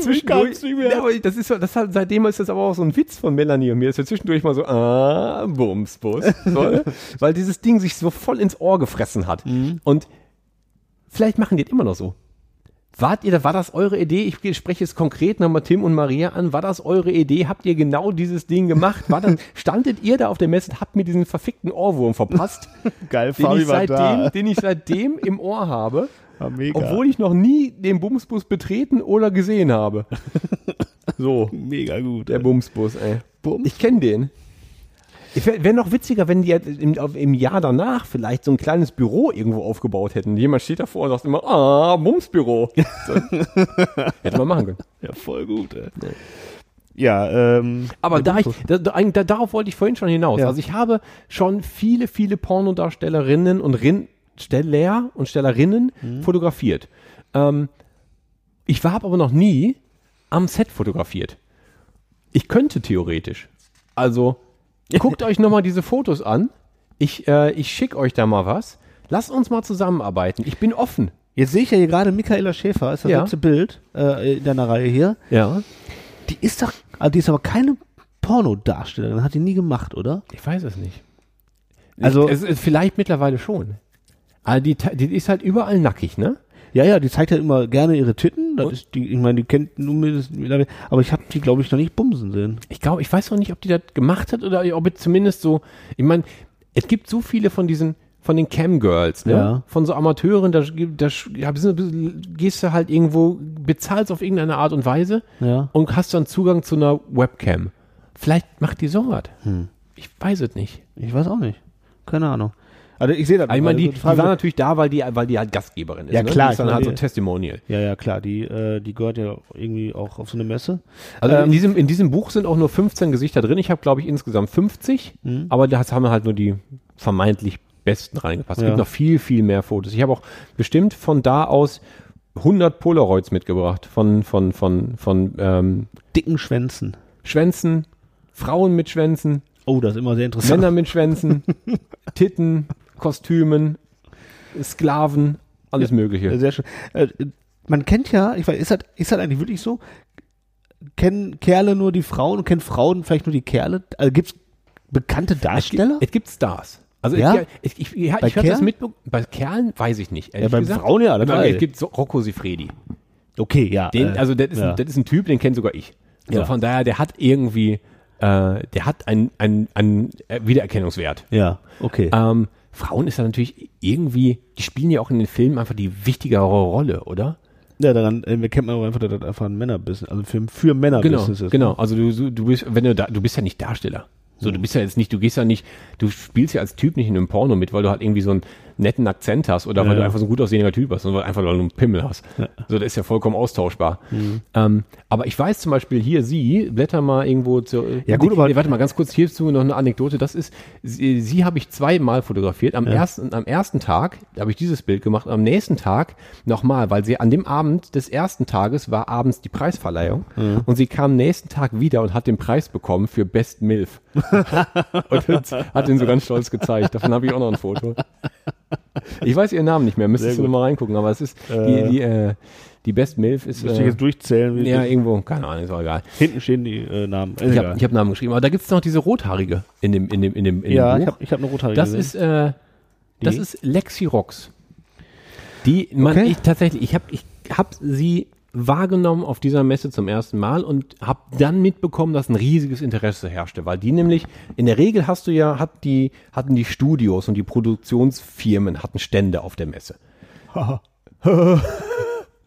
[SPEAKER 5] Zwischendurch.
[SPEAKER 6] Ich kann's nicht mehr.
[SPEAKER 5] Ja, aber das ist, so- das hat, seitdem ist das aber auch so ein Witz von Melanie und mir, dass wir zwischendurch mal so, ah, Bums, Bus. So, ne? weil dieses Ding sich so voll ins Ohr gefressen hat.
[SPEAKER 6] Mhm.
[SPEAKER 5] Und vielleicht machen die das immer noch so. Wart ihr, da- war das eure Idee? Ich spreche jetzt konkret nochmal Tim und Maria an. War das eure Idee? Habt ihr genau dieses Ding gemacht? War das, standet ihr da auf der Messe und habt mir diesen verfickten Ohrwurm verpasst,
[SPEAKER 6] Geil,
[SPEAKER 5] den, ich
[SPEAKER 6] Fabi war da.
[SPEAKER 5] seitdem, den ich seitdem im Ohr habe,
[SPEAKER 6] Ah, mega.
[SPEAKER 5] obwohl ich noch nie den Bumsbus betreten oder gesehen habe. So,
[SPEAKER 6] mega gut.
[SPEAKER 5] der Bumsbus, ey. Ich kenne den. Wäre noch witziger, wenn die jetzt im, auf- im Jahr danach vielleicht so ein kleines Büro irgendwo aufgebaut hätten. Jemand steht davor und sagt immer, ah, Bumsbüro. So. Hätte man machen können.
[SPEAKER 6] Ja, voll gut, ey. Ja, ähm.
[SPEAKER 5] Aber da ich, da, da, eigentlich- da, darauf wollte ich vorhin schon hinaus.
[SPEAKER 6] Ja.
[SPEAKER 5] Also ich habe schon viele, viele Pornodarstellerinnen und Rin, Steller und Stellerinnen fotografiert. Ähm, ich war aber noch nie am Set fotografiert. Ich könnte theoretisch. Also guckt euch nochmal diese Fotos an. Ich, äh, ich schicke euch da mal was. Lasst uns mal zusammenarbeiten. Ich bin offen.
[SPEAKER 6] Jetzt sehe ich ja hier gerade Michaela Schäfer, ist das
[SPEAKER 5] Ja.
[SPEAKER 6] letzte Bild äh, in deiner Reihe hier.
[SPEAKER 5] Ja.
[SPEAKER 6] Die ist doch, also die ist aber keine Pornodarstellerin, hat die nie gemacht, oder?
[SPEAKER 5] Ich weiß es nicht.
[SPEAKER 6] Also-
[SPEAKER 5] Also es, ist vielleicht mittlerweile schon. Aber die, ta- die ist halt überall nackig, ne?
[SPEAKER 6] Ja, ja, die zeigt halt immer gerne ihre Titten. Das
[SPEAKER 5] Und-
[SPEAKER 6] ist die, ich meine, die kennt nur mindestens, aber ich habe die, glaube ich, noch nicht bumsen sehen.
[SPEAKER 5] Ich glaube, ich weiß noch nicht, ob die das gemacht hat oder ob es zumindest so. Ich meine, es gibt so viele von diesen, von den Cam-Girls, ne?
[SPEAKER 6] Ja.
[SPEAKER 5] Von so Amateuren, da, gibt- da sch- ja, bist du- gehst du halt irgendwo, bezahlst auf irgendeine Art und Weise
[SPEAKER 6] Ja.
[SPEAKER 5] und hast dann Zugang zu einer Webcam. Vielleicht macht die sowas.
[SPEAKER 6] Hm.
[SPEAKER 5] Ich weiß es nicht.
[SPEAKER 6] Ich weiß auch nicht. Keine Ahnung. Also ich sehe das.
[SPEAKER 5] Aber Ah, ich meine, die, die
[SPEAKER 6] Also,
[SPEAKER 5] war
[SPEAKER 6] Frage-
[SPEAKER 5] natürlich da, weil die, weil die halt Gastgeberin ist.
[SPEAKER 6] Ja,
[SPEAKER 5] ne?
[SPEAKER 6] klar,
[SPEAKER 5] Die ist dann
[SPEAKER 6] ich
[SPEAKER 5] halt so
[SPEAKER 6] meine,
[SPEAKER 5] ein Testimonial.
[SPEAKER 6] ja, ja, klar, die, äh, die gehört ja irgendwie auch auf so eine Messe.
[SPEAKER 5] Also
[SPEAKER 6] Ähm,
[SPEAKER 5] in, diesem, in diesem Buch sind auch nur
[SPEAKER 6] Mhm.
[SPEAKER 5] 15 Gesichter drin. Ich habe, glaube ich, insgesamt 50, aber das haben halt nur die vermeintlich besten reingepasst. Es
[SPEAKER 6] Ja.
[SPEAKER 5] gibt noch viel, viel mehr Fotos. Ich habe auch bestimmt von da aus 100 Polaroids mitgebracht. Von, von, von, von ähm,
[SPEAKER 6] Dicken Schwänzen.
[SPEAKER 5] Schwänzen, Frauen mit Schwänzen,
[SPEAKER 6] Oh, das ist immer sehr interessant.
[SPEAKER 5] Männer mit Schwänzen, Titten, Kostümen, Sklaven, alles Mögliche.
[SPEAKER 6] Sehr schön. Äh, Man kennt ja, ich weiß, ist das, ist das eigentlich wirklich so? Kennen Kerle nur die Frauen und kennen Frauen vielleicht nur die Kerle? Also gibt es bekannte Darsteller?
[SPEAKER 5] Es gibt Stars. Also
[SPEAKER 6] Ja?
[SPEAKER 5] ich, ich, ich, ja,
[SPEAKER 6] Bei
[SPEAKER 5] ich habe das
[SPEAKER 6] Kerlen?
[SPEAKER 5] mitbekommen. Bei Kerlen weiß ich nicht.
[SPEAKER 6] Ja,
[SPEAKER 5] ehrlich
[SPEAKER 6] bei
[SPEAKER 5] gesagt.
[SPEAKER 6] Frauen ja, alle
[SPEAKER 5] Aber
[SPEAKER 6] drei.
[SPEAKER 5] Es gibt so Rocco Sifredi.
[SPEAKER 6] okay, ja.
[SPEAKER 5] Den,
[SPEAKER 6] äh,
[SPEAKER 5] also das ist,
[SPEAKER 6] ja.
[SPEAKER 5] ein, das ist ein Typ, den kennt sogar ich. So,
[SPEAKER 6] Ja.
[SPEAKER 5] Von daher, der hat irgendwie, äh, der hat einen ein, ein äh, Wiedererkennungswert.
[SPEAKER 6] ja, okay.
[SPEAKER 5] Ähm, Frauen ist ja natürlich irgendwie, die spielen ja auch in den Filmen einfach die wichtigere Rolle, oder?
[SPEAKER 6] Ja, daran äh, erkennt man auch einfach, dass das einfach ein Männerbusiness, also für, für Männerbusiness ist.
[SPEAKER 5] genau. Also du, du- du bist, wenn du da, du bist ja nicht Darsteller. So, du bist ja jetzt nicht, du gehst ja nicht, du spielst ja als Typ nicht in einem Porno mit, weil du halt irgendwie so einen netten Akzent hast oder weil du einfach so ein gut aussehender Typ bist und weil einfach nur einen Pimmel hast. So, das ist ja vollkommen austauschbar. Ähm, aber ich weiß zum Beispiel hier sie, blätter mal irgendwo zu.
[SPEAKER 6] Ja, gut, aber-
[SPEAKER 5] Nee, warte mal ganz kurz hierzu noch eine Anekdote. Das ist, sie, sie habe ich zweimal fotografiert. Am, ersten, am ersten Tag habe ich dieses Bild gemacht, am nächsten Tag nochmal, weil sie an dem Abend des ersten Tages war abends die Preisverleihung
[SPEAKER 6] Mhm.
[SPEAKER 5] und sie kam nächsten Tag wieder und hat den Preis bekommen für Best MILF. und hat ihn so ganz stolz gezeigt. Davon habe ich auch noch ein Foto. Ich weiß ihren Namen nicht mehr, müsstest du noch mal reingucken, aber es ist die, die, äh, die Best MILF ist.
[SPEAKER 6] Müsste ich
[SPEAKER 5] Äh,
[SPEAKER 6] jetzt durchzählen. wie-
[SPEAKER 5] ja, irgendwo, keine Ahnung, ist auch egal.
[SPEAKER 6] hinten stehen die äh, Namen. Ist
[SPEAKER 5] Ich
[SPEAKER 6] egal.
[SPEAKER 5] habe ich hab Namen geschrieben, aber da gibt's noch diese rothaarige in dem in dem in dem in
[SPEAKER 6] ja,
[SPEAKER 5] dem
[SPEAKER 6] ich
[SPEAKER 5] Buch.
[SPEAKER 6] habe ich hab eine rothaarige
[SPEAKER 5] das
[SPEAKER 6] gesehen.
[SPEAKER 5] ist äh, das
[SPEAKER 6] Die?
[SPEAKER 5] ist Lexirox. Die man
[SPEAKER 6] Okay.
[SPEAKER 5] ich tatsächlich, ich habe ich hab sie wahrgenommen auf dieser Messe zum ersten Mal und habe dann mitbekommen, dass ein riesiges Interesse herrschte, weil die nämlich in der Regel hast du ja hat die hatten die Studios und die Produktionsfirmen hatten Stände auf der Messe.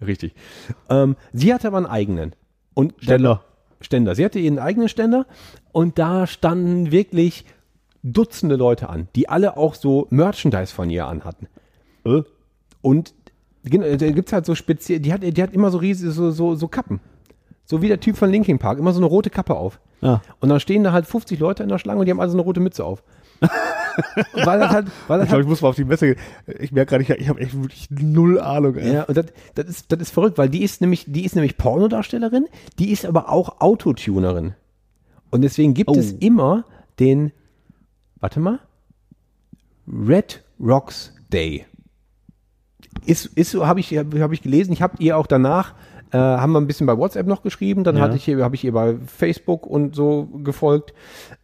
[SPEAKER 5] Richtig. Ähm, sie hatte aber einen eigenen und
[SPEAKER 6] Ständer.
[SPEAKER 5] Ständer. Sie hatte ihren eigenen Ständer und da standen wirklich Dutzende Leute an, die alle auch so Merchandise von ihr anhatten.
[SPEAKER 6] Äh?
[SPEAKER 5] Und genau, da gibt es halt so speziell, die hat, die hat immer so riesige, so, so, so Kappen. So wie der Typ von Linkin Park, immer so eine rote Kappe auf.
[SPEAKER 6] Ja.
[SPEAKER 5] Und dann stehen da halt 50 Leute in der Schlange und die haben alle so eine rote Mütze auf. weil das halt, weil das
[SPEAKER 6] Ich glaube,
[SPEAKER 5] halt
[SPEAKER 6] ich muss mal auf die Messe gehen. Ich merke gerade, ich habe hab echt wirklich null Ahnung. ey.
[SPEAKER 5] Ja, und das, das, ist, das ist verrückt, weil die ist nämlich, die ist nämlich Pornodarstellerin, die ist aber auch Autotunerin. Und deswegen gibt
[SPEAKER 6] Oh.
[SPEAKER 5] es immer den, warte mal, Red Rocks Day. Ist, ist so, habe ich, hab, hab ich gelesen, ich habe ihr auch danach, äh, haben wir ein bisschen bei WhatsApp noch geschrieben, dann hatte ich ihr, habe ich ihr bei Facebook und so gefolgt.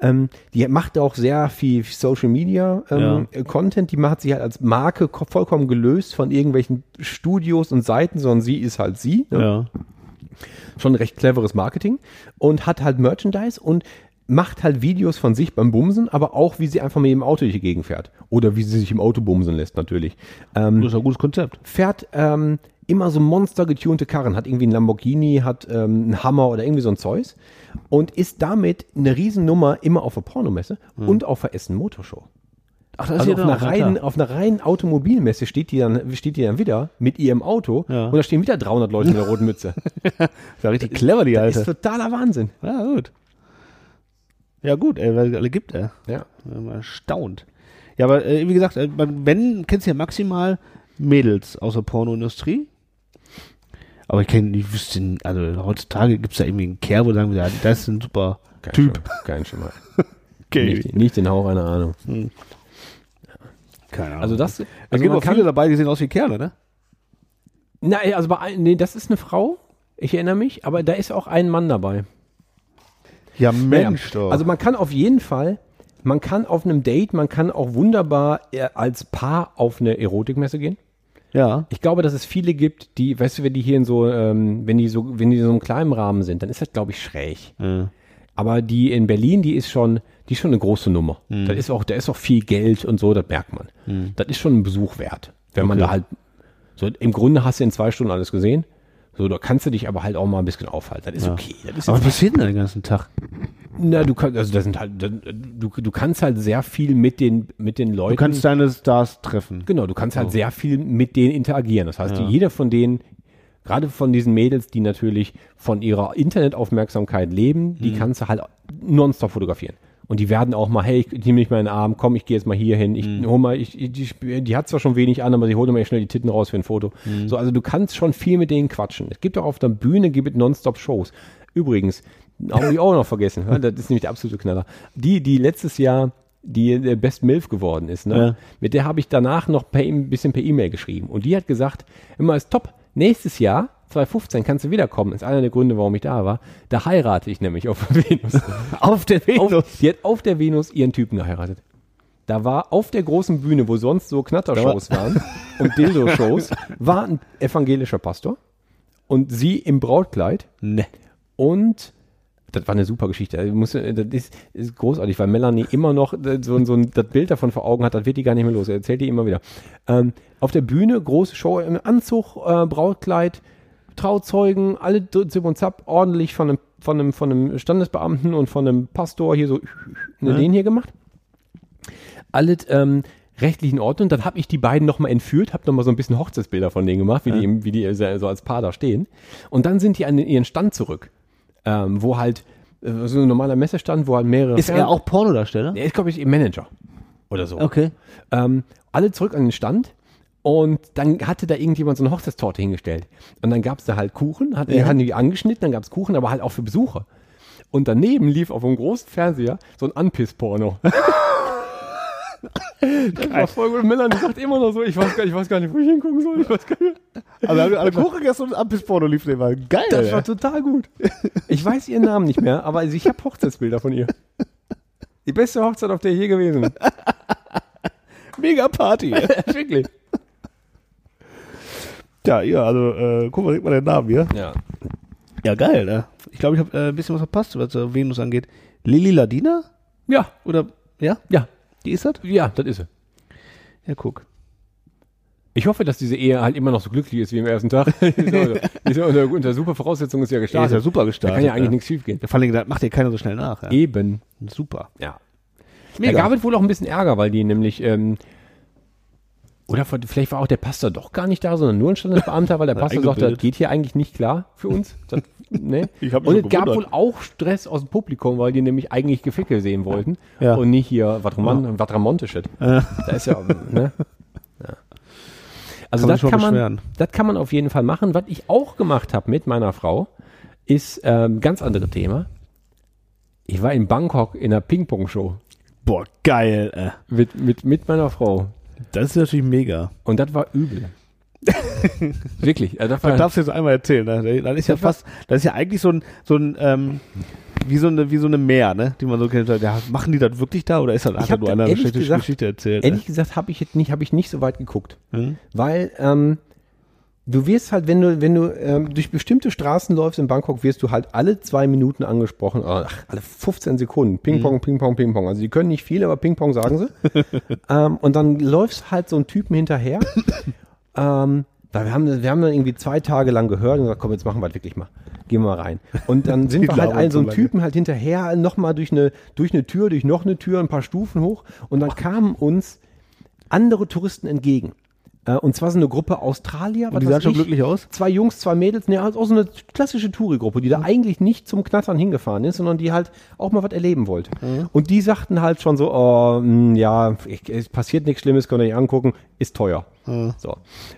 [SPEAKER 5] Ähm, die macht auch sehr viel Social Media ähm, Content. Die macht sich halt als Marke ko- vollkommen gelöst von irgendwelchen Studios und Seiten, sondern sie ist halt sie. Ne?
[SPEAKER 6] Ja.
[SPEAKER 5] Schon recht cleveres Marketing und hat halt Merchandise und macht halt Videos von sich beim Bumsen, aber auch wie sie einfach mit dem Auto durch die Gegend fährt. Oder wie sie sich im Auto bumsen lässt, natürlich. Ähm,
[SPEAKER 6] Das ist ein gutes Konzept.
[SPEAKER 5] fährt ähm, immer so monstergetunte Karren, hat irgendwie einen Lamborghini, hat ähm, einen Hammer oder irgendwie so ein Zeus und ist damit eine Riesennummer immer auf der Pornomesse und auf der Essen Motorshow.
[SPEAKER 6] Ach, das
[SPEAKER 5] Also auf
[SPEAKER 6] ja
[SPEAKER 5] einer,
[SPEAKER 6] klar.
[SPEAKER 5] reinen, auf einer reinen Automobilmesse steht die dann, steht die dann wieder mit ihrem Auto
[SPEAKER 6] Ja.
[SPEAKER 5] und da stehen wieder 300 Leute in der roten Mütze.
[SPEAKER 6] Das war richtig clever, die
[SPEAKER 5] Das ist
[SPEAKER 6] Alte.
[SPEAKER 5] totaler Wahnsinn.
[SPEAKER 6] Ja, gut. Ja, gut, ey, weil es alle gibt, ey.
[SPEAKER 5] Ja.
[SPEAKER 6] Ich bin mal Erstaunt. Ja, aber äh, wie gesagt, äh, man- wenn, kennst du ja maximal Mädels aus der Pornoindustrie. Aber ich kenne, ich wüsste, n- also heutzutage gibt es da irgendwie einen Kerl, wo sagen wir, ja, das ist ein super
[SPEAKER 5] Kein
[SPEAKER 6] Typ.
[SPEAKER 5] Schimmer, Kein Schimmer.
[SPEAKER 6] Okay.
[SPEAKER 5] Nicht, nicht den Hauch einer Ahnung.
[SPEAKER 6] Keine Ahnung.
[SPEAKER 5] Also das,
[SPEAKER 6] es
[SPEAKER 5] also
[SPEAKER 6] gibt
[SPEAKER 5] man
[SPEAKER 6] auch
[SPEAKER 5] kann-
[SPEAKER 6] viele dabei, die sehen aus wie Kerle, ne?
[SPEAKER 5] Na, ey, also bei ein- nee, das ist eine Frau, ich erinnere mich, aber da ist auch ein Mann dabei.
[SPEAKER 6] Ja,
[SPEAKER 5] Naja,
[SPEAKER 6] Mensch, doch.
[SPEAKER 5] Also man kann auf jeden Fall, man kann auf einem Date, man kann auch wunderbar äh, als Paar auf eine Erotikmesse gehen.
[SPEAKER 6] ja.
[SPEAKER 5] Ich glaube, dass es viele gibt, die, weißt du, wenn die hier in so, ähm, wenn die so, wenn die in so einem kleinen Rahmen sind, dann ist das, glaube ich, schräg.
[SPEAKER 6] Mhm.
[SPEAKER 5] Aber die in Berlin, die ist schon, die ist schon eine große Nummer.
[SPEAKER 6] Mhm.
[SPEAKER 5] Da ist auch, da ist auch viel Geld und so, das merkt man. Das ist schon ein Besuch wert, wenn man da halt, so im Grunde hast du in zwei Stunden alles gesehen. So, da kannst du dich aber halt auch mal ein bisschen aufhalten. Das ist okay. Das ist
[SPEAKER 6] Aber was passiert denn den ganzen Tag?
[SPEAKER 5] na, du kannst, also das sind halt, dann- du, du kannst halt sehr viel mit den, mit den Leuten.
[SPEAKER 6] Du kannst deine Stars treffen.
[SPEAKER 5] genau, du kannst halt sehr viel mit denen interagieren. Das heißt, jeder von denen, gerade von diesen Mädels, die natürlich von ihrer Internetaufmerksamkeit leben, die kannst du halt nonstop fotografieren. Und die werden auch mal, hey, ich nehme mich mal in den Arm, komm, ich gehe jetzt mal hier hin, ich hol mal, ich, ich, die, die hat zwar schon wenig an, aber sie holt mir schnell die Titten raus für ein Foto. So, also du kannst schon viel mit denen quatschen. Es gibt auch auf der Bühne, gibt es nonstop Shows. Übrigens, haben die auch noch vergessen, ja, das ist nämlich der absolute Knaller. Die, die letztes Jahr die äh, Best Milf geworden ist, ne?
[SPEAKER 6] Ja.
[SPEAKER 5] mit der habe ich danach noch per, E- ein bisschen per E-Mail geschrieben. Und die hat gesagt, immer ist top, nächstes Jahr, 2015, kannst du wiederkommen. Ist einer der Gründe, warum ich da war. Da heirate ich nämlich auf der Venus.
[SPEAKER 6] Auf der Venus.
[SPEAKER 5] Auf, die hat auf der Venus ihren Typen geheiratet. Da war auf der großen Bühne, wo sonst so Knattershows waren und Dildo-Shows, war ein evangelischer Pastor und sie im Brautkleid.
[SPEAKER 6] Ne.
[SPEAKER 5] Und das war eine super Geschichte. Ich muss, das ist, ist großartig, weil Melanie immer noch äh, so, ein- so ein, das Bild davon vor Augen hat, das wird die gar nicht mehr los. Er erzählt die immer wieder. Ähm, auf der Bühne, große Show im Anzug, äh, Brautkleid, Trauzeugen, alle dr- zip und zap, ordentlich von einem, von, einem, von einem Standesbeamten und von einem Pastor hier so ne, den hier gemacht. Alles ähm, rechtlich in Ordnung. Dann habe ich die beiden nochmal entführt, habe nochmal so ein bisschen Hochzeitsbilder von denen gemacht, wie die, im- wie die so als Paar da stehen. Und dann sind die an ihren Stand zurück ähm, wo halt äh, so ein normaler Messestand, wo halt mehrere.
[SPEAKER 6] Ist er auch Pornodarsteller?
[SPEAKER 5] Er ist, glaube ich, ihr Manager oder so.
[SPEAKER 6] Okay.
[SPEAKER 5] Ähm, alle zurück an den Stand. Und dann hatte da irgendjemand so eine Hochzeitstorte hingestellt. Und dann gab es da halt Kuchen, hat, hatten die angeschnitten, dann gab es Kuchen, aber halt auch für Besucher. Und daneben lief auf einem großen Fernseher so ein Anpiss-Porno. das war voll gut. Melanie sagt immer noch so, ich weiß gar, ich weiß gar nicht, wo ich hingucken soll. Ich weiß gar nicht.
[SPEAKER 6] Aber haben Also, wir alle Kuchen gestern und Ampis-Porno lief der war geil.
[SPEAKER 5] Das war
[SPEAKER 6] ey.
[SPEAKER 5] total gut. Ich weiß ihren Namen nicht mehr, aber ich habe Hochzeitsbilder von ihr. Die beste Hochzeit, auf der ich je gewesen bin.
[SPEAKER 6] mega Party.
[SPEAKER 5] Wirklich.
[SPEAKER 6] ja, ja, also äh, guck mal, sieht man den Namen hier.
[SPEAKER 5] Ja.
[SPEAKER 6] Ja, geil, ne? Ich glaube, ich habe äh, ein bisschen was verpasst, was äh, Venus angeht. Lili Ladina?
[SPEAKER 5] Ja,
[SPEAKER 6] Oder, ja?
[SPEAKER 5] ja,
[SPEAKER 6] Die ist das?
[SPEAKER 5] ja, das ist sie.
[SPEAKER 6] Ja, guck.
[SPEAKER 5] Ich hoffe, dass diese Ehe halt immer noch so glücklich ist wie am ersten Tag. Die ist ja unter, die ist ja unter, unter super Voraussetzungen ist ja
[SPEAKER 6] Die ist
[SPEAKER 5] gestartet.
[SPEAKER 6] ja super
[SPEAKER 5] da
[SPEAKER 6] gestartet.
[SPEAKER 5] kann ja eigentlich
[SPEAKER 6] ne?
[SPEAKER 5] nichts schief gehen.
[SPEAKER 6] Ja, vor allem, da macht dir keiner so schnell nach. Ja.
[SPEAKER 5] Eben.
[SPEAKER 6] Super.
[SPEAKER 5] Ja. Da gab es wohl auch ein bisschen Ärger, weil die nämlich, ähm, oder von- vielleicht war auch der Pastor doch gar nicht da, sondern nur ein Standesbeamter, weil der Pastor sagte, das
[SPEAKER 6] eingebildet.
[SPEAKER 5] geht hier eigentlich nicht klar für uns. Das, ne?
[SPEAKER 6] Ich hab mich
[SPEAKER 5] Und
[SPEAKER 6] schon
[SPEAKER 5] es gab wohl
[SPEAKER 6] gewundert.
[SPEAKER 5] auch Stress aus dem Publikum, weil die nämlich eigentlich Geficke sehen wollten
[SPEAKER 6] Ja.
[SPEAKER 5] und nicht hier Vatraman- Vatramonte-Shit. Da ist ja, ne? ja. Also
[SPEAKER 6] Kann man
[SPEAKER 5] das,
[SPEAKER 6] schon
[SPEAKER 5] kann man,
[SPEAKER 6] beschweren.
[SPEAKER 5] das kann man auf jeden Fall machen. Was ich auch gemacht habe mit meiner Frau, ist ähm, ganz anderes Thema. Ich war in Bangkok in einer Ping-Pong-Show
[SPEAKER 6] Boah, geil. Äh.
[SPEAKER 5] mit, mit, mit meiner Frau.
[SPEAKER 6] Das ist natürlich mega.
[SPEAKER 5] Und das war übel. Wirklich. Also das
[SPEAKER 6] Das
[SPEAKER 5] war,
[SPEAKER 6] darfst du jetzt einmal erzählen. Ne? Dann ist ja fast, das ist ja eigentlich so ein, so ein ähm, wie so eine, wie so eine Meer, ne? die man so kennt. Ja, machen die das wirklich da oder ist das hat
[SPEAKER 5] hab
[SPEAKER 6] nur
[SPEAKER 5] da
[SPEAKER 6] einer eine
[SPEAKER 5] ehrlich
[SPEAKER 6] schlechte
[SPEAKER 5] gesagt-
[SPEAKER 6] Geschichte erzählt? ne? Hm?
[SPEAKER 5] ehrlich gesagt, habe ich, jetzt nicht- hab ich nicht so weit geguckt. Weil ähm, du wirst halt, wenn du, wenn du ähm, durch bestimmte Straßen läufst in Bangkok, wirst du halt alle zwei Minuten angesprochen. Ach, alle 15 Sekunden.
[SPEAKER 6] Hm.
[SPEAKER 5] Ping-Pong, Ping-Pong, Ping-Pong. Also die können nicht viel, aber Ping-Pong sagen sie. ähm, und dann läufst halt so einen Typen hinterher. ähm, weil wir haben, wir haben dann irgendwie zwei Tage lang gehört und gesagt, komm, jetzt machen wir das wirklich mal. Gehen wir mal rein. Und dann sind wir halt
[SPEAKER 6] labern
[SPEAKER 5] allen so
[SPEAKER 6] so
[SPEAKER 5] einen
[SPEAKER 6] lange.
[SPEAKER 5] Typen halt hinterher, nochmal durch eine, durch eine Tür, durch noch eine Tür, ein paar Stufen hoch. Und dann kamen uns andere Touristen entgegen. Äh, Und zwar so eine Gruppe Australier. was
[SPEAKER 6] Und die
[SPEAKER 5] weiß
[SPEAKER 6] sahen schon
[SPEAKER 5] ich.
[SPEAKER 6] glücklich aus?
[SPEAKER 5] Zwei Jungs, zwei Mädels. Ne, also auch so eine klassische Touri-Gruppe,
[SPEAKER 6] Mhm.
[SPEAKER 5] die da eigentlich nicht zum Knattern hingefahren ist, sondern die halt auch mal was erleben wollte.
[SPEAKER 6] Mhm.
[SPEAKER 5] Und die sagten halt schon so, oh, mh, ja, ich, es passiert nichts Schlimmes, könnt ihr nicht angucken, ist teuer.
[SPEAKER 6] Mhm.
[SPEAKER 5] So.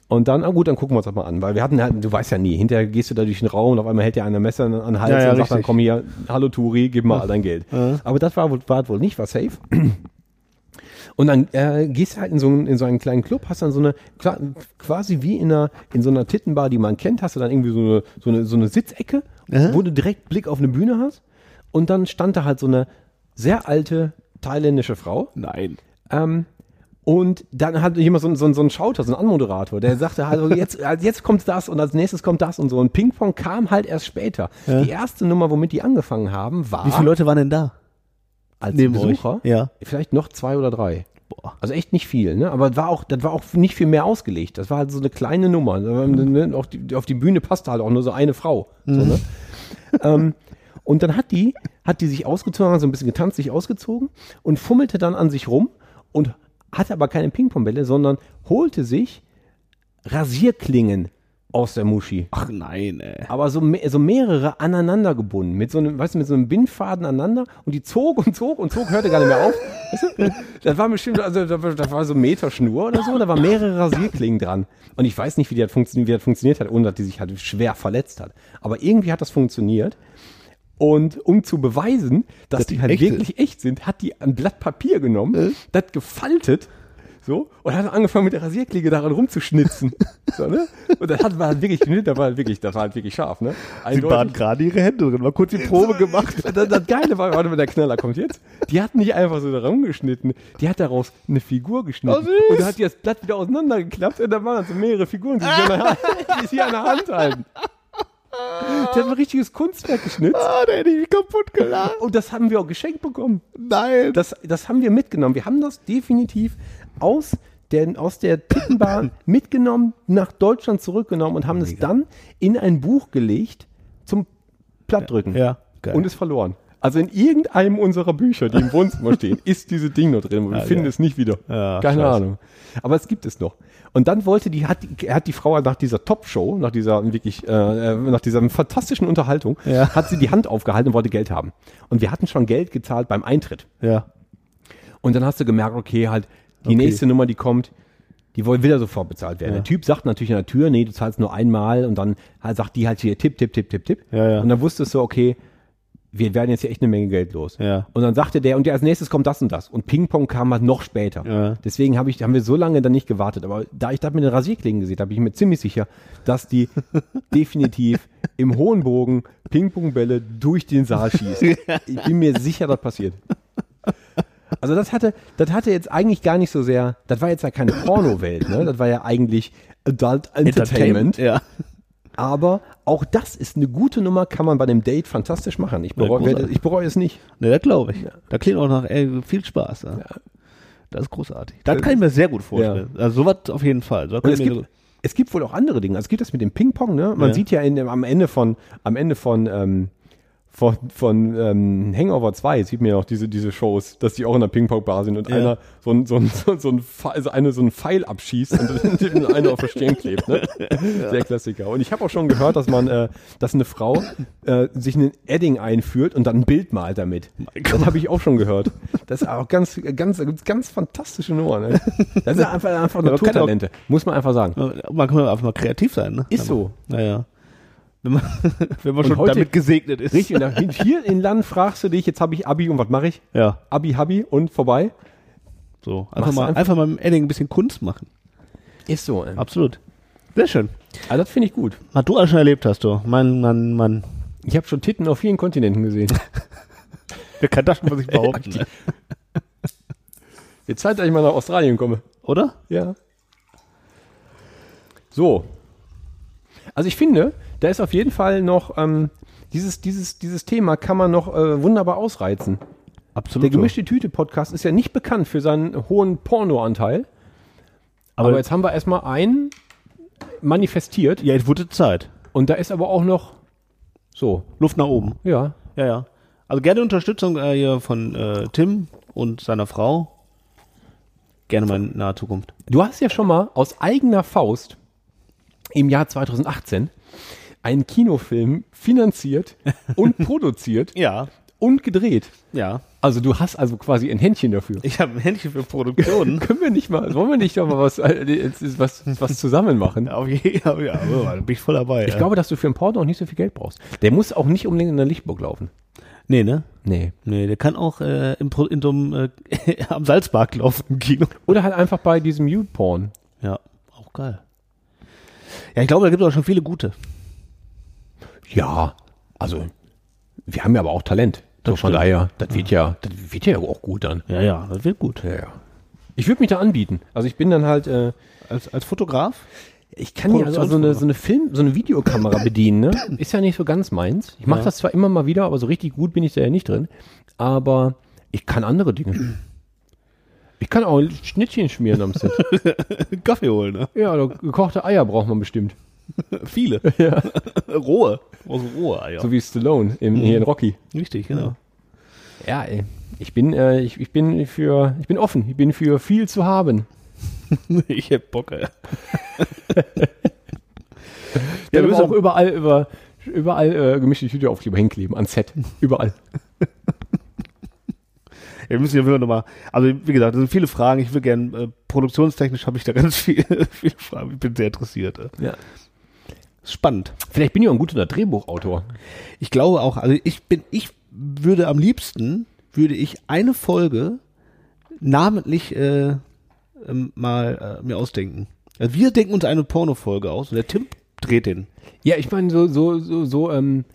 [SPEAKER 5] Und dann, ah gut, dann gucken wir uns das mal an, weil wir hatten halt, du weißt ja nie, hinterher gehst du da durch den Raum und auf einmal hält dir einer Messer an den Hals
[SPEAKER 6] Ja, ja,
[SPEAKER 5] und sagt dann,
[SPEAKER 6] richtig.
[SPEAKER 5] komm hier, hallo Touri, gib mal all dein Geld. Aber das war, wohl- war wohl nicht, war safe. Und dann äh, gehst du halt in so, einen- in so einen kleinen Club, hast dann so eine, kla- quasi wie in, einer, in so einer Tittenbar, die man kennt, hast du dann irgendwie so eine, so eine, so eine Sitzecke, wo du direkt Blick auf eine Bühne hast. Und dann stand da halt so eine sehr alte thailändische Frau.
[SPEAKER 6] Nein.
[SPEAKER 5] Ähm, und dann hat jemand so, ein- so, ein- so einen Schauter, so einen Anmoderator, der sagte, also jetzt, also jetzt kommt das und als nächstes kommt das und so. Und Ping-Pong kam halt erst später. Die erste Nummer, womit die angefangen haben, war
[SPEAKER 6] Wie viele Leute waren denn da?
[SPEAKER 5] als
[SPEAKER 6] neben
[SPEAKER 5] Besucher
[SPEAKER 6] euch? Ja.
[SPEAKER 5] vielleicht noch zwei oder drei. Also echt nicht viel, ne? Aber war auch, das war auch nicht viel mehr ausgelegt. Das war halt so eine kleine Nummer. Da war- ne, Auf die, auf die Bühne passte halt auch nur so eine Frau. So, ne? ähm, und dann hat die, hat die sich ausgezogen, hat so ein bisschen getanzt, sich ausgezogen und fummelte dann an sich rum und hatte aber keine Ping-Pong-Bälle, sondern holte sich Rasierklingen aus der Muschi.
[SPEAKER 6] Ach nein, ey.
[SPEAKER 5] Aber so, me- so mehrere aneinander gebunden. Mit so einem, weißt du, mit so einem Bindfaden aneinander. Und die zog und zog und zog, hörte gar nicht mehr auf. Weißt du? Das war bestimmt, also da war- da war so Meterschnur oder so. Da waren mehrere Rasierklingen dran. Und ich weiß nicht, wie das, funktioniert, wie das funktioniert hat, ohne dass die sich halt schwer verletzt hat. Aber irgendwie hat das funktioniert. Und um zu beweisen, dass
[SPEAKER 6] Dass
[SPEAKER 5] die
[SPEAKER 6] die
[SPEAKER 5] halt
[SPEAKER 6] echt
[SPEAKER 5] wirklich echt sind, hat die ein Blatt Papier genommen, das gefaltet so, und hat angefangen mit der Rasierklinge daran rumzuschnitzen. So, ne? Und das hat man halt wirklich geschnitten, das war halt wirklich, das war halt wirklich scharf, ne?
[SPEAKER 6] Sie waren
[SPEAKER 5] Eindeutig.
[SPEAKER 6] gerade ihre Hände drin. Mal kurz die Probe gemacht.
[SPEAKER 5] Das, das Geile war, warte mal, der Knaller kommt jetzt. Die hat nicht einfach so da rumgeschnitten, die hat daraus eine Figur geschnitten.
[SPEAKER 6] Oh, süß.
[SPEAKER 5] und dann hat die das Blatt wieder auseinandergeklappt und da waren dann so mehrere Figuren, die sich an der Hand- die sich an der Hand halten. Die hat ein richtiges Kunstwerk geschnitzt
[SPEAKER 6] Ah, da hätte ich mich kaputt gelacht.
[SPEAKER 5] und das haben wir auch geschenkt bekommen.
[SPEAKER 6] Nein.
[SPEAKER 5] Das, das haben wir mitgenommen. Wir haben das definitiv aus der, aus der Tittenbahn mitgenommen, nach Deutschland zurückgenommen und haben es dann in ein Buch gelegt zum Plattdrücken.
[SPEAKER 6] Ja, geil.
[SPEAKER 5] Und es verloren. Also in irgendeinem unserer Bücher, die im Wohnzimmer stehen, ist diese Ding noch drin. Wir finden es nicht wieder.
[SPEAKER 6] Ah, Ja, Ah,
[SPEAKER 5] Keine
[SPEAKER 6] scheiße.
[SPEAKER 5] Ahnung. Aber es gibt es noch. Und dann wollte die, hat, die- hat die Frau nach dieser Top-Show, nach dieser wirklich, äh, nach dieser fantastischen Unterhaltung,
[SPEAKER 6] Ja.
[SPEAKER 5] hat sie die Hand aufgehalten und wollte Geld haben. Und wir hatten schon Geld gezahlt beim Eintritt.
[SPEAKER 6] Ja.
[SPEAKER 5] Und dann hast du gemerkt, okay, halt, die
[SPEAKER 6] Okay.
[SPEAKER 5] nächste Nummer, die kommt, die wollen wieder sofort bezahlt werden. Der Typ sagt natürlich an der Tür, nee, du zahlst nur einmal und dann halt sagt die halt hier Tipp, Tipp, Tipp, Tipp, Tipp.
[SPEAKER 6] Ja, ja.
[SPEAKER 5] Und dann wusstest du, okay, wir werden jetzt hier echt eine Menge Geld los.
[SPEAKER 6] Ja.
[SPEAKER 5] Und dann sagte der, und als nächstes kommt das und das. Und Ping-Pong kam halt noch später.
[SPEAKER 6] Ja.
[SPEAKER 5] Deswegen hab ich, haben wir so lange dann nicht gewartet. Aber da ich das mit den Rasierklingen gesehen habe, bin ich mir ziemlich sicher, dass die definitiv im hohen Bogen Ping-Pong-Bälle durch den Saal schießt. Ich bin mir sicher, das passiert. Also das hatte, das hatte jetzt eigentlich gar nicht so sehr, das war jetzt ja keine Porno-Welt, ne? Das war ja eigentlich Adult Entertainment.
[SPEAKER 6] Ja.
[SPEAKER 5] Aber auch das ist eine gute Nummer, kann man bei einem Date fantastisch machen. Ich bereue,
[SPEAKER 6] Ja, großartig.
[SPEAKER 5] ich bereue es nicht.
[SPEAKER 6] Ne, das glaube ich. Da klingt auch nach ey, viel Spaß. Ja. Äh, Das ist großartig. Das kann ich mir sehr gut vorstellen. Also sowas auf jeden Fall. So
[SPEAKER 5] Und es gibt, es gibt wohl auch andere Dinge. Also es gibt das mit dem Ping-Pong, ne? Man
[SPEAKER 6] Ja.
[SPEAKER 5] sieht ja in, dem- am Ende von, am Ende von, ähm, von, von ähm, Hangover 2 sieht man ja auch diese, diese Shows, dass die auch in der Ping-Pong-Bar sind und
[SPEAKER 6] Ja.
[SPEAKER 5] einer so ein, so ein, so ein, so ein, Pfe- also eine, so ein Pfeil abschießt und dem einer auf der Stirn klebt. Ne? Der Klassiker. Und ich habe auch schon gehört, dass man, äh, dass eine Frau äh, sich einen Edding einführt und dann ein Bild malt damit. Das habe ich auch schon gehört. Das ist auch ganz, ganz, ganz fantastische Nummer. Ne? Das sind einfach, einfach
[SPEAKER 6] man kann auch-
[SPEAKER 5] Naturtalente, muss man einfach sagen.
[SPEAKER 6] man kann einfach mal kreativ sein. Ne?
[SPEAKER 5] Ist so.
[SPEAKER 6] Naja. Wenn man, wenn man schon
[SPEAKER 5] heute-
[SPEAKER 6] damit gesegnet ist.
[SPEAKER 5] Richtig, und dann hier in Land fragst du dich, jetzt habe ich Abi und was mache ich?
[SPEAKER 6] Ja,
[SPEAKER 5] Abi, Habi und vorbei.
[SPEAKER 6] so. Einfach
[SPEAKER 5] Machst
[SPEAKER 6] mal,
[SPEAKER 5] du einfach-
[SPEAKER 6] einfach mal mit dem Edding ein bisschen Kunst machen.
[SPEAKER 5] Ist so. Ey.
[SPEAKER 6] Absolut. Sehr schön.
[SPEAKER 5] Also das finde ich gut.
[SPEAKER 6] Was du alles schon erlebt hast, du. Mann, Mann, Mann.
[SPEAKER 5] Ich habe schon Titten auf vielen Kontinenten gesehen.
[SPEAKER 6] Wer kann das schon von sich behaupten? ne?
[SPEAKER 5] Jetzt Zeit, dass ich mal nach Australien komme.
[SPEAKER 6] Oder?
[SPEAKER 5] Ja. So. Also ich finde, da ist auf jeden Fall noch, ähm, dieses, dieses, dieses Thema kann man noch äh, wunderbar ausreizen.
[SPEAKER 6] Absolut.
[SPEAKER 5] Der gemischte Tüte-Podcast ist ja nicht bekannt für seinen hohen Pornoanteil. Aber,
[SPEAKER 6] Aber-
[SPEAKER 5] jetzt haben wir erstmal einen manifestiert.
[SPEAKER 6] so. Ja, jetzt wurde Zeit.
[SPEAKER 5] Und da ist aber auch noch so,
[SPEAKER 6] Luft nach oben.
[SPEAKER 5] ja.
[SPEAKER 6] Ja, ja. Also gerne Unterstützung äh, hier von äh, Tim und seiner Frau. Gerne mal in naher Zukunft.
[SPEAKER 5] Du hast ja schon mal aus eigener Faust im Jahr 2018 einen Kinofilm finanziert und produziert
[SPEAKER 6] Ja,
[SPEAKER 5] und gedreht.
[SPEAKER 6] ja.
[SPEAKER 5] Also du hast also quasi ein Händchen dafür.
[SPEAKER 6] Ich habe ein Händchen für Produktionen.
[SPEAKER 5] Können wir nicht mal, wollen wir nicht doch mal was, äh, jetzt ist was, was zusammen machen?
[SPEAKER 6] Auf jeden Fall. Ja, oh, da bin ich voll dabei.
[SPEAKER 5] Ich glaube, dass du für einen Porno auch nicht so viel Geld brauchst. Der muss auch nicht unbedingt in der Lichtburg laufen.
[SPEAKER 6] Nee, ne?
[SPEAKER 5] Nee.
[SPEAKER 6] Nee, der kann auch äh, im Pro in so einem, äh, am Salzpark laufen im Kino.
[SPEAKER 5] Oder halt einfach bei diesem Mute-Porn.
[SPEAKER 6] Ja, auch geil. Ja, ich glaube, da gibt es auch schon viele gute.
[SPEAKER 5] Ja, also wir haben ja aber auch Talent. So von daher, das wird ja, das wird ja auch gut dann.
[SPEAKER 6] Ja, ja, das wird gut.
[SPEAKER 5] Ja, ja. Ich würde mich da anbieten. Also ich bin dann halt, äh,
[SPEAKER 6] Als, als Fotograf?
[SPEAKER 5] ich kann ja so so eine, so eine Film, so eine Videokamera bedienen, ne? Ist ja nicht so ganz meins. Ich mache das zwar immer mal wieder, aber so richtig gut bin ich da ja nicht drin. Aber ich kann andere Dinge. Ich kann auch Schnittchen schmieren am Set.
[SPEAKER 6] Kaffee holen, ne?
[SPEAKER 5] Ja, oder gekochte Eier braucht man bestimmt.
[SPEAKER 6] Viele. Rohe. Aus Rohe, Eier.
[SPEAKER 5] So wie Stallone im, hier in Rocky.
[SPEAKER 6] Richtig, genau.
[SPEAKER 5] Ja, ey. Ich bin, äh, ich, ich bin für, ich bin offen. Ich bin für viel zu haben.
[SPEAKER 6] ich hab Bock, ey.
[SPEAKER 5] Der
[SPEAKER 6] Der
[SPEAKER 5] müssen
[SPEAKER 6] müsste
[SPEAKER 5] auch
[SPEAKER 6] auch
[SPEAKER 5] überall über überall äh, gemischte Tüte aufkleber hinkleben, ans Set. Überall.
[SPEAKER 6] Wir müssen ja immer nochmal, also wie gesagt, das sind viele Fragen. Ich will gerne, äh, produktionstechnisch habe ich da ganz viel, viele Fragen. Ich bin sehr interessiert. Äh.
[SPEAKER 5] Ja.
[SPEAKER 6] Spannend.
[SPEAKER 5] Vielleicht bin ich auch ein guter Drehbuchautor.
[SPEAKER 6] Ich glaube auch, also ich bin, ich würde am liebsten, würde ich eine Folge namentlich äh, ähm, mal äh, mir ausdenken. Also wir denken uns eine Pornofolge aus und der Tim dreht den.
[SPEAKER 5] Ja, ich meine, so, so, so, so, ähm,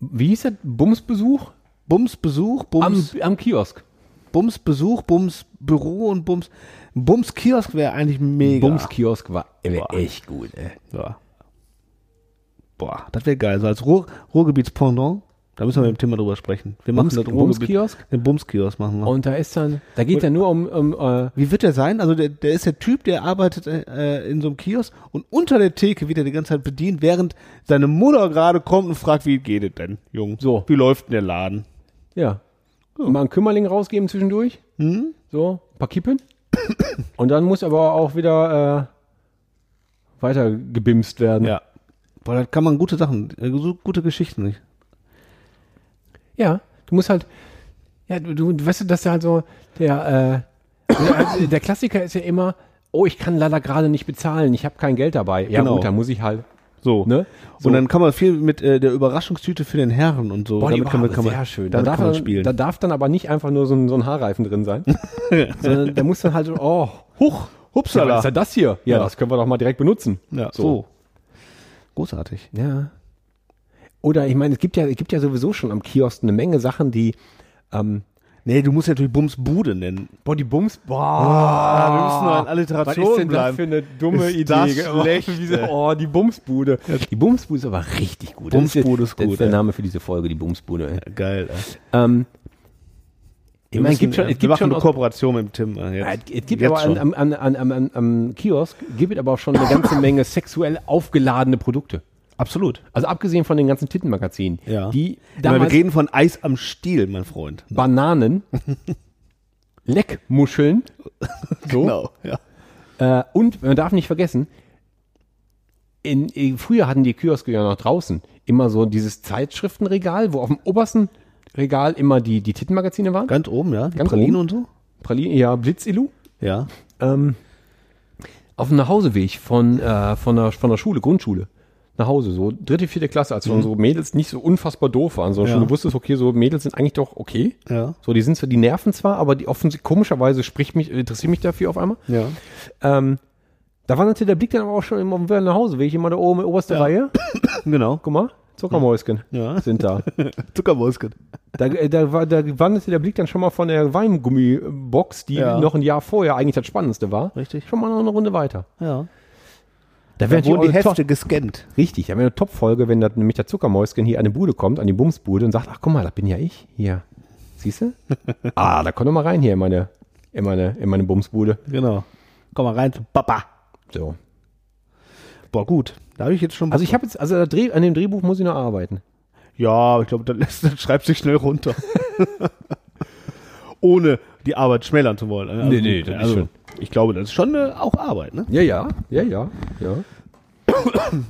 [SPEAKER 5] wie hieß das? Bumsbesuch?
[SPEAKER 6] Bums Besuch,
[SPEAKER 5] Am,
[SPEAKER 6] Bums,
[SPEAKER 5] am Kiosk.
[SPEAKER 6] Bums Besuch, Bums Büro und Bums, Bums Kiosk wäre eigentlich mega.
[SPEAKER 5] Bumskiosk war wär echt gut, ey.
[SPEAKER 6] Ja. Boah, das wäre geil. So als Ruhr, Ruhrgebietspendant, da müssen wir mit dem Thema drüber sprechen. Wir machen
[SPEAKER 5] Bums-
[SPEAKER 6] das Ruhrgebiet.
[SPEAKER 5] Bumskiosk?
[SPEAKER 6] Den Bumskiosk machen wir.
[SPEAKER 5] Und da ist dann, da geht ja nur um, um äh,
[SPEAKER 6] Wie wird der sein? Also der, der ist der Typ, der arbeitet äh, in so einem Kiosk und unter der Theke wird er die ganze Zeit bedient, während seine Mutter gerade kommt und fragt, wie geht es denn, Jung?
[SPEAKER 5] So.
[SPEAKER 6] Wie läuft denn der Laden?
[SPEAKER 5] ja, mal einen Kümmerling rausgeben zwischendurch. So, ein paar Kippen. Und dann muss aber auch wieder äh, weiter gebimst werden.
[SPEAKER 6] Ja. Boah, da kann man gute Sachen, äh, so gute Geschichten. nicht?
[SPEAKER 5] Ja, du musst halt, ja, du, du du weißt du, dass der halt so, der, äh, der, der Klassiker ist ja immer, oh, ich kann leider gerade nicht bezahlen, ich habe kein Geld dabei. Ja
[SPEAKER 6] Genau.
[SPEAKER 5] gut, dann muss ich halt,
[SPEAKER 6] So.
[SPEAKER 5] ne? So.
[SPEAKER 6] Und dann kann man viel mit äh, der Überraschungstüte für den Herren und so.
[SPEAKER 5] Boah, die
[SPEAKER 6] damit kann man,
[SPEAKER 5] war
[SPEAKER 6] kann man,
[SPEAKER 5] sehr schön.
[SPEAKER 6] Damit
[SPEAKER 5] da, darf
[SPEAKER 6] kann man
[SPEAKER 5] dann-
[SPEAKER 6] spielen.
[SPEAKER 5] da darf dann aber nicht einfach nur so ein, so ein Haarreifen drin sein, sondern da muss dann halt, so, oh, huch, hupsala.
[SPEAKER 6] Hupsala.
[SPEAKER 5] was ist ja das hier? Ja,
[SPEAKER 6] Ja.
[SPEAKER 5] das können wir doch mal direkt benutzen.
[SPEAKER 6] ja, so. Großartig.
[SPEAKER 5] Ja. Oder ich meine, es gibt ja, es gibt ja sowieso schon am Kiosk eine Menge Sachen, die, ähm,
[SPEAKER 6] Nee, du musst ja natürlich Bums Bude nennen.
[SPEAKER 5] boah, die Bums, boah,
[SPEAKER 6] Ah, wir müssen nur an Alliterationen bleiben.
[SPEAKER 5] eine dumme Oh,
[SPEAKER 6] Ist das schlecht,
[SPEAKER 5] Wie so,
[SPEAKER 6] ey.
[SPEAKER 5] oh, die Bumsbude. Die Bumsbude ist aber richtig gut. Das
[SPEAKER 6] Bumsbude
[SPEAKER 5] ist,
[SPEAKER 6] ist
[SPEAKER 5] Das
[SPEAKER 6] gut,
[SPEAKER 5] ist der
[SPEAKER 6] ja.
[SPEAKER 5] Name für diese Folge, die Bumsbude. ey.
[SPEAKER 6] Geil. Ey.
[SPEAKER 5] Ähm, ich meine, es gibt schon,
[SPEAKER 6] wir
[SPEAKER 5] es gibt
[SPEAKER 6] machen
[SPEAKER 5] schon
[SPEAKER 6] eine
[SPEAKER 5] aus,
[SPEAKER 6] Kooperation mit dem Tim. äh,
[SPEAKER 5] ja,
[SPEAKER 6] Jetzt.
[SPEAKER 5] es gibt
[SPEAKER 6] jetzt
[SPEAKER 5] aber
[SPEAKER 6] schon.
[SPEAKER 5] an, an, an, an, an, am Kiosk gibt es aber auch schon eine ganze Menge sexuell aufgeladene Produkte.
[SPEAKER 6] Absolut.
[SPEAKER 5] Also abgesehen von den ganzen Tittenmagazinen,
[SPEAKER 6] Ja.
[SPEAKER 5] die
[SPEAKER 6] Ich meine, wir
[SPEAKER 5] damals
[SPEAKER 6] reden von Eis am Stiel, mein Freund.
[SPEAKER 5] Bananen, Leckmuscheln, so,
[SPEAKER 6] Genau, ja.
[SPEAKER 5] Äh, und man darf nicht vergessen, in, in, früher hatten die Kioske ja noch draußen immer so dieses Zeitschriftenregal, wo auf dem obersten Regal immer die, die Tittenmagazine waren.
[SPEAKER 6] Ganz oben, ja. Die
[SPEAKER 5] Ganz
[SPEAKER 6] Pralinen
[SPEAKER 5] oben.
[SPEAKER 6] und so.
[SPEAKER 5] Praline, ja, Blitzilu.
[SPEAKER 6] Ja.
[SPEAKER 5] Ähm, auf dem Nachhauseweg von, äh, von, der, von der Schule, Grundschule, nach Hause, so dritte, vierte Klasse, als unsere Mädels nicht so unfassbar doof waren, sondern
[SPEAKER 6] Mhm. Ja.
[SPEAKER 5] schon du wusstest, okay, so Mädels sind eigentlich doch okay.
[SPEAKER 6] Ja.
[SPEAKER 5] So, die sind zwar, die nerven zwar, aber die offensichtlich, komischerweise spricht mich, interessiert mich dafür auf einmal.
[SPEAKER 6] Ja.
[SPEAKER 5] Ähm, da war natürlich der Blick dann aber auch schon immer wieder nach Hause. Will ich immer da oben in oberster Reihe?
[SPEAKER 6] Genau.
[SPEAKER 5] Guck mal, Zuckermäuschen
[SPEAKER 6] Ja.
[SPEAKER 5] sind da.
[SPEAKER 6] Zuckerwurst.
[SPEAKER 5] Da, äh, da, war, da wanderte der Blick dann schon mal von der Weingummibox, die
[SPEAKER 6] Ja.
[SPEAKER 5] noch ein Jahr vorher eigentlich das Spannendste war,
[SPEAKER 6] Richtig.
[SPEAKER 5] schon mal noch eine Runde weiter.
[SPEAKER 6] Ja.
[SPEAKER 5] Da
[SPEAKER 6] Da
[SPEAKER 5] wäre
[SPEAKER 6] wurden die
[SPEAKER 5] natürlich auch eine
[SPEAKER 6] Hefte gescannt.
[SPEAKER 5] Top, richtig, da wäre eine Top-Folge, wenn da nämlich der Zuckermäuschen hier an die Bude kommt, an die Bumsbude und sagt, ach guck mal, das bin ja ich hier. Siehst du? ah, da komm doch mal rein hier in meine, in meine, in meine Bumsbude.
[SPEAKER 6] Genau. Komm mal rein zu Papa.
[SPEAKER 5] So.
[SPEAKER 6] Boah, gut. Da habe ich jetzt schon.
[SPEAKER 5] Also ich habe jetzt, also das Dreh, an dem Drehbuch muss ich noch arbeiten.
[SPEAKER 6] Ja, ich glaube, das, lässt- das schreibt sich schnell runter. Ohne die Arbeit schmälern zu wollen. Also,
[SPEAKER 5] Nee, nee, das ist schon-
[SPEAKER 6] Ich glaube, das ist schon äh, auch Arbeit, ne?
[SPEAKER 5] Ja, ja, ja, ja, ja.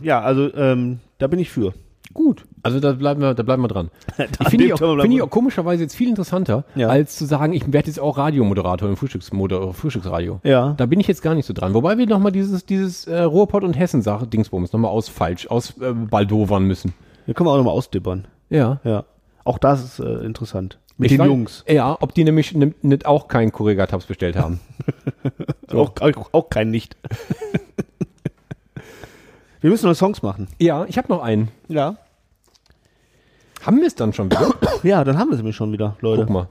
[SPEAKER 6] Ja, also ähm, da bin ich für.
[SPEAKER 5] Gut. Also da bleiben wir, da bleiben wir dran. ich
[SPEAKER 6] dem
[SPEAKER 5] finde Äh, ich, auch-
[SPEAKER 6] Thema bleiben
[SPEAKER 5] finde ich
[SPEAKER 6] wir.
[SPEAKER 5] auch komischerweise jetzt viel interessanter,
[SPEAKER 6] Ja.
[SPEAKER 5] als zu sagen, ich werde jetzt auch Radiomoderator im Frühstücksmoder Frühstücksradio.
[SPEAKER 6] Ja.
[SPEAKER 5] Da bin ich jetzt gar nicht so dran. Wobei wir nochmal dieses, dieses äh, Ruhrpott und Hessen-Sache, Dingsbums, nochmal aus falsch, aus äh, Baldowern müssen.
[SPEAKER 6] Hier können wir auch nochmal ausdippern.
[SPEAKER 5] Ja.
[SPEAKER 6] Ja. Auch das ist äh, interessant. Mit
[SPEAKER 5] Ich
[SPEAKER 6] den
[SPEAKER 5] weiß-
[SPEAKER 6] Jungs.
[SPEAKER 5] Ja, ob die nämlich ne, nicht auch keinen Korrigatabs bestellt haben.
[SPEAKER 6] Auch, auch, auch kein Nicht. wir müssen noch Songs machen.
[SPEAKER 5] ja, ich habe noch einen.
[SPEAKER 6] Ja.
[SPEAKER 5] Haben wir es dann schon wieder?
[SPEAKER 6] Ja, dann haben wir es nämlich schon wieder, Leute.
[SPEAKER 5] Guck mal.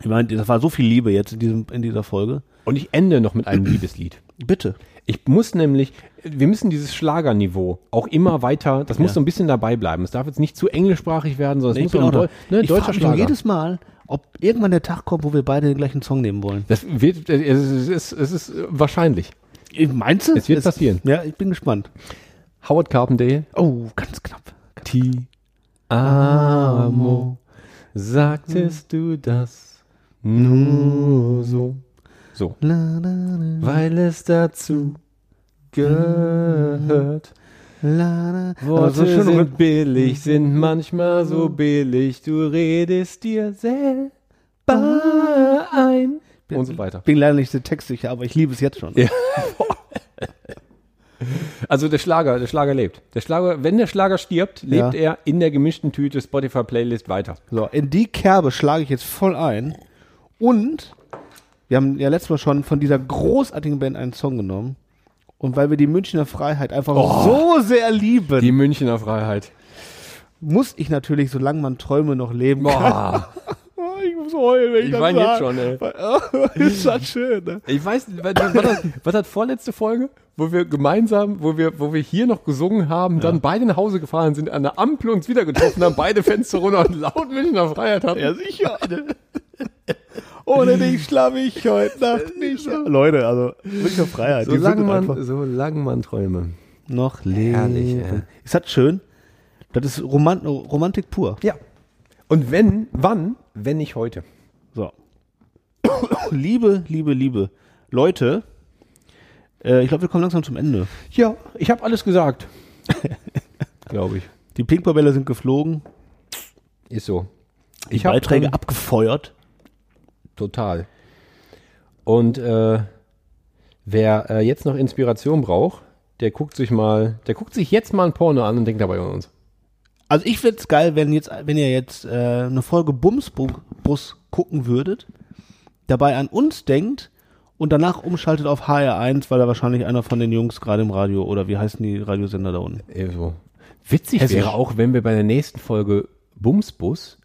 [SPEAKER 6] Ich meine, das war so viel Liebe jetzt in, diesem, in dieser Folge.
[SPEAKER 5] Und ich ende noch mit einem Liebeslied.
[SPEAKER 6] Bitte.
[SPEAKER 5] Ich muss nämlich, wir müssen dieses Schlagerniveau auch immer weiter, das muss so ein bisschen dabei bleiben. Es darf jetzt nicht zu englischsprachig werden, sondern es muss auch ein Deu
[SPEAKER 6] da.
[SPEAKER 5] ne,
[SPEAKER 6] ich
[SPEAKER 5] deutscher
[SPEAKER 6] frage mich
[SPEAKER 5] Schlager.
[SPEAKER 6] nur jedes Mal, ob irgendwann der Tag kommt, wo wir beide den gleichen Song nehmen wollen.
[SPEAKER 5] das wird, äh, es ist, es ist, es ist wahrscheinlich.
[SPEAKER 6] Äh, Meinst du?
[SPEAKER 5] Es wird passieren.
[SPEAKER 6] Ja, ich bin gespannt.
[SPEAKER 5] Howard Carpendale.
[SPEAKER 6] Oh, ganz knapp.
[SPEAKER 5] Ti amo. Sagtest du das nur so? So. Weil es dazu gehört.
[SPEAKER 6] La, la. Aber
[SPEAKER 5] Worte
[SPEAKER 6] so schön
[SPEAKER 5] sind billig, sind manchmal so billig, du redest dir selber ein. Und so weiter.
[SPEAKER 6] bin leider nicht so textsicher, aber ich liebe es jetzt schon.
[SPEAKER 5] Ja. Also der Schlager, der Schlager lebt. Der Schlager, wenn der Schlager stirbt, lebt er in der gemischten Tüte Spotify Playlist weiter.
[SPEAKER 6] So, in die Kerbe schlage ich jetzt voll ein. Und wir haben ja letztes Mal schon von dieser großartigen Band einen Song genommen. Und weil wir die Münchner Freiheit einfach so sehr lieben,
[SPEAKER 5] Die Münchner Freiheit.
[SPEAKER 6] muss ich natürlich, solange man Träume noch leben kann.
[SPEAKER 5] Boah,
[SPEAKER 6] Oh. Ich muss heulen, wenn
[SPEAKER 5] ich weine jetzt schon, ey.
[SPEAKER 6] schon. ist das schön, ne?
[SPEAKER 5] Ich weiß, nicht, was, was, das, was das vorletzte Folge, wo wir gemeinsam, wo wir, wo wir hier noch gesungen haben, dann beide nach Hause gefahren sind, an der Ampel uns wieder getroffen haben, beide Fenster runter und laut Münchner Freiheit hatten.
[SPEAKER 6] Ja, sicher. Ohne dich schlafe ich heute Nacht nicht. Leute, also Münchner Freiheit, die sind einfach
[SPEAKER 5] solange man Träume.
[SPEAKER 6] noch leben.
[SPEAKER 5] Herrlich, ja.
[SPEAKER 6] Ist das schön? Das ist Roman Romantik pur.
[SPEAKER 5] Ja. Und wenn, wann, wenn nicht heute?
[SPEAKER 6] So. liebe, liebe, liebe Leute, äh, ich glaube, wir kommen langsam zum Ende.
[SPEAKER 5] Ja, ich habe alles gesagt. Glaube ich.
[SPEAKER 6] Die Pinkbarbelle sind geflogen,
[SPEAKER 5] Ist so.
[SPEAKER 6] die
[SPEAKER 5] hab,
[SPEAKER 6] Beiträge
[SPEAKER 5] ähm,
[SPEAKER 6] abgefeuert.
[SPEAKER 5] Total. Und äh, wer äh, jetzt noch Inspiration braucht, der guckt sich mal, der guckt sich jetzt mal ein Porno an und denkt dabei an uns.
[SPEAKER 6] Also ich find's geil, wenn jetzt, wenn ihr jetzt äh, eine Folge Bumsbus gucken würdet, dabei an uns denkt und danach umschaltet auf HR1, weil da wahrscheinlich einer von den Jungs gerade im Radio oder wie heißen die Radiosender da unten?
[SPEAKER 5] Ebenso. Witzig
[SPEAKER 6] Hessisch.
[SPEAKER 5] wäre auch, wenn wir bei der nächsten Folge Bumsbus,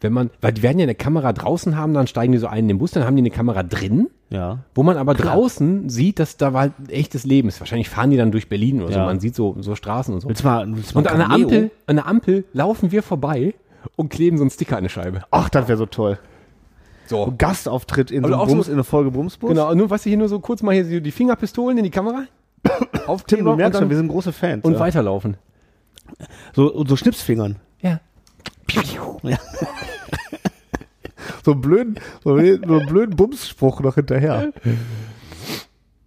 [SPEAKER 5] wenn man, weil die werden ja eine Kamera draußen haben, dann steigen die so ein in den Bus, dann haben die eine Kamera drin,
[SPEAKER 6] Ja.
[SPEAKER 5] wo man aber draußen sieht, dass da halt ein echtes Leben ist. Wahrscheinlich fahren die dann durch Berlin oder so,
[SPEAKER 6] Ja.
[SPEAKER 5] man sieht so, so Straßen und so.
[SPEAKER 6] Willst du mal, willst du mal
[SPEAKER 5] Und an der
[SPEAKER 6] Cameo?
[SPEAKER 5] Ampel, an der Ampel laufen wir vorbei und kleben so einen Sticker an eine Scheibe.
[SPEAKER 6] Ach, das wäre so toll.
[SPEAKER 5] So.
[SPEAKER 6] Gastauftritt in, so
[SPEAKER 5] Oder
[SPEAKER 6] einem
[SPEAKER 5] auch so-
[SPEAKER 6] Bums, in einer Folge Bumsbus.
[SPEAKER 5] Genau, nur was du hier nur so kurz mal hier so die Fingerpistolen in die Kamera. Auf
[SPEAKER 6] Tim, du merkst schon, wir sind große Fans.
[SPEAKER 5] und
[SPEAKER 6] ja.
[SPEAKER 5] weiterlaufen.
[SPEAKER 6] So, und so Schnipsfingern.
[SPEAKER 5] Ja.
[SPEAKER 6] So einen blöden, so einen so einen blöden Bumsspruch noch hinterher.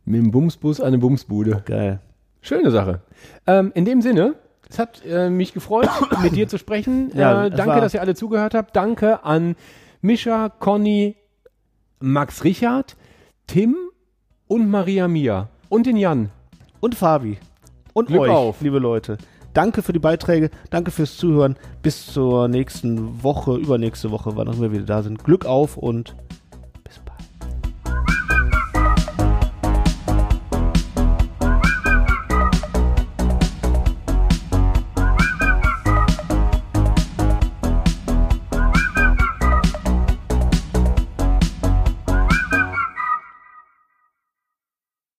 [SPEAKER 5] Mit dem Bumsbus an eine Bumsbude.
[SPEAKER 6] Geil.
[SPEAKER 5] Schöne Sache. Ähm, in dem Sinne, es hat äh, mich gefreut, mit dir zu sprechen.
[SPEAKER 6] Ja,
[SPEAKER 5] äh,
[SPEAKER 6] es
[SPEAKER 5] danke,
[SPEAKER 6] war-
[SPEAKER 5] dass ihr alle zugehört habt. Danke an Mischa, Conny, Max Richard, Tim und Maria Mia. Und den Jan.
[SPEAKER 6] Und Fabi. Und
[SPEAKER 5] Glück
[SPEAKER 6] euch,
[SPEAKER 5] auf.
[SPEAKER 6] liebe Leute. Danke für die Beiträge, danke fürs Zuhören. Bis zur nächsten Woche, übernächste Woche, wann auch immer wir wieder da sind. Glück auf und